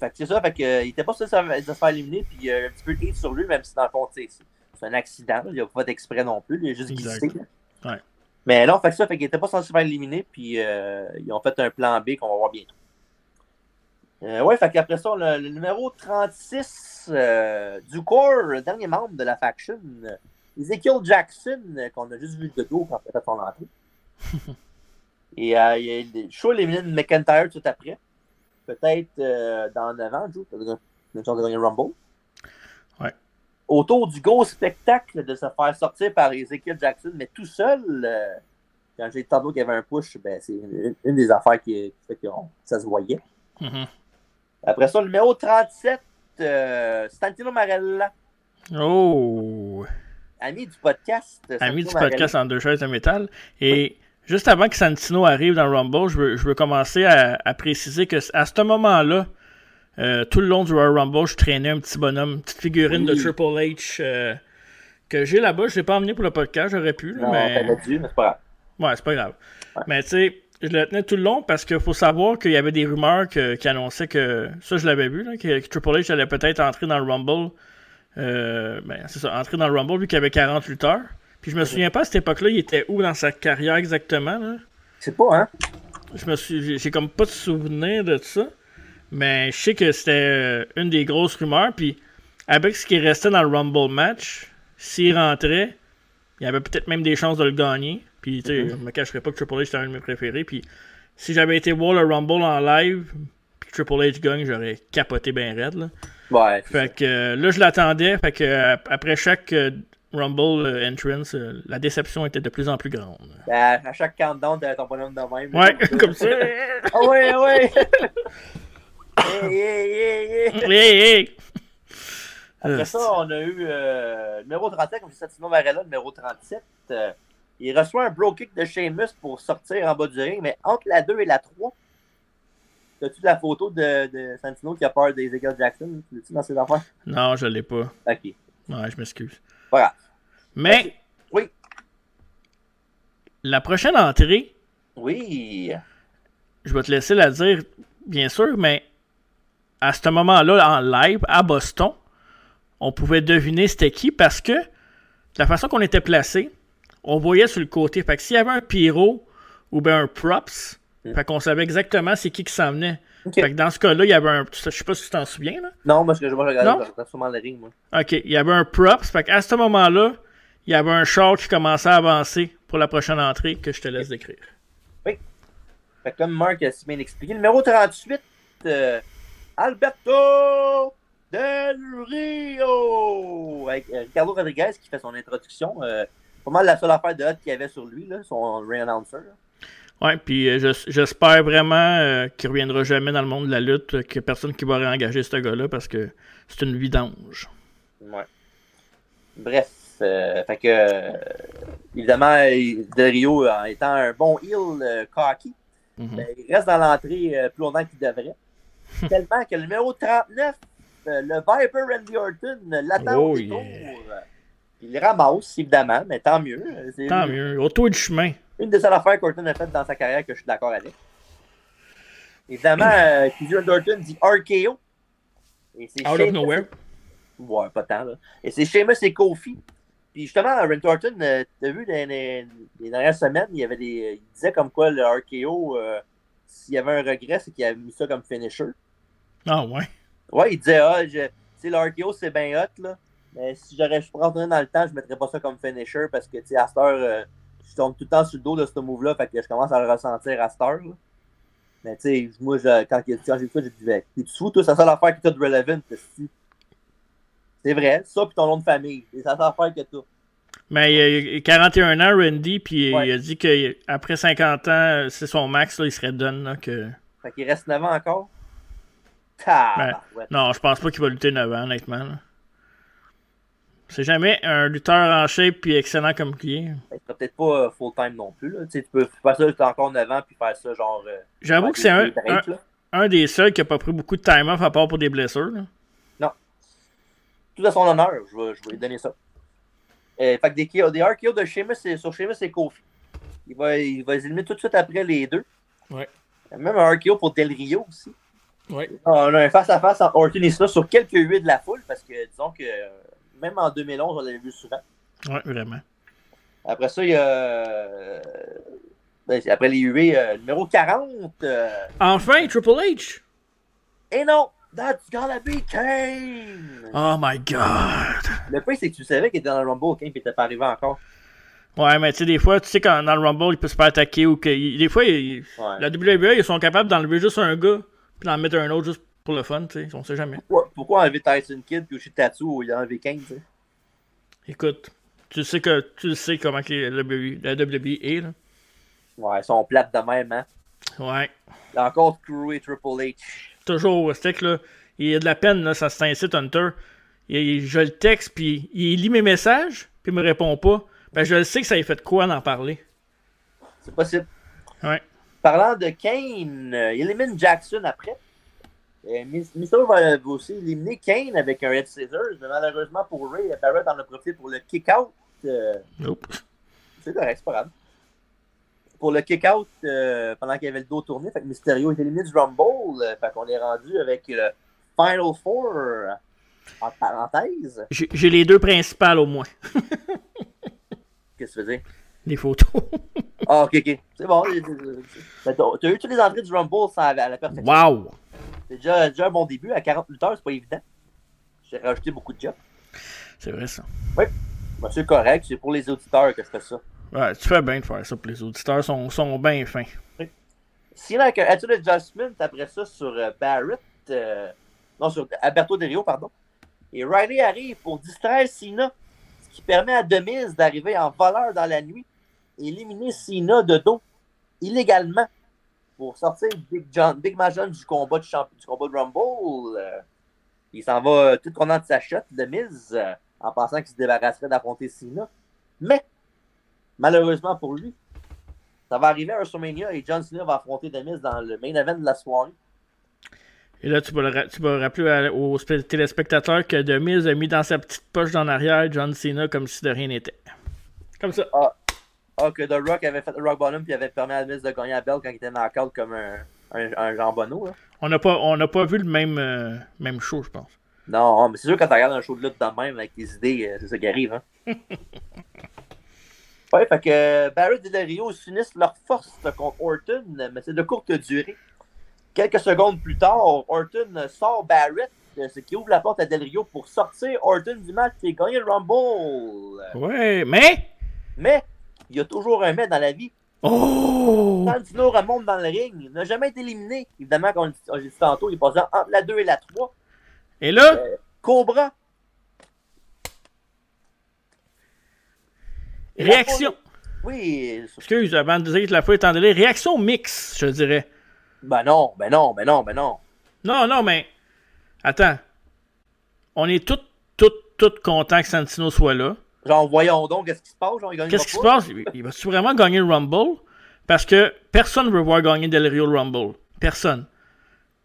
fait que c'est ça, fait que, euh, il était pas sûr de se faire éliminer, puis euh, un petit peu de hate sur lui, même si dans le fond, tu sais, c'est- c'est un accident, il a pas d'exprès non plus, il a juste
Exact.
glissé.
Ouais.
Mais non, fait que ça, fait qu'il était pas censé se faire éliminer, puis euh, ils ont fait un plan B qu'on va voir bientôt. Euh, ouais, fait qu'après ça, on a le numéro 36 euh, du corps, le dernier membre de la faction, euh, Ezekiel Jackson, euh, qu'on a juste vu de dos quand il a fait son entrée. Et euh, il y a il- Shaw élimine McIntyre tout après. Peut-être euh, dans 9 ans, Joe, t'as déjà- t'as déjà gagné le Rumble.
Ouais.
Autour du gros spectacle de se faire sortir par Ezekiel Jackson, mais tout seul, euh, quand j'ai dit tantôt qu'il y avait un push, ben, c'est une, une des affaires qui, qui fait que ça se voyait.
Mhm.
Après ça, le numéro 37, euh, Santino Marella,
Oh!
ami du podcast.
Ami
Santino
du
Marella.
podcast en deux chaises de métal. Et juste avant que Santino arrive dans le Rumble, je veux, je veux commencer à, à préciser que à ce moment-là, euh, tout le long du Royal Rumble, je traînais un petit bonhomme, une petite figurine de
Oui.
Triple H euh, que j'ai là-bas. Je l'ai pas emmené pour le podcast, j'aurais pu. là,
Non,
mais...
t'avais dû, mais c'est pas grave.
Ouais, c'est pas grave. Mais tu sais, je le tenais tout le long parce qu'il faut savoir qu'il y avait des rumeurs que- qui annonçaient que. Ça, je l'avais vu, là, que, que Triple H allait peut-être entrer dans le Rumble. Euh, ben, c'est ça, entrer dans le Rumble vu qu'il avait 48 heures. Puis je me souviens pas à cette époque-là, il était où dans sa carrière exactement. Là.
C'est pas, hein?
Je me suis, j'ai- j'ai comme pas de souvenir de ça. Mais je sais que c'était euh, une des grosses rumeurs. Puis avec ce qui restait dans le Rumble match,
Mm-hmm.
s'il rentrait, il y avait peut-être même des chances de le gagner. Puis tu sais,
Mm-hmm.
je me cacherais pas que Triple H était un de mes préférés. Puis si j'avais été voir le Rumble en live, puis que Triple H gagne, j'aurais capoté bien raide. Là.
Ouais. c'est
Fait que euh, là, je l'attendais. Fait que euh, après chaque euh, Rumble euh, entrance, euh, la déception était de plus en plus grande.
ça. Ben, à chaque countdown, t'avais ton bonhomme de même.
Ouais, comme ça.
Ah ouais, ah ouais! hey, hey, hey, hey.
Hey, hey.
Mm-hmm. Après ça, on a eu euh, numéro 37, comme je disais, Santino Varela, numéro 37. euh, il reçoit un bro kick de Sheamus pour sortir en bas du ring, mais entre la 2 et la 3, t'as-tu la photo de, de Santino qui a peur des Eagles Jackson? Tu l'as-tu dans ses affaires?
Non, je l'ai pas.
Ok.
Ouais, je m'excuse.
Pas grave.
Mais
Oui.
la prochaine entrée,
Oui.
je vais te laisser la dire, bien sûr, mais à ce moment-là, en live, à Boston, on pouvait deviner c'était qui parce que de la façon qu'on était placé, on voyait sur le côté. Fait que s'il y avait un pyro ou ben un props, fait qu'on savait exactement c'est qui qui s'en venait.
Hmm. Ok.
Fait que dans ce cas-là, il y avait un. Je sais pas si tu t'en souviens, là.
Non, parce que je vais
Non.
regarder, je regarde sûrement le ring, moi.
OK, il y avait un props. Fait à ce moment-là, il y avait un char qui commençait à avancer pour la prochaine entrée que je te laisse décrire.
Fait que comme Marc a si bien expliqué, numéro 38, euh, Alberto Del Rio! Avec euh, Ricardo Rodriguez qui fait son introduction. euh, pas mal la seule affaire de hot qu'il y avait sur lui, là, son re-announcer. là.
Ouais, puis euh, je- j'espère vraiment euh, qu'il reviendra jamais dans le monde de la lutte, euh, qu'il n'y a personne qui va réengager ce gars-là parce que c'est une vidange.
Ouais. Bref, euh, fait que euh, évidemment, il- Del Rio, euh, en étant un bon heel euh, cocky,
Mhm.
ben, il reste dans l'entrée euh, plus longtemps qu'il devrait. Tellement que le numéro 39, euh, le Viper Randy Orton, euh, l'attend
Oh,
au détour.
yeah.
Euh, Il le ramasse, évidemment, mais tant mieux. Euh, C'est
Tant
une,
mieux. Autour du chemin.
une des seules affaires qu'Orton a faites dans sa carrière que je suis d'accord avec. Évidemment, euh, qui dit Randy Orton dit RKO. Et c'est
Out of
Sheamus-
nowhere.
Ouais, pas tant, là. Et c'est Sheamus et Kofi. Puis justement, Randy Orton, euh, t'as vu, les, les- les dernières semaines, il, y avait des, il disait comme quoi le RKO, euh, s'il y avait un regret, c'est qu'il avait mis ça comme finisher.
Ah ouais.
Ouais, il disait, ah, je, tu sais, le RKO, c'est bien hot, là. Mais si j'aurais, je pourrais retourner dans le temps, je mettrais pas ça comme finisher parce que, tu sais, à cette heure, euh, je tombe tout le temps sur le dos de ce move-là, fait que je commence à le ressentir à cette heure, là. Mais, tu sais, moi, je- quand, il- quand j'ai vu ça, j'ai dit, ben, t'es fou, toi, c'est la seule affaire que t'as de relevant, si. C'est vrai, ça, puis ton nom de famille. C'est la seule affaire que t'as.
Mais il a- il a 41 ans, Randy, puis
Ouais.
il a dit qu'après 50 ans, euh, c'est son max, là, il serait done. là, que...
Fait qu'il reste 9 ans encore.
Ben.
Ah, ouais.
Non, je pense pas qu'il va lutter 9 ans, honnêtement. là. C'est jamais un lutteur en shape puis excellent comme client.
Fait que t'as peut-être pas euh, full-time non plus, là. Tu sais, tu peux faire ça, t'as encore 9 ans, puis faire ça, genre. euh,
J'avoue
faire
que c'est
des-
un,
des breaks, là.
un, un des seuls qui a pas pris beaucoup de time off à part pour des blessures. là.
tout à son honneur, je vais, je vais lui donner ça. Euh, fait que des, KO des RKO de Sheamus et- sur Sheamus et Kofi. Il va, il va les éliminer tout de suite après les deux.
Ouais.
Même un RKO pour Del Rio aussi.
Ouais.
On a un face-à-face entre Orton et Cena sur quelques huées de la foule parce que, disons que euh, même en 2011, on l'avait vu souvent.
Oui, vraiment.
Après ça, il y a. euh, ben, c'est après les huées, euh, numéro 40. euh,
Enfin, Triple H!
et non! That's gotta be Kane!
Oh my god!
Le point, c'est que tu savais qu'il était dans le Rumble, Kane, puis il était pas arrivé encore.
Ouais, mais tu sais, des fois, tu sais, quand dans le Rumble, il peut se faire attaquer ou que. il- Des fois, il-
Ouais.
la WWE, ils sont capables d'enlever juste un gars, puis d'en mettre un autre juste pour le fun, tu sais. On sait jamais.
Pourquoi, pourquoi enlever Tyson Kidd puis Oshitatsu ou il a enlevé Kane, tu sais?
Écoute, tu sais que tu sais comment que les- la WWE la WWE est, là.
Ouais, ils sont plates de même, hein.
Ouais.
Il a encore screwé Triple H.
Toujours, c'est que là, il y a de la peine, là, ça c'est un site Hunter. Il- il- je le texte, puis il lit mes messages, puis il me répond pas. Ben, je le sais que ça lui fait de quoi d'en parler.
C'est possible.
Ouais.
Parlant de Kane, euh, il élimine Jackson après. Et Mysterio va va aussi éliminer Kane avec un Red Scissors, mais malheureusement pour Ray, Barrett en a profité pour le kick-out. euh,
Nope.
c'est correct, c'est pas grave. Pour le kick-out, euh, pendant qu'il avait le dos tourné, fait que Mysterio est éliminé du Rumble. euh, fait qu'on est rendu avec le Final Four, euh, en parenthèse.
J'ai j'ai les deux principales au moins,
Qu'est-ce que tu veux dire?
les photos.
Ah, ok, ok. C'est bon. c'est- c'est- c'est- T'as t'as eu toutes les entrées du Rumble sans, à la perfection.
wow!
C'est déjà, déjà un bon début. À 40 lutteurs, c'est pas évident. J'ai rajouté beaucoup de jobs.
C'est vrai ça.
Ben, c'est correct. C'est pour les auditeurs que je fais ça.
Ouais, tu fais bien de faire ça, puis les auditeurs sont, sont bien fins.
Sinon, avec un Attitude Adjustment, après ça, sur euh, Barrett, euh, non, sur Alberto Del Rio, pardon. Et Riley arrive pour distraire Cena, ce qui permet à Demise d'arriver en voleur dans la nuit et éliminer Cena de dos, illégalement, pour sortir Big John, Big Majon du combat de, champ- du combat de Rumble. Euh, il s'en va euh, tout content de sa shot, Demise, euh, en pensant qu'il se débarrasserait d'affronter Cena. Mais, malheureusement pour lui, ça va arriver à WrestleMania et John Cena va affronter Demise dans le main event de la soirée.
Et là, tu vas, le ra- tu vas rappeler à- aux spe- téléspectateurs que Demise a mis dans sa petite poche d'en arrière John Cena comme si de rien n'était. Comme ça.
Ah, que The Rock avait fait le Rock Bottom puis avait permis à Demise de gagner la belle quand il était knock-out comme un, un, un Jean Bonneau. hein. là.
On n'a pas, on n'a pas vu le même, euh, même show, je pense.
Non, ah, mais c'est sûr quand tu regardes un show de lutte de même avec tes idées, euh, c'est ça qui arrive. Hein? ouais, fait que euh, Barrett et Del Rio s'unissent leurs forces contre Orton, mais c'est de courte durée. Quelques secondes plus tard, Orton sort Barrett, euh, ce qui ouvre la porte à Del Rio pour sortir Orton du match et gagner le Rumble.
Ouais, mais.
Mais il y a toujours un mais dans la vie.
Oh!
Santino remonte dans le ring. Il n'a jamais été éliminé. Évidemment, comme on le dit- on le dit tantôt, il est passé entre la 2 et la 3.
Et là,
Euh, Cobra. Et la
réaction.
foule- Oui. sur-
Excuse, avant de dire que la fois est en délai, réaction mixte, je dirais.
Ben non, ben non, ben non, ben non.
Non, non, mais. Attends. On est tous, tous, tous contents que Santino soit là.
Genre, voyons donc, qu'est-ce qui se passe? Genre, il gagne
Qu'est-ce qui se
pas.
passe? Il- Il va-tu vraiment gagner le Rumble? Parce que personne ne veut voir gagner Del Rio le Rumble. Personne.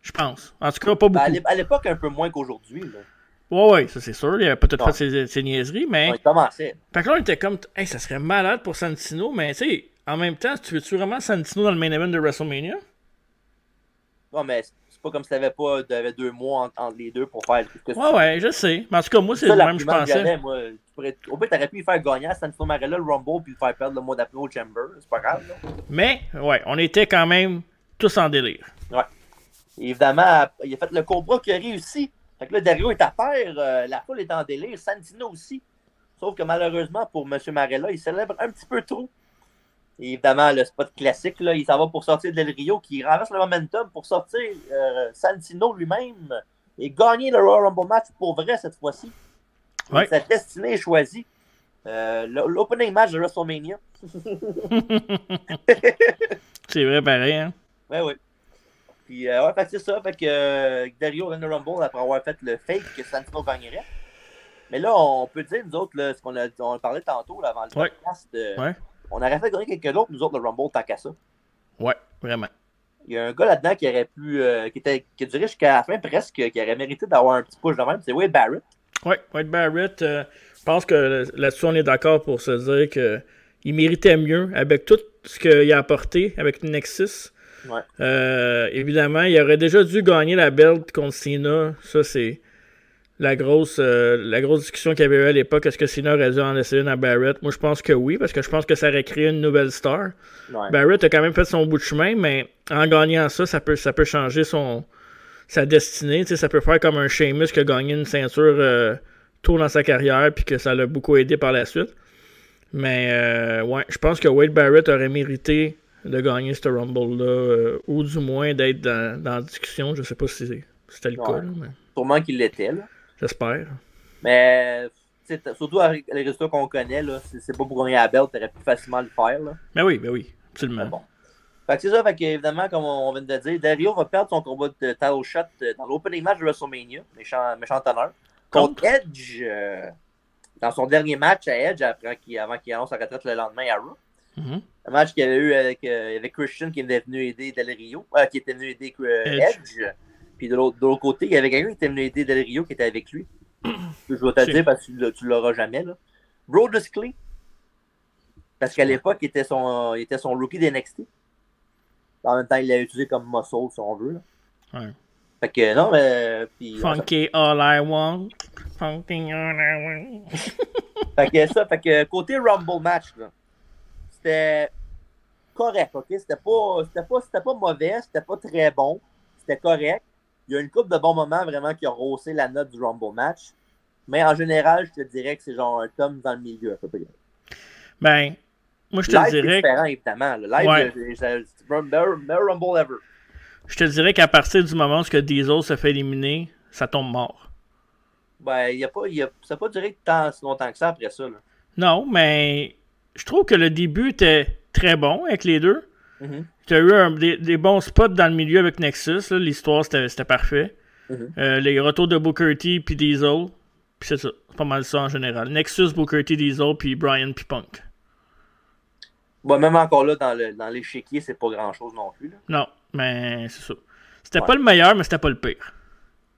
Je pense. En tout cas, pas
Ben, à
beaucoup.
l'é- à l'époque, un peu moins qu'aujourd'hui. là.
Ouais, ouais, ça c'est sûr. Il avait peut-être
Non.
fait ses, ses niaiseries, mais.
Quand il commençait.
Fait que là, on était comme, hey, ça serait malade pour Santino, mais tu sais, en même temps, tu veux-tu vraiment Santino dans le main event de WrestleMania?
Non, mais c'est- c'est pas comme si t'avais pas t'avais deux mois en- entre les deux pour faire tout ce que
Ouais, ouais, je sais. Mais en tout cas, moi, c'est
ça,
le même, je
l'argument que j'avais,
pensais.
moi. Tu pourrais- Au pire, t'aurais pu y faire gagner à Santino Marella le Rumble puis le faire perdre le mois d'après au Chamber. C'est pas grave. là.
Mais, ouais, on était quand même tous en délire.
Et évidemment, il a fait le cobra qui a réussi. Fait que là, Dario est à terre, euh, la foule est en délire, Santino aussi. Sauf que malheureusement pour M. Marella, il célèbre un petit peu trop. Et évidemment, le spot classique, là, il s'en va pour sortir Del Rio qui renverse le momentum pour sortir euh, Santino lui-même et gagner le Royal Rumble match pour vrai cette fois-ci.
Ouais.
Sa destinée est choisie. Euh, le- L'opening match de WrestleMania.
C'est vrai, pareil, hein.
Ouais, ouais. Puis, euh, ouais, fait que c'est ça. Fait que euh, Dario gagne le Rumble après avoir fait le fake que Santino gagnerait. Mais là, on peut dire, nous autres, là, ce qu'on a, on parlait tantôt là, avant le
Ouais.
podcast, euh,
Ouais.
on aurait fait gagner quelqu'un d'autre, nous autres, le Rumble, tant qu'à ça.
Ouais, vraiment.
Il y a un gars là-dedans qui aurait pu, euh, qui, était, qui durait jusqu'à la fin presque, qui aurait mérité d'avoir un petit push de même, c'est Wade Barrett.
Ouais, White Barrett, euh, je pense que là-dessus, on est d'accord pour se dire que il méritait mieux avec tout ce qu'il a apporté avec Nexus.
Ouais.
Euh, évidemment, il aurait déjà dû gagner la belt contre Cena. Ça, c'est la grosse, euh, la grosse discussion qu'il y avait eu à l'époque. Est-ce que Cena aurait dû en laisser une à Barrett? Moi, je pense que oui, parce que je pense que ça aurait créé une nouvelle star.
Ouais.
Barrett a quand même fait son bout de chemin, mais en gagnant ça, ça peut, ça peut changer son, sa destinée. Tu sais, ça peut faire comme un Sheamus qui a gagné une ceinture euh, tôt dans sa carrière, puis que ça l'a beaucoup aidé par la suite. Mais euh, ouais, je pense que Wade Barrett aurait mérité de gagner ce Rumble-là, euh, ou du moins d'être dans, dans la discussion. Je sais pas si c'est- c'était le
Ouais.
cas, là, mais
Sûrement qu'il l'était, là.
j'espère.
Mais tu sais, t- surtout avec les résultats qu'on connaît, là, c'est c'est pas pour gagner la belle, t'aurais pu facilement le faire. Là.
Mais oui, mais oui,
Mais
absolument.
bon. Fait que c'est ça, fait que, évidemment, comme on on vient de le dire, Dario va perdre son combat de title shot euh, dans l'opening match de WrestleMania, méchant, méchant honneur, contre Edge euh, dans son dernier match à Edge après qu'il- avant qu'il annonce sa retraite le lendemain à Raw.
Mhm.
Un match qu'il y avait eu avec, euh, avec Christian qui était venu aider Del Rio, euh, qui était venu aider euh,
Edge.
Edge. Puis de l'autre de l'autre côté, il y avait quelqu'un qui était venu aider Del Rio qui était avec lui. Je vais te le
C'est-
dire parce que tu l'as- tu l'auras jamais. Là. Brodus Clay. Parce qu'à l'époque, il, était son- il était son rookie d'NXT. En même temps, il l'a utilisé comme muscle, si on veut. là.
Ouais.
Fait que non, mais. euh, Puis,
Funky All I Want. Funky All I Want.
Fait que ça, fait que côté Rumble match, là, c'était correct, ok? C'était pas, c'était pas, c'était pas mauvais, c'était pas très bon, c'était correct. Il y a une couple de bons moments vraiment qui ont rossé la note du Rumble match. Mais en général, je te dirais que c'est genre un tome dans le milieu, à peu près.
Ben, moi, je te
Live, c'est
dirais.
différent, évidemment. Le live,
Ouais.
c'est- c'est c'est le meilleur meilleur Rumble ever.
Je te dirais qu'à partir du moment où ce que Diesel se fait éliminer, ça tombe mort.
Ben, il y a pas, il y a, ça n'a pas duré tant, si longtemps que ça après ça, là.
Non, mais je trouve que le début était très bon avec les deux.
Mhm.
Tu as eu un- des, des bons spots dans le milieu avec Nexus. là. L'histoire, c'était c'était parfait.
Mhm.
Euh, les retours de Booker T puis Diesel. Puis c'est ça. C'est pas mal ça en général. Nexus, Booker T, Diesel, puis Brian, puis Punk.
Bon, même encore là, dans le- dans l'échiquier, c'est pas grand-chose non plus, là.
Non, mais c'est ça. C'était
Ouais.
pas le meilleur, mais c'était pas le pire.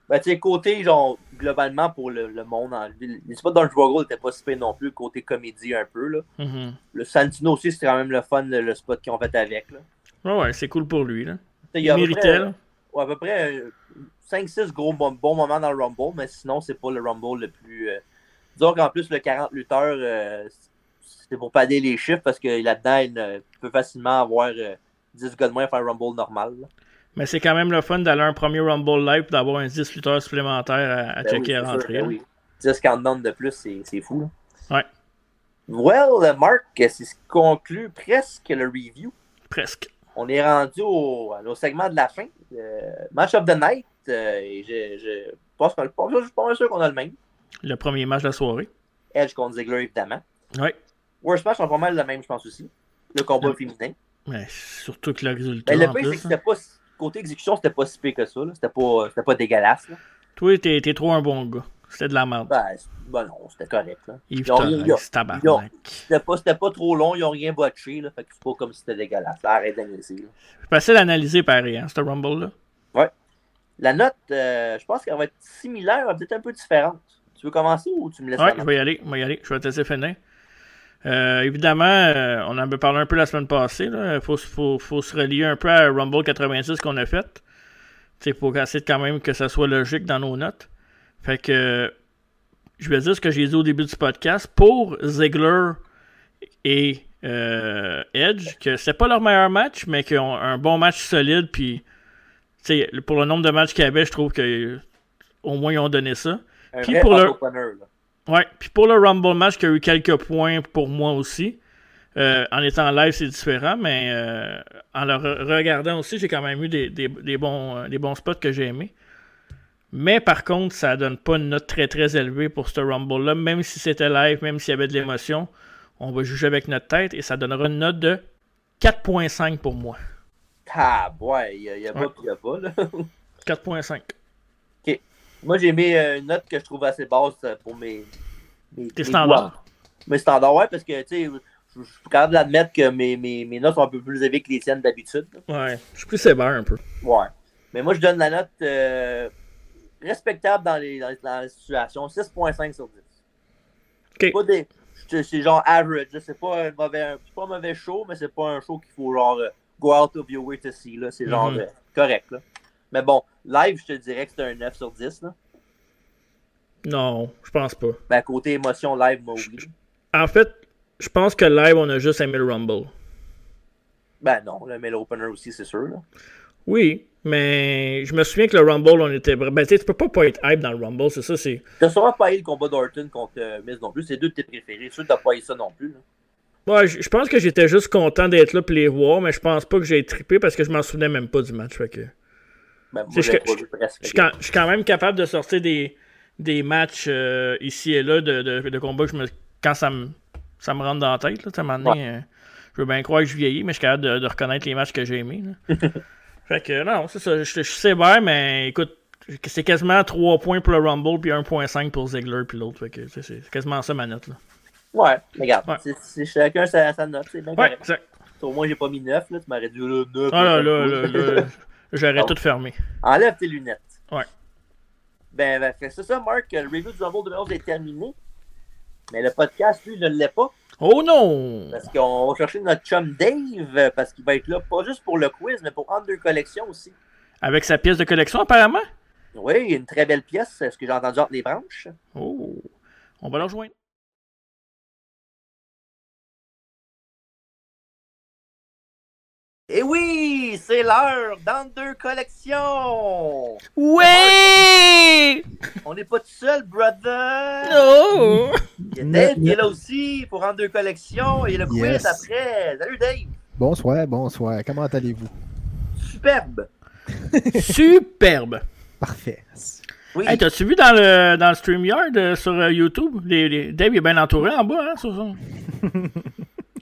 Ben, tu sais, côté, genre, globalement, pour le, le monde en ville, c'est pas Dungeon World n'était pas si pire non plus, côté comédie un peu, là.
Mhm.
Le Santino aussi, c'était quand même le fun, le, le spot qu'ils ont fait avec, là.
Ouais, ouais, c'est cool pour lui. Là.
Tu sais, Il y
Il
a à peu
méritait.
près, euh,
là.
ouais, à peu près 5-6 gros bons, bons moments dans le Rumble, mais sinon, c'est pas le Rumble le plus. euh, Disons qu'en plus, le 40 lutteurs, euh, c'est pour pader les chiffres parce que là-dedans, il ne- peut facilement avoir euh, 10 gars de moins à faire un Rumble normal. là.
Mais c'est quand même le fun d'aller à un premier Rumble Live et d'avoir un 10 lutteurs supplémentaire à, à
Ben
checker
oui,
à
c'est
rentrer.
sûr, ben
là.
oui. 10 countdowns de plus, c'est c'est fou. là.
Ouais.
Well, euh, Marc, c'est ce qui conclut presque le review.
Presque.
On est rendu au, au segment de la fin. euh, match of the night. euh, et je, je pense qu'on pas, je suis pas mal sûr qu'on a le même.
Le premier match de la soirée.
Edge contre Ziggler, évidemment.
Ouais.
Worst match, on a pas mal le même, je pense aussi. Le combat
Ouais.
féminin.
Mais surtout que le résultat.
Mais Ben, le
en
pire, c'est que
plus, hein. là.
c'était pas. si- Côté exécution, c'était pas si pire que ça. là. C'était pas, c'était pas dégueulasse. là.
hein. Toi, t'es t'es trop un bon gars. C'était de la merde.
Ben, c'est- ben non, c'était correct. là.
Yves
Ils ont rien- ils ont-
Torres, tabarnak.
C'était pas, c'était pas trop long, ils ont rien botché, là. Fait que c'est pas comme si c'était dégueulasse. Arrête d'analyser, là.
C'est facile à analyser pareil, hein, ce Rumble-là.
La note, euh, je pense qu'elle va être similaire, mais peut-être un peu différente. Tu veux commencer ou tu me laisses
Ouais,
la
je
note?
vais y aller. Je vais y aller. Je vais te laisser finir. Euh, évidemment, euh, on en a parlé un peu la semaine passée. Il faut, se- faut- faut se relier un peu à Rumble 86 qu'on a fait. Il faut essayer de quand même que ça soit logique dans nos notes. Fait que euh, je vais dire ce que j'ai dit au début du podcast. Pour Ziggler et euh, Edge, que c'est pas leur meilleur match, mais qu'ils ont un bon match solide. Puis, tu sais, pour le nombre de matchs qu'il y avait, je trouve que euh, au moins ils ont donné ça.
Un
Puis
vrai
pour
hot
le-
opener, là.
Ouais, puis pour le Rumble match qui a eu quelques points pour moi aussi. euh, en étant live, c'est différent, mais euh, en le re- regardant aussi, j'ai quand même eu des, des- des bons, euh, des bons spots que j'ai aimés. Mais par contre, ça donne pas une note très très élevée pour ce Rumble-là, même si c'était live, même s'il y avait de l'émotion. On va juger avec notre tête et ça donnera une note de 4.5 pour moi.
Ah, ouais, il y a, il y a
Ouais.
pas, puis il y a pas, là.
4.5.
Moi, j'ai mis euh, une note que je trouve assez basse euh, pour mes. mes
Tes
mes goûts.
standards.
Mes standards, ouais, parce que, tu sais, je je suis capable d'admettre que mes, mes, mes notes sont un peu plus élevées que les tiennes d'habitude. là.
Ouais. Je suis plus sévère un peu.
Ouais. Mais moi, je donne la note euh, respectable dans les, dans les, dans les situations. 6.5 sur 10.
Ok.
Pas des- c'est- C'est genre average. là. C'est pas un mauvais, c'est pas un mauvais show, mais c'est pas un show qu'il faut genre euh, go out of your way to see. là. C'est genre
Mhm.
de- correct. Là. Mais bon, live, je te dirais que c'est un 9 sur 10. Là.
Non, je pense pas.
Ben, côté émotion, live, moi, oui.
En fait, je pense que live, on a juste aimé le Rumble.
Ben non, le mail opener aussi, c'est sûr. Là.
Oui, mais je me souviens que le Rumble, on était. Ben, tu sais, tu peux pas, pas être hype dans le Rumble, c'est ça, c'est.
T'as sûrement pas eu le combat d'Orton contre euh, Miz non plus. C'est deux de tes préférés. Sûr que t'as pas eu ça non plus. Là.
Moi, je je pense que j'étais juste content d'être là pour les voir, mais je pense pas que j'ai trippé parce que je m'en souvenais même pas du match. fait que-
Ben, moi,
C'est
j'ai
que-
pas vu presque.
Je suis quand, je suis quand même capable de sortir des, des matchs euh, ici et là de, de, de combats que je me, quand ça me, ça me rentre dans la tête. Là, tu sais, à un moment donné, euh, je veux bien croire que je vieillis, mais je suis capable de, de reconnaître les matchs que j'ai aimés. là. fait que non, c'est ça. Je, je suis sévère, mais écoute, c'est quasiment 3 points pour le Rumble, puis 1.5 pour Ziggler, puis l'autre. Fait que tu sais, c'est c'est quasiment ça ma note. Là.
Ouais, mais regarde.
Ouais.
c'est- c'est- chacun sa, sa note. C'est bien
Ouais,
correct.
exact.
Au moins, j'ai pas mis 9. Là. Tu m'aurais dit là, 9.
Ah là là, là, là, j'aurais tout fermé.
Enlève tes lunettes.
Ouais.
Ben, ben, fait que c'est ça, Marc. Le review du Rumble 2011 est terminé. Mais le podcast, lui, ne l'est pas.
Oh non!
Parce qu'on va chercher notre chum Dave. euh, Parce qu'il va être là, pas juste pour le quiz, mais pour Under Collection aussi.
Avec sa pièce de collection, apparemment?
Oui, une très belle pièce, ce que j'ai entendu entre les branches.
Oh! On va le rejoindre.
Et oui, c'est l'heure d'Under Collection!
Ouais!
On n'est pas tout seul, brother!
Non!
Il y a Dave qui est là aussi pour Under Collection et le quiz
Yes.
après. Salut Dave!
Bonsoir, bonsoir. Comment allez-vous?
Superbe!
Superbe!
Parfait.
Oui,
Hey, t'as-tu vu dans le, dans le StreamYard euh, sur euh, YouTube? Les, les- Dave il est bien entouré en bas, hein, sur son-
ben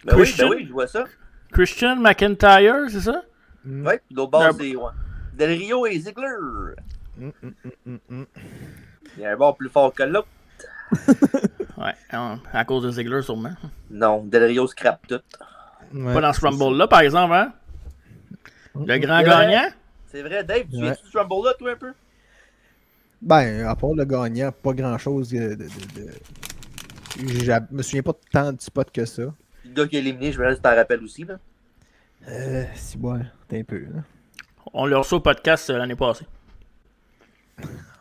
oui,
Christian?
ben oui, je vois ça.
Christian McIntyre, c'est ça?
Mm,
Oui, puis l'autre bord,
Ben-
c'est ouais. Del Rio et Ziggler.
mm, mm, mm, mm, mm.
Il y a un bord plus fort que l'autre.
Ouais, hein, à cause de Ziggler, sûrement.
Non, Del Rio scrape tout.
Ouais,
Pas dans ce
c'est ça.
Rumble-là, par exemple, hein? Le grand
Ouais.
gagnant?
C'est vrai, Dave, tu
Ouais.
viens-tu du Rumble-là, toi, un peu?
Ben, à part le gagnant, pas grand-chose de... de- de- de- Je me souviens pas tant du spot que ça.
Le gars qui est éliminé, je me laisse t'en rappelle aussi, là.
Euh, si bon, t'es un peu, hein. là.
On l'a reçu au podcast euh, l'année passée.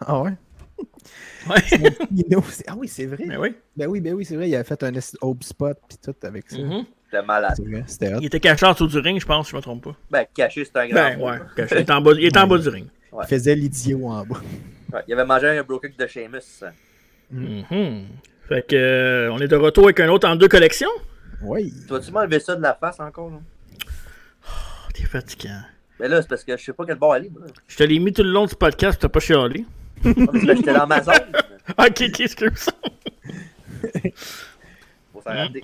Ah ouais?
Ouais.
Nino, c'est- ah oui, c'est vrai.
Mais oui.
Ben oui, ben oui, c'est vrai. Il avait fait un esti de hope spot pis tout avec ça.
Mhm.
T'es malade.
C'est vrai, c'était hot.
Il était caché en dessous du ring, je pense, si je me trompe pas.
Ben, caché, c'est un grand.
Ben,
mot.
ouais, caché. Il était en bas, il était en bas du ring.
Ouais.
Il faisait l'idiot en bas.
Ouais, il avait mangé un broken de Sheamus.
Mhm. Fait que, euh, on est de retour avec un autre en deux collections.
Oui.
Tu vas-tu m'enlever ça de la face encore? Là?
Oh, T'es fatigant.
Mais là, c'est parce que je sais pas quel bord aller. Moi.
Je te l'ai mis tout le long du podcast, t'as pas chialé.
Parce que J'étais dans ma zone.
Ok, ok, excuse
Faut s'en rappeler.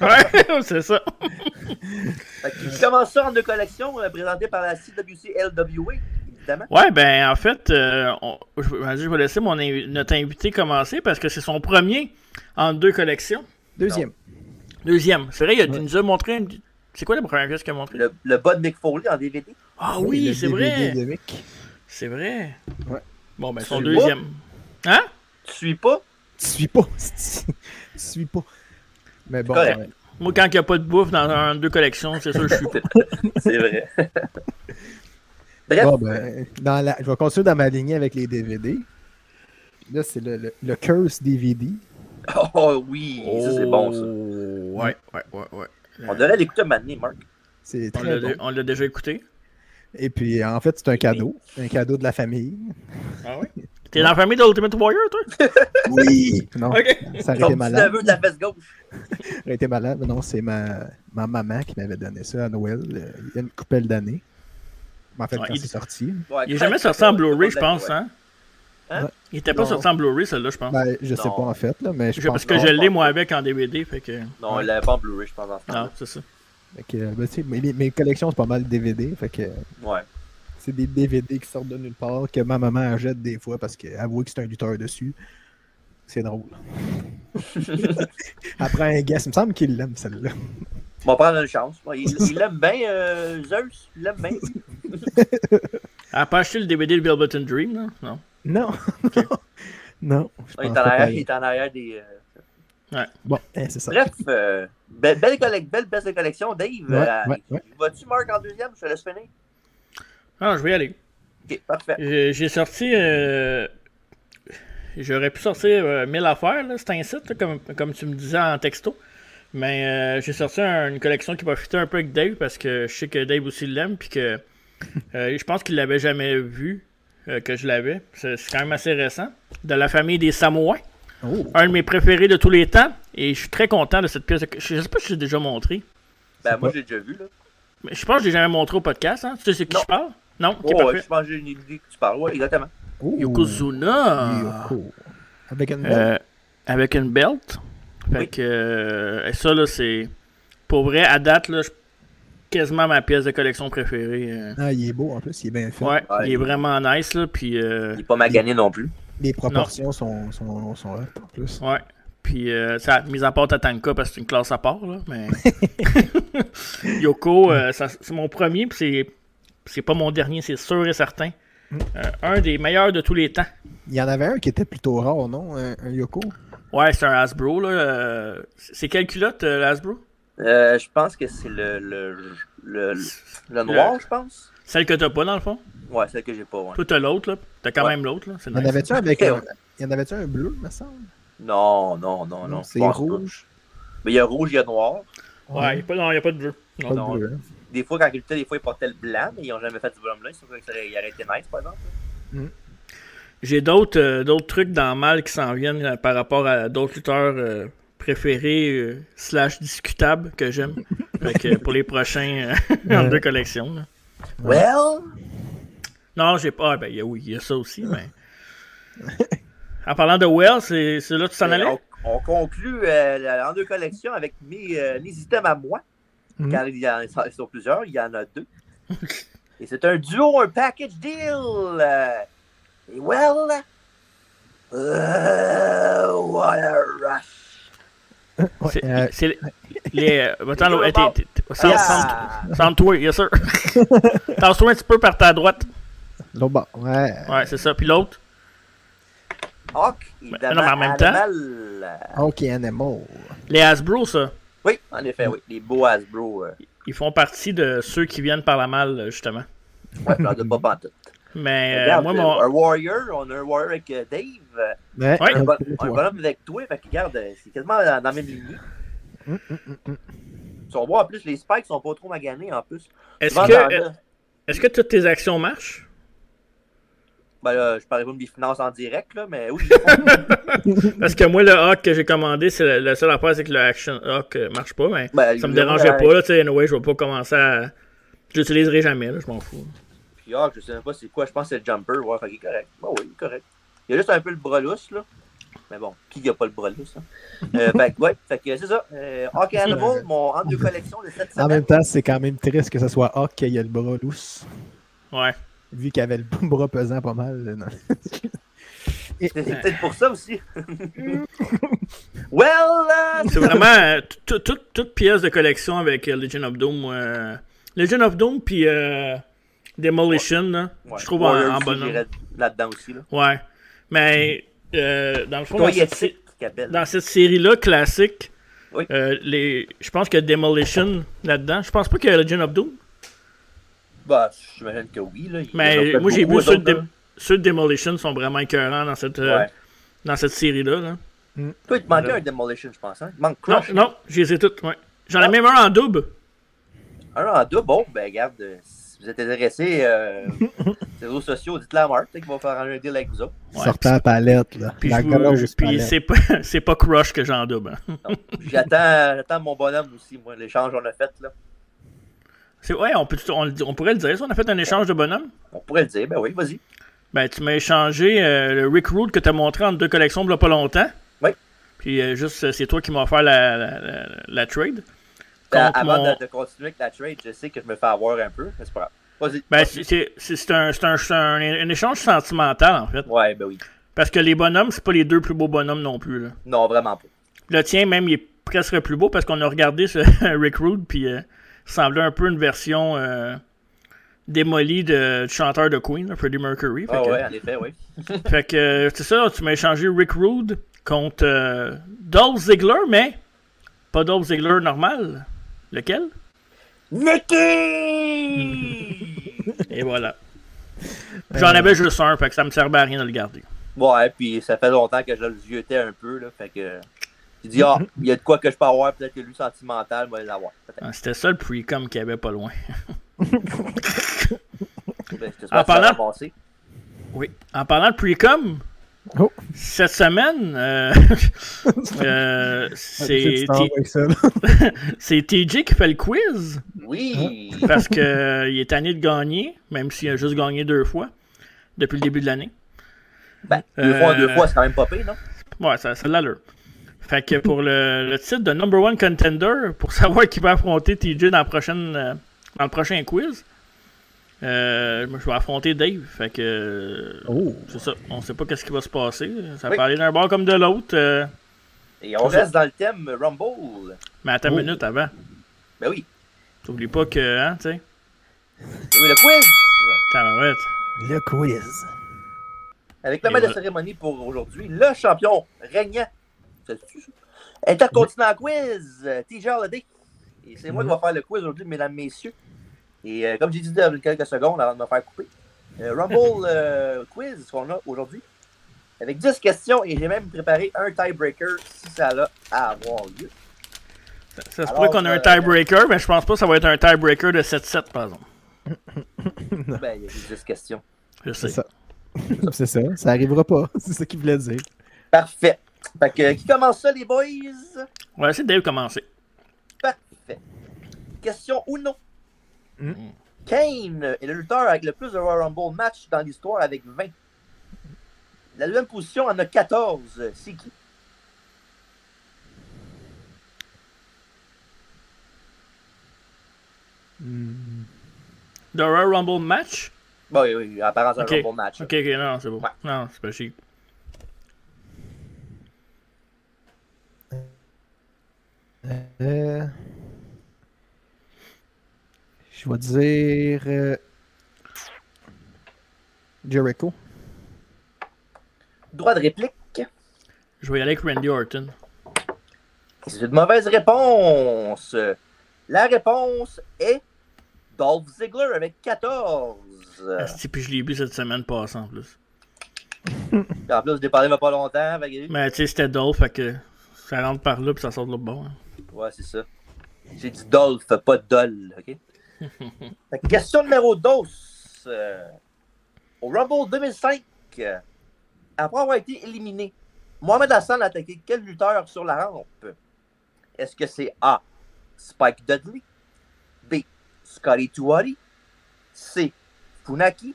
Ouais, c'est ça.
Fait que je commence ça en deux collections, euh, présentées par la CWC LWA, évidemment.
Ouais, ben en fait, euh, on- je, vas-y, je vais laisser mon invi- notre invité commencer parce que c'est son premier en deux collections.
Deuxième.
Deuxième. C'est vrai, il, a-
Ouais.
il nous a montré. une- C'est quoi la première pièce qu'il a montré?
Le, le bas de Mick Foley en DVD.
Ah oui,
Le
c'est
DVD
vrai.
de Mick.
C'est vrai.
Ouais.
Bon, ben son
Tu
deuxième. Hein?
Tu suis pas?
Tu suis pas. tu suis pas. Mais bon,
correct.
ouais.
Moi, quand il n'y a pas de bouffe dans un deux collections, c'est sûr que je suis.
C'est vrai. Bref,
Bon, ben, dans la- je vais continuer dans ma lignée avec les DVD. Là, c'est le, le- le Curse DVD. ben.
oh oui, ça c'est bon ça.
Oh, Ouais, ouais, ouais, ouais.
On devrait l'écouter un moment donné, Marc.
C'est
On
très
l'a,
bon.
on l'a déjà écouté.
Et puis, en fait, c'est un cadeau. Un cadeau de la famille.
Ah ouais? T'es dans la famille d'Ultimate Warrior, toi?
Oui! Non,
Ok.
ça aurait
Ton
été
petit
Ah, malade.
neveu de la fesse gauche.
Ça aurait été malade. Mais non, c'est ma, ma maman qui m'avait donné ça à Noël euh, il y a une couple d'années. En fait,
Ouais,
quand
il-
c'est sorti.
Ouais,
Il est jamais sorti en Blu-ray, je pense,
Ouais.
hein?
Hein?
Il était pas
Non.
sorti en Blu-ray, celle-là, je pense.
Ben, je sais
Non.
pas en fait, là, mais je
Je-
pense
parce que
non,
je
je
l'ai,
pense
moi,
pas. Ah.
avec en DVD, fait que...
Non, il l'avait pas en Blu-ray, je pense, en ce
Non,
temps-là.
c'est ça.
Fait que, euh, ben, tu sais, mes, mes- mes collections, c'est pas mal DVD. Fait que
Ouais.
c'est des DVD qui sortent de nulle part, que ma maman en jette des fois parce qu'elle voit que c'est un lutteur dessus. C'est drôle. Après un guess, il me semble qu'il l'aime celle-là.
Bon, prendre une chance. Ouais, il il l'aime bien, euh, Zeus. Il l'aime bien.
Elle a pas acheté le DVD de Bill Button Dream, là? Non.
Non! non! je
Ouais, il,
pense
est en
pas
arrière,
pareil.
il est en arrière des. euh,
Bon, hein, c'est ça.
Bref, euh, Be- belle, collec- belle baisse de collection, Dave.
Ouais,
Euh,
ouais, ouais.
Vas-tu, Marc, en deuxième? Je te laisse finir.
Ah, je vais y aller.
OK, parfait.
J'ai j'ai sorti. euh, J'aurais pu sortir euh, mille affaires, là, c'est un site, là, comme, comme tu me disais en texto. Mais euh, j'ai sorti un- une collection qui va fitter un peu avec Dave parce que je sais que Dave aussi l'aime. Puis que euh, je pense qu'il l'avait jamais vu euh, que je l'avais. C'est c'est quand même assez récent. De la famille des Samoans.
Oh.
Un de mes préférés de tous les temps. Et je suis très content de cette pièce. de- Je sais pas si je l'ai déjà montré.
Ben, moi, j'ai déjà vu. Là.
Mais je pense que je l'ai jamais montré au podcast. Hein. Tu sais c'est qui
Non.
je parle Non Ok,
Oh, ouais,
parfait.
je pense que j'ai une idée que tu parles. Ouais, exactement.
Oh.
Yokozuna.
Yoko. Avec une belle.
Euh, avec une belt. Fait
Oui.
que euh, ça, là, c'est. Pour vrai, à date, là, je- quasiment ma pièce de collection préférée. euh.
Ah, il est beau en plus, il est bien fait.
Ouais,
Ouais.
il est vraiment nice, là. Puis, euh,
Il n'est pas magané non plus.
Les proportions sont, sont, sont hot en plus.
ouais. Puis, euh, ça, mis à part Tatanka, parce que c'est une classe à part, là. Mais. Yoko, euh, ça- c'est mon premier, puis c'est. C'est pas mon dernier, c'est sûr et certain. Euh, un des meilleurs de tous les temps.
Il y en avait un qui était plutôt rare, non Un, un Yoko
Ouais, c'est un Hasbro, là. euh, c'est quelle culotte, euh, le Hasbro?
Euh, je pense que c'est le, le, le, le, le noir, je pense.
Celle que t'as pas, dans le fond?
Ouais, celle que j'ai pas. ouais.
Toi, t'as l'autre, là. T'as quand
Ouais.
même l'autre, là. C'est
Il y en
nice.
avait-tu un avec
Ok,
un.
ouais.
Il y en avait-tu un bleu, me semble
Non, non, non, non.
c'est
je pense
rouge.
pas. Mais il y a rouge, il y a noir.
Ouais, y a pas, non, il n'y a pas de bleu.
Pas
Non.
de
non.
bleu, hein.
Des fois, quand ils luttaient, des fois, ils portaient le blanc, mais ils n'ont jamais fait du bonhomme là. Ils trouvaient que ça aurait il aurait été nice, par exemple.
J'ai d'autres euh, d'autres trucs dans Mal qui s'en viennent euh, par rapport à d'autres lutteurs euh, préférés, euh, slash discutables, que j'aime. Fait que, euh, pour les prochains, euh, en deux collections. là.
Well,
Non, j'ai pas. Ah, ben, y a- oui, il y a ça aussi, mais. En parlant de Wells, c'est c'est là que tu t'en allais?
on, on conclut euh, la- en deux collections avec mes, euh, mes items à moi.
Mhm.
Car il y en a, ils sont plusieurs, il y en a deux. Et c'est un duo, un package deal. euh, et well, euh, what a rush.
Ouais,
C'est
euh,
c'est les. euh, attends, là, hey, t'es- t'es- t'es- sans- sans-
Ah!
sans toi, yes sir. T'en souviens un petit peu par ta droite.
L'autre bord. Ouais.
Ouais, c'est ça. Puis l'autre,
Hawk, évidemment,
mais en même temps-
Animal.
Ah, Ok, Animal.
les Hasbro, ça.
Oui, en effet, oui. Les beaux Hasbro. euh,
Ils font partie de ceux qui viennent par la malle, euh, justement.
ouais, j'en doute pas pantoute.
Mais euh,
Regarde,
moi,
euh,
mon-
un Warrior, on a un Warrior avec euh, Dave, euh,
Ouais.
Ouais.
un, bon-
peu,
un
toi.
bonhomme avec toi, fait que regarde, euh, c'est quasiment dans, dans la même lignée. Si on voit en plus, les spikes sont pas trop maganés en plus.
est-ce
Souvent,
que,
dans-
est-ce que toutes tes actions marchent?
ben, là, je parlais pas de mes finances en direct, là, mais oui,
Parce que moi, le Hawk que j'ai commandé, c'est la, la seule affaire, c'est que le Action Hawk euh, marche pas, mais
Ben,
ça me
le-
dérangeait
euh,
pas. Là, tu sais, anyway, je vais pas commencer à. Je l'utiliserai jamais, là, je m'en fous.
puis Hawk, Ah, je sais même pas c'est quoi, je pense que c'est le jumper, ouais, fait qu'il est correct. Bah oui, il est correct. Il y a juste un peu le bras lousse, là. Mais bon, qui y a pas le bras lousse, hein? Euh, fait que, ouais, fait que c'est ça. Euh, Hawk et Animal, mon hand de collection de cette
En
semaine.
même temps, c'est quand même triste que ce soit Hawk qui ait le bras lousse,
Ouais.
vu qu'il avait le bras pesant pas mal. euh, non.
C'est c'est peut-être pour ça aussi. well, euh,
C'est vraiment euh, tout- tout- toute pièce de collection avec euh, Legend of Doom. euh, Legend of Doom, puis euh, Demolition, là,
ouais,
je trouve en,
Warrior
en
aussi,
bon ordre.
j'irais Là-dedans aussi. Là.
Ouais. Mais, euh, dans le fond, dans cette-
Toyetic, qui appelle.
dans cette série-là, classique,
Oui.
euh, les, je pense que Demolition là-dedans. Je pense pas qu'il y a Legend of Doom,
Bah, j'imagine que oui. Là, il y en a
mais
peut-être
moi j'ai
beaucoup,
vu ceux de,
d'autres, là.
ceux de Demolition sont vraiment écœurants dans cette, euh,
Ouais.
dans cette série-là. là.
Toi, il te manquait un Demolition, je pense. Hein? Il manque
Non,
Crush.
non, je les ai toutes. ouais. J'en ai
Ah.
même un en double.
Un en deux, bon, ben regarde, euh, si vous êtes intéressé, euh, les réseaux sociaux, dites-le à Marc, peut-être qu'il va faire arranger un deal avec vous autres.
Ouais,
Sortant la palette, là.
Puis,
la
je vous-
grosse
puis
palette.
c'est pas, c'est pas Crush que j'ai en double. hein.
Non. J'attends j'attends mon bonhomme aussi, moi, l'échange qu'on a fait, là.
C'est, ouais, on, peut, on, le dit- on pourrait le dire. ça, on a fait un échange de bonhommes.
On pourrait le dire, ben oui, vas-y.
Ben, tu m'as échangé euh, le Rick Rude que tu as montré en deux collections il y a pas longtemps.
Oui.
Puis euh, juste, euh, c'est toi qui m'as offert la, la- la- la trade.
Ben,
Contre
avant
mon-
de, de continuer avec la trade, je sais que je me fais avoir un peu, mais c'est pas grave. Vas-y.
Ben,
Vas-y.
c'est- c'est c'est- c'est un, c'est un, c'est un- un échange sentimental, en fait.
Ouais, ben oui.
Parce que les bonhommes, c'est pas les deux plus beaux bonhommes non plus. Là.
Non, vraiment pas.
Le tien, même, il est presque plus beau parce qu'on a regardé ce Rick Rude, puis euh, ça semblait un peu une version euh, démolie de, du chanteur de Queen, là, Freddie Mercury. Fait
Ah
que-
ouais, en effet, oui.
Fait que euh, c'est ça, tu m'as échangé Rick Rude contre euh, Dolph Ziggler, mais Pas Dolph Ziggler normal? Lequel?
Nucky!
Et voilà. J'en avais juste un, fait que ça me servait à rien de le garder.
ouais, puis ça fait longtemps que je le vieutais un peu, là. Fait que. Tu dis, ah, il y a de quoi que je peux avoir, peut-être que lui sentimental, va les avoir. peut-être.
Ah, C'était ça le pre-com qu'il y avait pas loin.
Ben, c'était
En
pas ça à
parlant-
ramasser.
Oui. En parlant de pre-com,
Oh.
cette semaine, euh, euh,
Tu
c'est
t'en vas avec ça, là.
c'est TJ qui fait le quiz
Oui!
parce qu'il est tanné de gagner, même s'il a juste gagné deux fois depuis le début de l'année.
Ben, deux fois en deux
Euh,
fois, c'est quand même pas pire, non?
Ouais, ça, ça a de l'allure. Fait que pour le, le titre de number one contender, pour savoir qui va affronter TJ dans, la prochaine, euh, dans le prochain quiz, euh, moi, je vais affronter Dave. Fait que euh,
Oh.
c'est ça. On sait pas qu'est-ce qui va se passer. Ça
Oui.
peut aller d'un bord comme de l'autre. euh,
Et on
ça.
reste dans le thème Rumble.
mais attends
Oh.
une minute avant.
Ben oui,
T'oublies pas que, hein, tu sais.
c'est le quiz!
Tabarouette.
Le quiz.
Avec le
Et
maître de
voilà.
cérémonie pour aujourd'hui, le champion régnant. C'est-tu ça? Intercontinent quiz, euh, TJ Holiday. Et c'est moi
Mhm.
qui vais faire le quiz aujourd'hui, mesdames, messieurs. Et euh, comme j'ai dit il y a quelques secondes avant de me faire couper, euh, Rumble euh, quiz qu'on a aujourd'hui. Avec 10 questions et j'ai même préparé un tiebreaker si ça a à avoir lieu.
Ça, ça se
Alors,
pourrait qu'on a
euh,
un tiebreaker, mais je pense pas que ça va être un tiebreaker de 7-7, par exemple.
Ben, il y a juste 10 questions.
Je sais.
C'est ça. C'est ça. Ça arrivera pas. C'est ça qu'il voulait dire.
Parfait. Fait que, euh, qui commence ça, les boys?
On va essayer de Dave commencer.
Parfait. Question ou non?
Mm.
Kane est le lutteur avec le plus de Royal Rumble match dans l'histoire avec 20. La deuxième position en a 14. C'est qui?
The Royal Rumble match?
Bon, oui, oui, apparence
Ok.
un Rumble match.
Ok, ok, non, c'est bon.
Ouais.
Non, c'est pas chic.
Euh, Je vais dire. euh, Jericho.
Droit de réplique.
Je vais y aller avec Randy Orton.
C'est une mauvaise réponse. La réponse est Dolph Ziggler avec 14. Euh.
Asti, puis je l'ai bu cette semaine passée en plus.
En plus, je dépendais il y a pas longtemps. fait que-
Mais tu sais, c'était Dolph, fait que ça rentre par là puis ça sort de l'autre bord. hein.
Ouais, c'est ça. J'ai dit Dolph, pas Dol, OK? Fait que question numéro 2. euh, au Rumble 2005, euh, après avoir été éliminé, Mohamed Hassan a attaqué quel lutteur sur la rampe? Est-ce que c'est A, Spike Dudley, B, Scotty Tuari, C, Funaki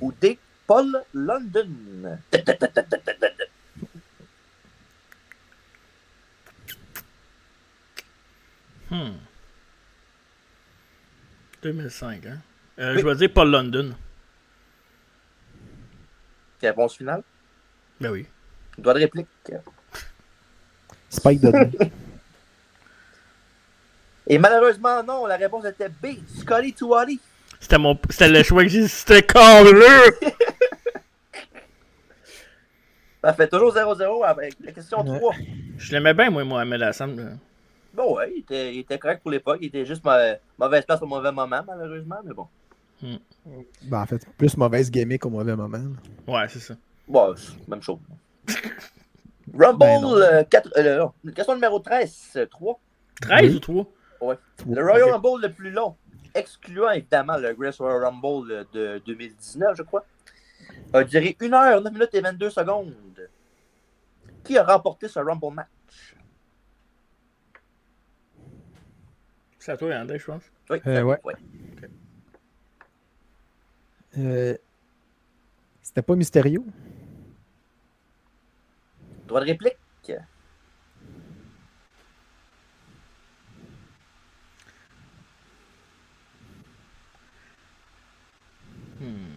ou D, Paul London?
Hmm. 2005, hein. Euh, Je vais dire Paul London.
Réponse finale.
Ben oui.
Droit de réplique.
Spike Dudley.
Et malheureusement, non, la réponse était B, Scotty Tuari.
C'était mon, c'était le choix que j'ai, c'était câbleux!
Parfait, toujours 0-0 avec la question
Ouais.
3.
Je l'aimais bien, moi, Mohamed Hassan. là.
Bon, ouais, il était, il était correct pour l'époque. Il était juste ma- mauvaise place au mauvais moment, malheureusement, mais bon.
ben, en fait, plus mauvaise gimmick au mauvais moment. là.
Ouais, c'est ça.
Bon, c'est même chose. Rumble,
Ben non.
euh, quatre- euh, non, question numéro 13, euh, 3.
13 ou 3?
Le Royal
Ok.
Rumble le plus long, excluant évidemment le Great Royal Rumble euh, de 2019, je crois, a duré 1 heure, 9 minutes et 22 secondes. Qui a remporté ce Rumble match?
C'est à toi, André, je pense.
Oui,
Euh, ouais.
ouais.
Euh, C'était pas Mysterio.
Droit de réplique?
Hmm.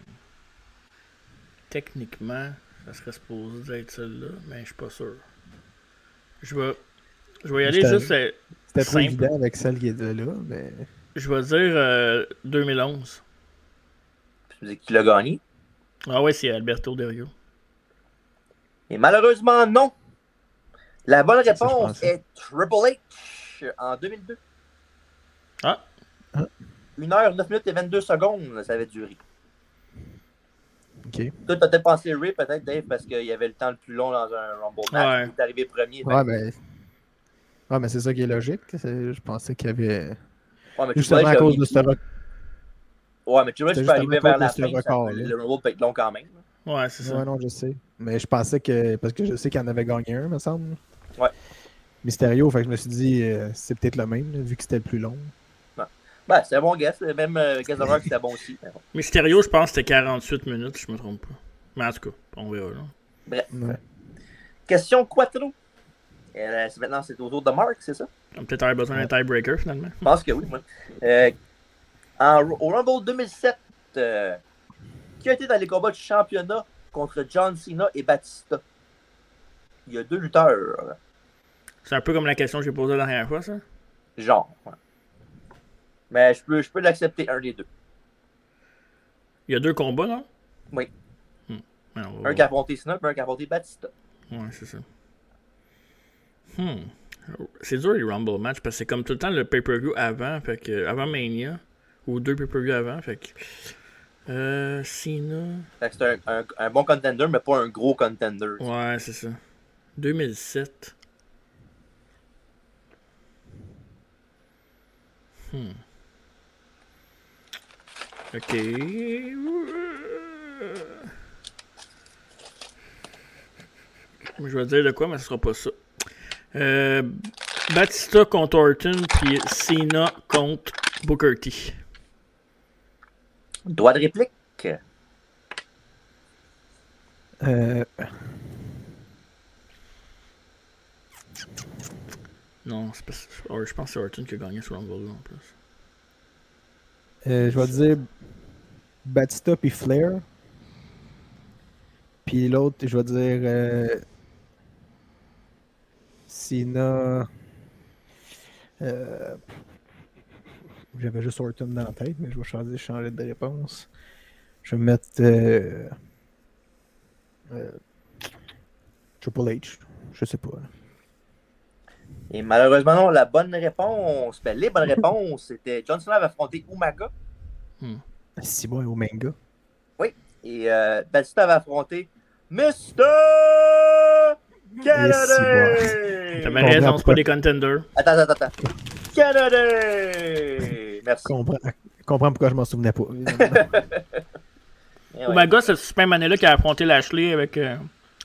Techniquement, ça serait supposé être celle-là, mais je suis pas sûr. Je vais, je vais y aller
Je t'avoue.
juste. euh,
C'était trop
Simple.
évident avec celle qui était là, mais.
Je vais dire euh, 2011.
Je me dis qui l'a gagné.
Ah ouais, c'est Alberto Del Rio.
Et malheureusement, non. La bonne
C'est ça que je
réponse
pensais.
est Triple H. match en 2002.
Ah.
1 Hein? heure, 9 minutes et 22 secondes, ça avait duré.
Ok.
Toi, t'as peut-être pensé Ray, peut-être, Dave, parce qu'il y avait le temps le plus long dans un Rumble match.
Ouais.
Il est arrivé premier. fait-
Ouais, mais. Ouais, mais c'est ça qui est logique. c'est- Je pensais qu'il y avait.
Ouais, mais tu
Justement
vois
à
que-
cause de ce record.
Ouais, mais tu vois, je
C'était
peux arriver
justement
vers
à
la
cause de
fin.
ce
ça-
record-là.
Le Rumble peut être long quand même.
Ouais, c'est ça.
Ouais, non, je sais. Mais je pensais que. Parce que je sais qu'il en avait gagné un, me semble.
Ouais.
Mysterio, fait que je me suis dit, euh, c'est peut-être le même, là, vu que c'était le plus long.
Ben, c'est un bon guess. Même euh, Gazarock, c'était bon aussi. mais bon.
Mysterio, je pense que c'était 48 minutes, si je me trompe pas. Mais en tout cas, on verra. Là.
Ouais.
Question Quattro. Et, euh, c'est- maintenant, c'est au tour de Mark, c'est ça?
On va peut-être avoir besoin d'un tiebreaker finalement.
Je pense que oui, moi. Euh, en Ru- au Rumble 2007, euh, qui a été dans les combats du championnat contre John Cena et Batista? Il y a deux lutteurs,
C'est un peu comme la question que j'ai posée la dernière fois, ça.
genre. ouais. Mais je peux, je peux l'accepter, un des deux.
Il y a deux combats, non?
Oui.
Hmm. Ouais, on va
Un qui a affronté Cena, puis un qui a affronté Batista.
Ouais, c'est ça. Hmm. C'est dur les Rumble matchs parce que c'est comme tout le temps le pay-per-view avant, fait que avant Mania, ou deux pay-per-view avant, fait que. Euh. Cena.
Fait que c'est un, un- un bon contender, mais pas un gros contender.
Ouais, c'est ça. 2007. Hmm. Ok. Je vais dire de quoi, mais ce sera pas ça. Euh, Batista contre Orton, puis Cena contre Booker T.
Droit de réplique.
Euh,
Non, c'est pas or- Je pense que c'est Orton qui a gagné sur Rumble en plus.
euh, je vais dire Batista puis Flair. Puis l'autre, je vais dire euh, Cena. euh, J'avais juste Orton dans la tête, mais je vais changer, changer de réponse. Je vais mettre euh, euh, Triple H. Je sais pas. hein. là.
Et malheureusement, non, la bonne réponse, ben, les bonnes réponses, c'était John Cena avait affronté Umaga
Si bon, au manga.
et euh, Batista avait affronté Mr.
T'avais
Kennedy!
Bon,
raison,
ben,
c'est pas des contenders.
Attends, attends, attends. Kennedy! Merci.
Comprends, comprends pourquoi je m'en souvenais pas. évidemment.
Eh ouais.
Omaga, c'est cette même année-là qui a affronté Lashley avec euh,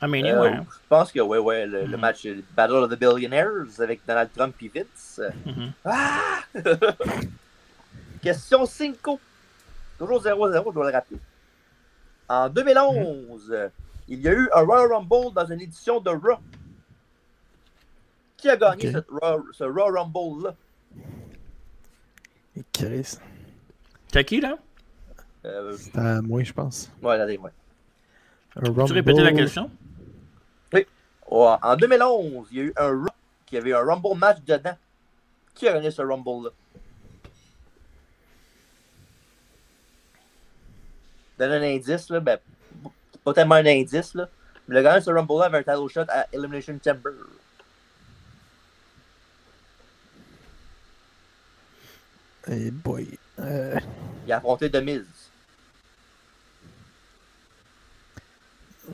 à Mania,
Euh,
ouais.
Je pense que, ouais, ouais, le, le
Mhm.
match euh, Battle of the Billionaires avec Donald Trump et Vince.
Mhm.
Ah! Question 5. Toujours 0-0, je dois le rappeler. En 2011, euh, il y a eu un Royal Rumble dans une édition de Raw. Qui a gagné
Ok.
cette Raw- ce Raw Rumble-là?
Et Chris,
T'as qui, là?
Euh,
c'est à moi, je pense.
ouais, regardez, ouais.
Un
Tu
Rumble.
répétais la question?
Ouais, En 2011, il y a eu un Raw qui avait un Rumble match dedans. Qui a gagné ce Rumble-là? Donne un indice, là, ben, pas tellement un indice, là. Mais le gagnant de ce Rumble-là avait un title shot à Elimination Chamber.
Eh boy. Euh,
Il a affronté The Miz.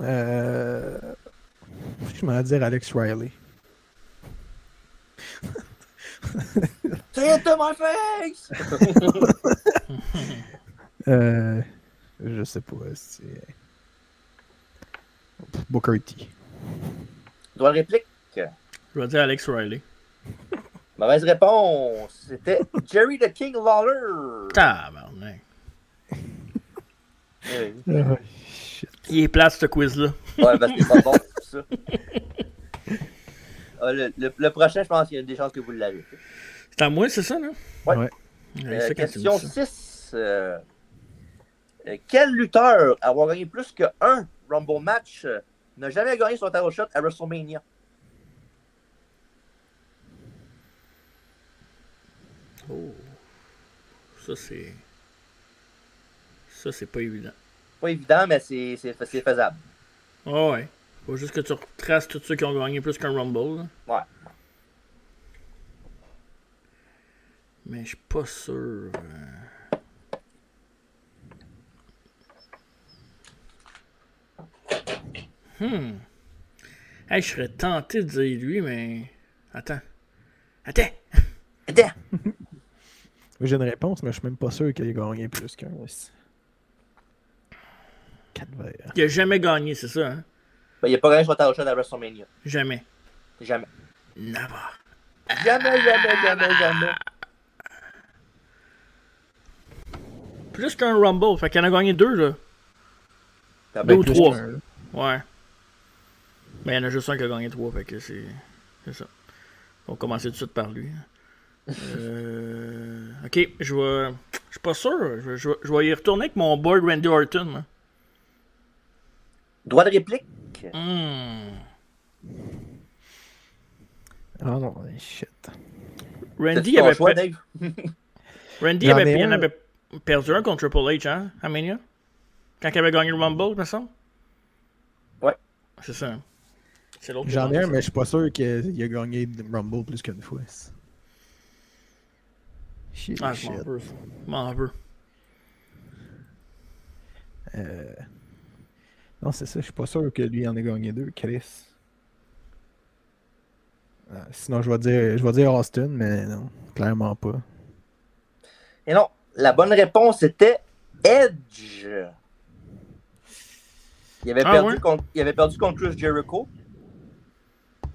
euh... Je m'en vais dire Alex Riley.
Say it to my face!
Euh... Je sais pas si. Booker T.
Droit de réplique.
Je vais dire Alex Riley.
Mauvaise réponse. C'était Jerry the King Lawler.
Tabarnak.
Euh,
Ah
Oh, shit.
Il est place, ce quiz-là.
Ouais, parce que c'est pas bon, c'est ça. Ah, le, le- le prochain, je pense qu'il y a des chances que vous l'avez.
C'est à moi, c'est ça, là?
Ouais.
Ouais.
Ouais,
Euh,
c'est quand tu
question
me dis ça.
6. euh, euh, quel lutteur avoir gagné plus qu'un Rumble match euh, n'a jamais gagné son title shot à WrestleMania?
Oh. Ça, c'est. Ça, c'est pas évident.
Pas évident, mais c'est c'est- c'est faisable.
Ouais, Ah ouais. Faut juste que tu retraces tous ceux qui ont gagné plus qu'un Rumble. là.
Ouais.
Mais je suis pas sûr. euh. Hmm. Hey, je serais tenté de dire lui, mais. Attends. Attends!
Attends!
J'ai une réponse, mais je suis même pas sûr qu'il ait gagné plus qu'un. 4 verres.
Il a jamais gagné, c'est ça, hein?
Ben, il a pas gagné son title shot à WrestleMania.
Jamais.
Jamais.
Never.
Jamais, jamais, jamais, jamais.
Plus qu'un Rumble, fait qu'il en a gagné deux, là.
T'as
Deux
bien
ou
Ah, ben, plus
trois.
qu'un, là.
Ouais. Mais il y en a juste un qui a gagné trois, fait que c'est. C'est ça. On va commencer tout de suite par lui. Euh... Ok, je vais. Je suis pas sûr. Je vais, je vais- je vais y retourner avec mon board Randy Orton, moi.
Droit de réplique?
Hmm.
Ah non, eh, shit.
Randy il
T'as-tu ton
avait,
choix,
pe-
Dave?
Randy
J'en
avait,
ai
il en
un.
avait perdu un contre Triple H, hein, à Mania? Quand il avait gagné le Rumble, me semble?
Ouais.
C'est ça. C'est l'autre. qui a
J'en ai
gagné ça.
un, mais je suis pas sûr qu'il a gagné le Rumble plus qu'une fois. Shit,
Ah, je
shit.
m'en veux. ça. Je m'en veux.
Euh, Non, c'est ça, je suis pas sûr que lui en ait gagné deux, Chris. Ah, Sinon, je vais dire, je vais dire Austin, mais non, clairement pas.
Et non, la bonne réponse était Edge. Il avait,
Ah
perdu,
ouais?
contre, il avait perdu contre Chris Jericho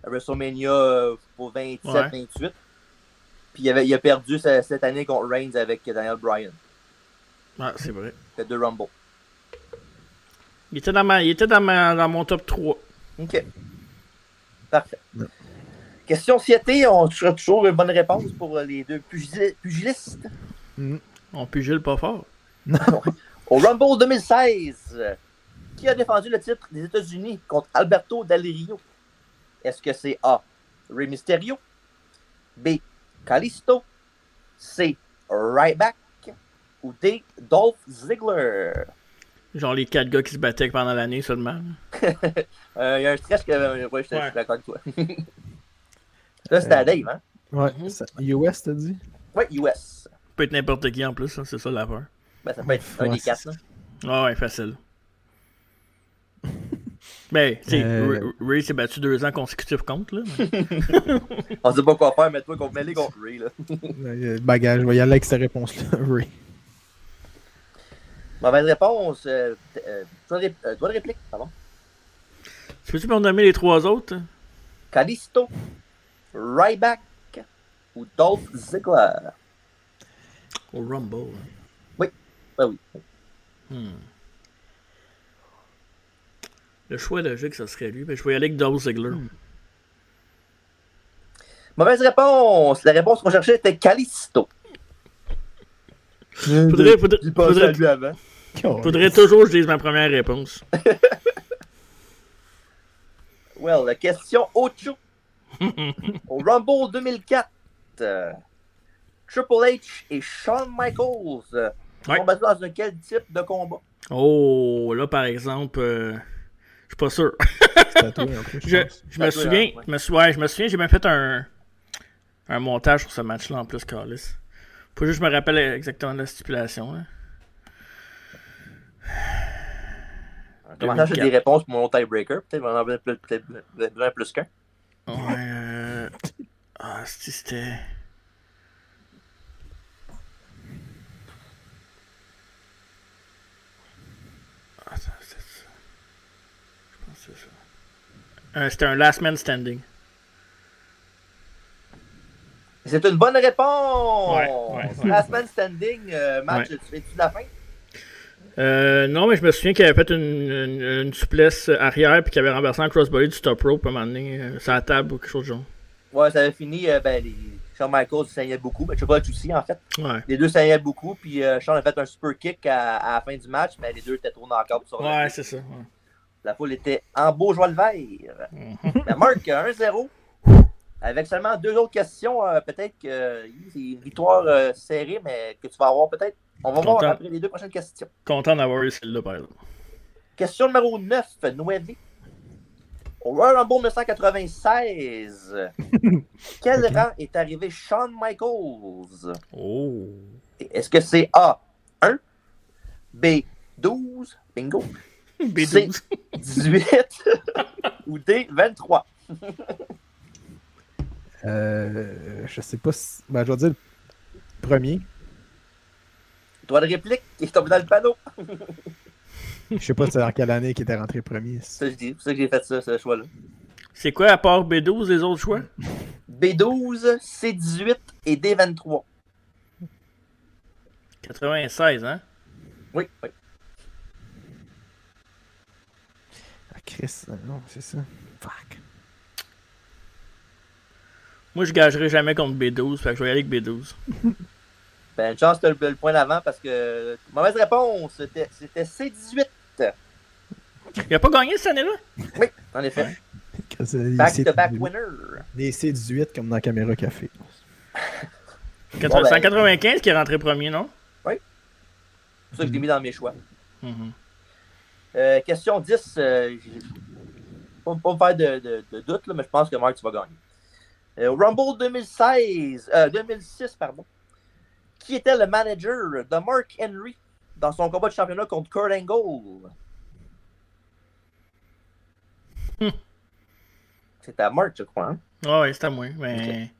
à WrestleMania euh, pour 27-28. Puis il, avait, il a perdu ce- cette année contre Reigns avec Daniel Bryan.
Ah, c'est vrai.
C'était deux Rumble.
Il était dans, ma, il était dans, ma, dans mon top 3.
OK. Parfait.
Ouais.
Question société, on sera toujours une bonne réponse pour euh, les deux pugil- pugilistes.
On pugile pas fort.
Au Rumble 2016, euh, qui a défendu le titre des États-Unis contre Alberto Del Rio? Est-ce que c'est A. Rey Mysterio? B. Kalisto? C. Ryback? Ou D. Dolph Ziggler?
Genre les 4 gars qui se battaient pendant l'année seulement.
Il y a un stress que. euh, ouais, je suis
Ouais.
d'accord avec toi. Là, c'était à
Euh.
Dave, hein?
Ouais,
Mhm.
ça- US, t'as dit
Ouais, US.
Peut être n'importe qui en plus, hein, c'est ça la peur.
Ben, ça peut être un
Ouais,
des
c'est
quatre.
ça.
là.
Ah ouais, facile. Ben, tu sais,
Euh.
Ray- Ray s'est battu deux ans consécutifs contre, là. mais-
On sait pas quoi faire, mais toi, qu'on met les contre Ray, là.
Euh, Bagage, je vais y aller avec cette réponse-là. Ray.
Mauvaise réponse. Euh, t- euh, doigt de ré- euh, doigt de réplique, pardon.
tu peux-tu me nommer les trois autres? hein?
Kalisto, Ryback ou Dolph Ziggler?
Au Rumble. hein.
Ben oui.
Hmm. Le choix logique, ça serait lui. Ben, je vais y aller avec Dolph Ziggler.
Mauvaise réponse! La réponse qu'on cherchait était Kalisto.
Faudrait, faudrait,
J'ai pensé à
faudrait,
lui avant.
faudrait toujours que je dise ma première réponse.
Well, la question Ocho. Au Rumble 2004, euh, Triple H et Shawn Michaels euh,
Ouais.
sont battus dans un quel type de combat?
Oh, là, par exemple, euh, je suis pas sûr.
C'était toi, en plus, je
hein. Je,
pense.
je me
Ça doit,
souviens,
ouais.
je me sou- ouais, je me souviens, j'ai même fait un, un montage sur ce match-là en plus, Carlis. Faut juste que je me rappelle exactement la stipulation. là.
Maintenant, j'ai
2004.
des réponses pour mon tiebreaker. Peut-être qu'on en a plus- peut-être besoin plus qu'un.
Ouais, euh, Ah, si c'était. Ah, ça, c'est ça. Je pense que c'est ça. Euh, c'était un last man standing.
C'est une bonne réponse!
Ouais, ouais, ouais.
Last man standing, euh, match,
Ouais.
tu fais-tu de la fin?
Euh, non, mais je me souviens qu'il avait fait une, une, une souplesse arrière puis qu'il avait renversé un crossbody du top rope à un moment donné, euh, sur la table ou quelque chose de genre.
Ouais, ça avait fini, euh, ben, les... Shawn Michaels saignait beaucoup, ben, mais Triple H aussi, en fait.
Ouais.
Les deux saignaient beaucoup, puis euh, Shawn a fait un super kick à, à la fin du match, mais les deux étaient trop encore pour se relever.
Ouais, c'est ça. ouais.
La foule était en beau joie le vert. La marque euh, 1-0, avec seulement deux autres questions, euh, peut-être que euh, c'est une victoire euh, serrée, mais que tu vas avoir peut-être. On va voir
Content.
après les deux prochaines questions.
Content d'avoir eu celle-là, par exemple.
Question numéro 9, Noévé. Au Royal Rumble 1996, quel
Ok.
rang est arrivé Shawn Michaels?
Oh.
Est-ce que c'est A, 1, B, 12, bingo,
B12.
18 ou D, 23?
Euh, je sais pas si. Ben, je vais dire le premier.
Droit de réplique qui est tombé dans le panneau.
Je sais pas c'est dans quelle année qu'il était rentré premier.
C'est ça que je dis, c'est ça que j'ai fait ça, ce choix-là.
C'est quoi à part B12 les autres choix?
B12, C18 et D23.
96, hein?
Oui, oui.
Ah, Chris, euh, non, c'est ça. Fuck.
Moi, je gagerai jamais contre B12, fait que je vais y aller avec B12.
Ben, une chance, t'as le, le point d'avant parce que. Mauvaise réponse, c'était c'était C18.
Il a pas gagné cette année-là?
Oui, en effet.
Chris, euh, il s'est-
Back-to-back winner.
Des C18 comme dans Caméra Café.
80-
ben.
195 qui est rentré premier, non?
C'est ça que j'ai mis dans mes choix. Mm-hmm.
Mhm.
Euh, question 10. euh, j'ai- pas, pas me faire de, de- de doute, là, mais je pense que Marc, tu vas gagner. Euh, Rumble 2016, euh, 2006, pardon. Qui était le manager de Mark Henry dans son combat de championnat contre Kurt Angle?
Hmm.
C'est à Mark, je crois. hein?
Ah ouais, c'est à moi, mais.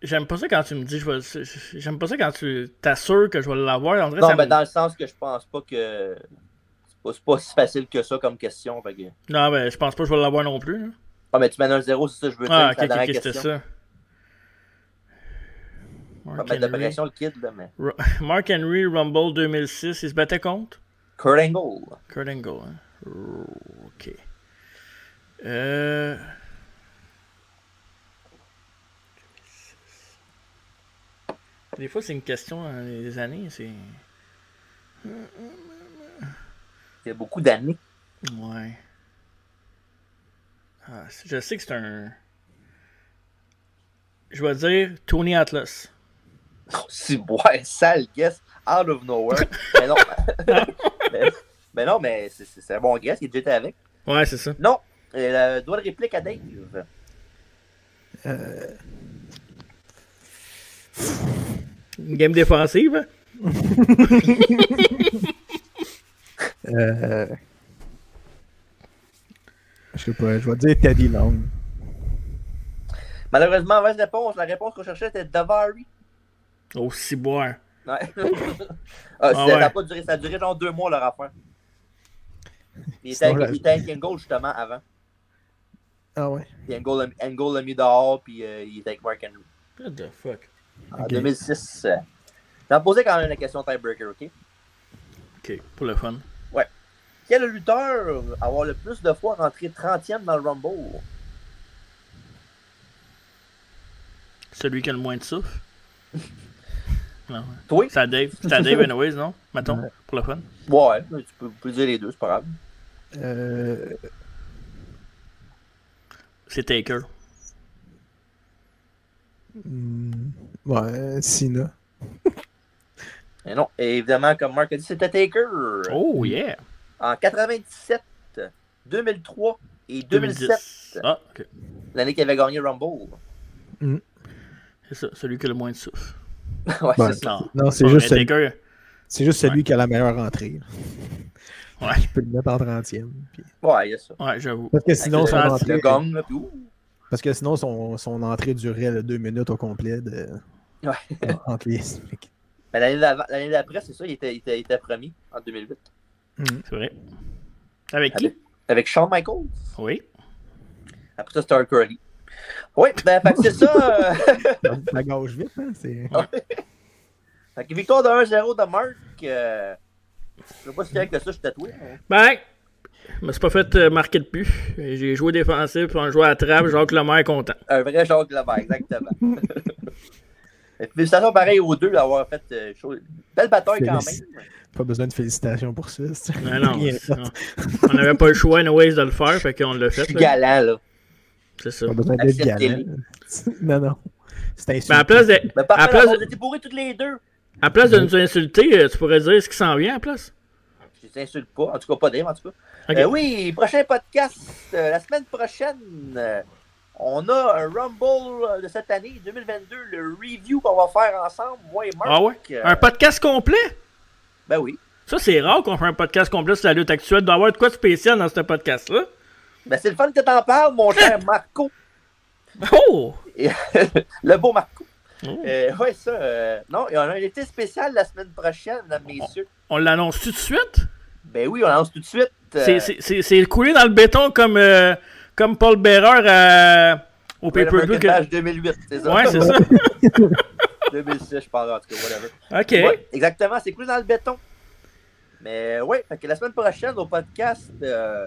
J'aime pas ça quand tu me dis, je vais- j'aime pas ça quand tu t'assures que je vais l'avoir. En vrai,
Non,
ça
mais
me-
ben, dans le sens que je pense pas que. C'est pas, c'est pas si facile que ça comme question. fait que-
non, mais je pense pas que je vais l'avoir non plus. là.
Ah, mais tu mènes un zéro, c'est ça que je veux dire.
Ah,
c'est la
ok, ok,
dernière
ok, c'était
question.
ça.
Pas
Mark
mettre de
Henry.
pression, le kid, là, mais.
Ru- Mark Henry, Rumble 2006, il se battait contre
Kurt Angle.
Kurt Angle. hein. Oh, Ok. Euh... Des fois, c'est une question hein, des années. C'est.
Il y a beaucoup d'années.
Ouais. Ah, c'est- je sais que c'est un. Je vais dire Tony Atlas.
Oh, Si, ouais, sale guess, out of nowhere. mais non. mais, mais non, mais c'est- c'est c'est un bon guess, il est déjà été avec.
Ouais, c'est ça.
Non, euh, doigt de réplique à Dave.
Une game défensive. hein?
Euh... Je sais pas, je vais dire Teddy Long.
Malheureusement, mauvaise réponse. La réponse qu'on cherchait était Davari.
Oh, ciboire.
Ouais. Ah,
Ah
c'est-
ouais.
ça, a pas duré, ça a duré genre deux mois leur affaire. Il était
Sinon,
avec,
la-
il était avec Angle justement avant.
Ah ouais.
Puis Angle, l'a- Angle l'a mis dehors, puis euh, il était avec Mark Henry.
What the fuck?
En
Ok.
2006. euh, J'en posais quand même la question tiebreaker, ok?
Ok, pour le fun.
Quel lutteur va avoir le plus de fois rentré 30e dans le Rumble?
Celui qui a le moins de souffle. Non.
Toi?
C'est à Dave. C'est à Dave anyways, non? Mettons, pour le fun.
Ouais, tu peux, tu peux dire les deux, c'est pas grave.
Euh...
C'est Taker.
hmm, Ouais, Sina.
Et non, et évidemment, comme Mark a dit, c'était Taker.
Oh yeah!
En 97, 2003 et 2007,
2010. Ah, ok.
l'année qu'il avait gagné Rumble.
C'est ça, celui qui a le moins de souffle.
ouais,
Ouais.
c'est ça.
Non,
Non, c'est
pas
juste
vrai,
celui,
Taker.
c'est juste celui qui a la meilleure entrée.
Ouais.
Je peux le mettre en 30e. puis-
Ouais, il y a ça.
Ouais, j'avoue.
Parce que sinon,
Avec
son
le-
ça,
entrée,
Le gong, là, puis ouh.
parce que sinon son, son entrée durait là, deux minutes au complet de...
Ouais.
entre les... Fait que-
Mais l'année d'avant- l'année d'après, c'est ça, il était, il était- il était premier en 2008.
Hmm.
C'est vrai. Avec qui?
Avec Shawn Michaels.
Oui.
Après ça, c'était un Curly. Oui, ben, fait que c'est ça. euh,
Ça gauche vite, hein? C'est...
Fait que victoire de 1-0 de Mark. euh, Je sais pas si c'est avec ça, je suis tatoué. hein.
Ben, je me suis pas fait euh, marquer de but. J'ai joué défensif, puis on jouait à trappe. Jacques Lemaire est content.
Un vrai Jacques Lebert, exactement. Et Félicitations pareil aux deux d'avoir fait euh, chose- belle bataille quand
Félici-
même.
Pas besoin de félicitations pour ça. c'est-
Non, non.
Rien
c'est-
fait.
On n'avait pas le choix, anyways, de le faire, fait qu'on l'a
Je suis
fait. là.
galant, là.
C'est ça. Ben,
Pas besoin d'être
Acceptez-les.
galant. non, non. C'est
Mais Ben, à
insultant.
place de,
Mais
à
par
place,
contre, on était bourrés toutes les deux.
à place de nous insulter, euh, tu pourrais dire ce qui s'en vient à place.
Je les insulte pas. En tout cas, pas d'aime, en tout cas. Okay. Euh, oui, prochain podcast, euh, la semaine prochaine, euh, on a un Rumble de cette année, 2022, le review qu'on va faire ensemble, moi et Marc. euh,
Ah ouais? Un podcast complet?
Ben oui.
Ça, c'est rare qu'on fait un podcast complet sur la lutte actuelle. Il doit y avoir de quoi de spécial dans ce podcast-là.
Ben, c'est le fun que t'en parles, mon cher Marco.
Oh!
le beau Marco.
Mmh.
Oh. ouais, ça. euh, non, il y a un été spécial la semaine prochaine, mesdames, messieurs.
On l'annonce tout de suite?
Ben oui, on l'annonce tout de suite.
Euh... C'est coulé dans le béton comme, euh, comme Paul Bearer euh, au ouais, pay-per-view.
Que... 2008, c'est ça.
Ouais, c'est ça.
2006, je parle en tout cas, whatever.
OK.
Ouais, exactement, c'est coulé dans le béton. Mais ouais, fait que la semaine prochaine, au podcast, euh,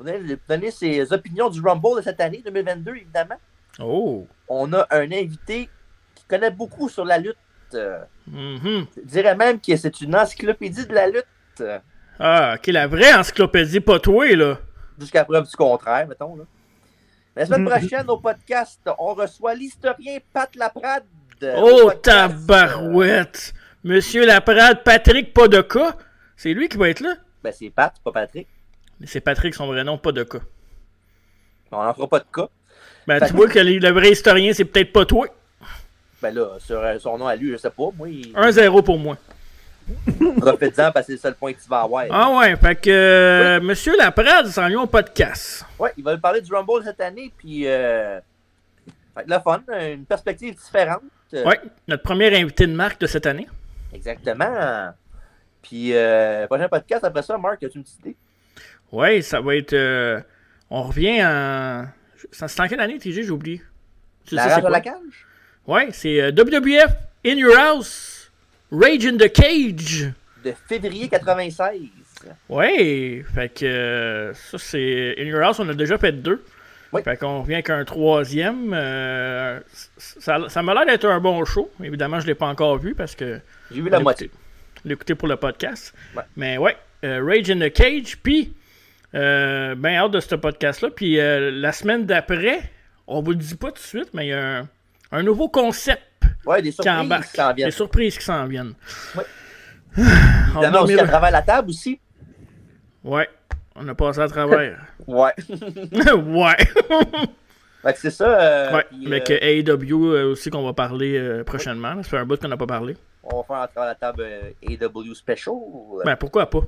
on va donner ses opinions du Rumble de cette année, 2022, évidemment.
Oh.
On a un invité qui connaît beaucoup sur la lutte. euh,
Mm -hmm.
Je dirais même que c'est une encyclopédie de la lutte.
Ah, qui est la vraie encyclopédie, pas toi, là.
Jusqu'à preuve du contraire, mettons, là. La semaine prochaine, au podcast, on reçoit l'historien Pat Laprade. Euh,
Oh, tabarouette! Monsieur Laprade, Patrick pas de cas. C'est lui qui va être là?
Ben, c'est Pat, pas Patrick.
Mais c'est Patrick, son vrai nom, pas de cas.
On n'en fera pas de cas.
Ben, Patrick... tu vois que le vrai historien, c'est peut-être pas toi.
Ben là, sur son nom à lui, je sais pas. Moi, il...
1-0 pour moi.
Profite-en parce que c'est le seul point que tu vas avoir.
Ah ouais, fait que euh, oui. Monsieur Laprade s'en au podcast.
Ouais, il va nous parler du Rumble cette année, puis euh, fait que le fun, une perspective différente.
Ouais, notre premier invité de marque de cette année.
Exactement. Puis euh, prochain podcast après ça, Marc, as-tu une petite idée?
Ouais, ça va être. euh, on revient en. C'est en quelle année, TG, j'ai oublié?
Tu la sais, rage de la cage?
Ouais, c'est WWF In Your House. Rage in the Cage.
De février 96.
Ouais, fait que euh, ça c'est. In Your House, on a déjà fait deux.
Oui.
Fait qu'on revient qu'un troisième. Euh, ça, ça m'a l'air d'être un bon show. Évidemment, je ne l'ai pas encore vu parce que.
J'ai
Ben,
vu la moitié.
L'écouter pour le podcast.
Ouais.
Mais ouais, euh, Rage in the Cage. Puis, ben, hâte de ce podcast-là. Puis, euh, la semaine d'après, on vous le dit pas tout de suite, mais il y a un, un nouveau concept
Ouais, des surprises qui s'en viennent.
Des surprises qui s'en viennent.
Ouais. Évidemment, on aussi à travers la table aussi.
Ouais, on a passé à travers.
ouais.
ouais.
fait que c'est ça. Euh,
ouais, puis, avec euh, AEW euh, aussi qu'on va parler euh, prochainement. Ouais. Ça fait un bout qu'on n'a pas parlé.
On va faire à travers la table AEW Special.
Ben pourquoi pas?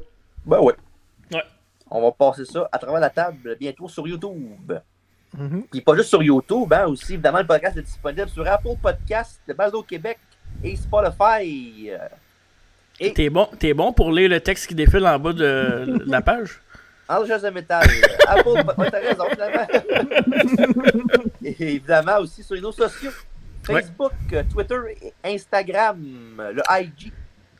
Ben ouais.
Ouais.
On va passer ça à travers la table bientôt sur YouTube.
Mm -hmm.
Puis pas juste sur YouTube, hein, aussi, évidemment, le podcast est disponible sur Apple Podcast, de Baldo Québec et Spotify.
Et... T'es bon, es bon pour lire le texte qui défile en bas de, de la page?
En de métal. euh, Apple Podcast, t'as raison, finalement. et évidemment, aussi sur les réseaux sociaux. Facebook, ouais. Twitter, Instagram, euh, le IG.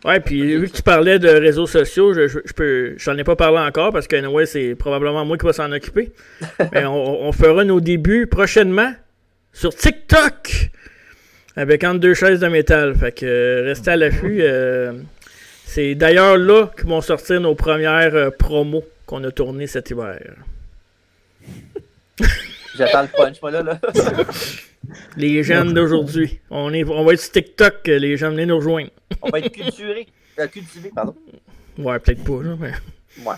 Ouais, puis vu que tu parlais de réseaux sociaux, je, je, je peux, j'en ai pas parlé encore parce que anyway, c'est probablement moi qui va s'en occuper. Mais on, on, fera nos débuts prochainement sur TikTok avec entre deux chaises de métal. Fait que euh, restez à l'affût. Euh, c'est d'ailleurs là que vont sortir nos premières euh, promos qu'on a tournées cet hiver.
J'attends le punch, moi là. là.
les jeunes d'aujourd'hui. On, est, on va être sur TikTok, les jeunes, venez nous rejoindre.
on va être culturés. Euh, cultivés, pardon.
Ouais, peut-être pas, là, mais.
Ouais.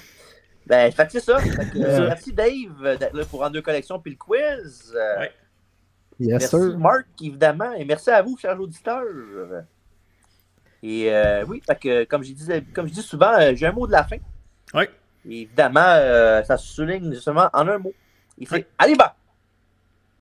Ben, fait que c'est ça. Fait que, euh, merci Dave d'être là pour en deux collections puis le quiz. Euh,
ouais.
Yes,
merci
sir.
Marc, évidemment. Et merci à vous, chers auditeurs. Et euh, oui, fait que, comme, je dis, comme je dis souvent, euh, j'ai un mot de la fin. euh,
Ouais.
Et évidemment, ça se souligne justement en un mot. Il fait ouais. Allez, bas!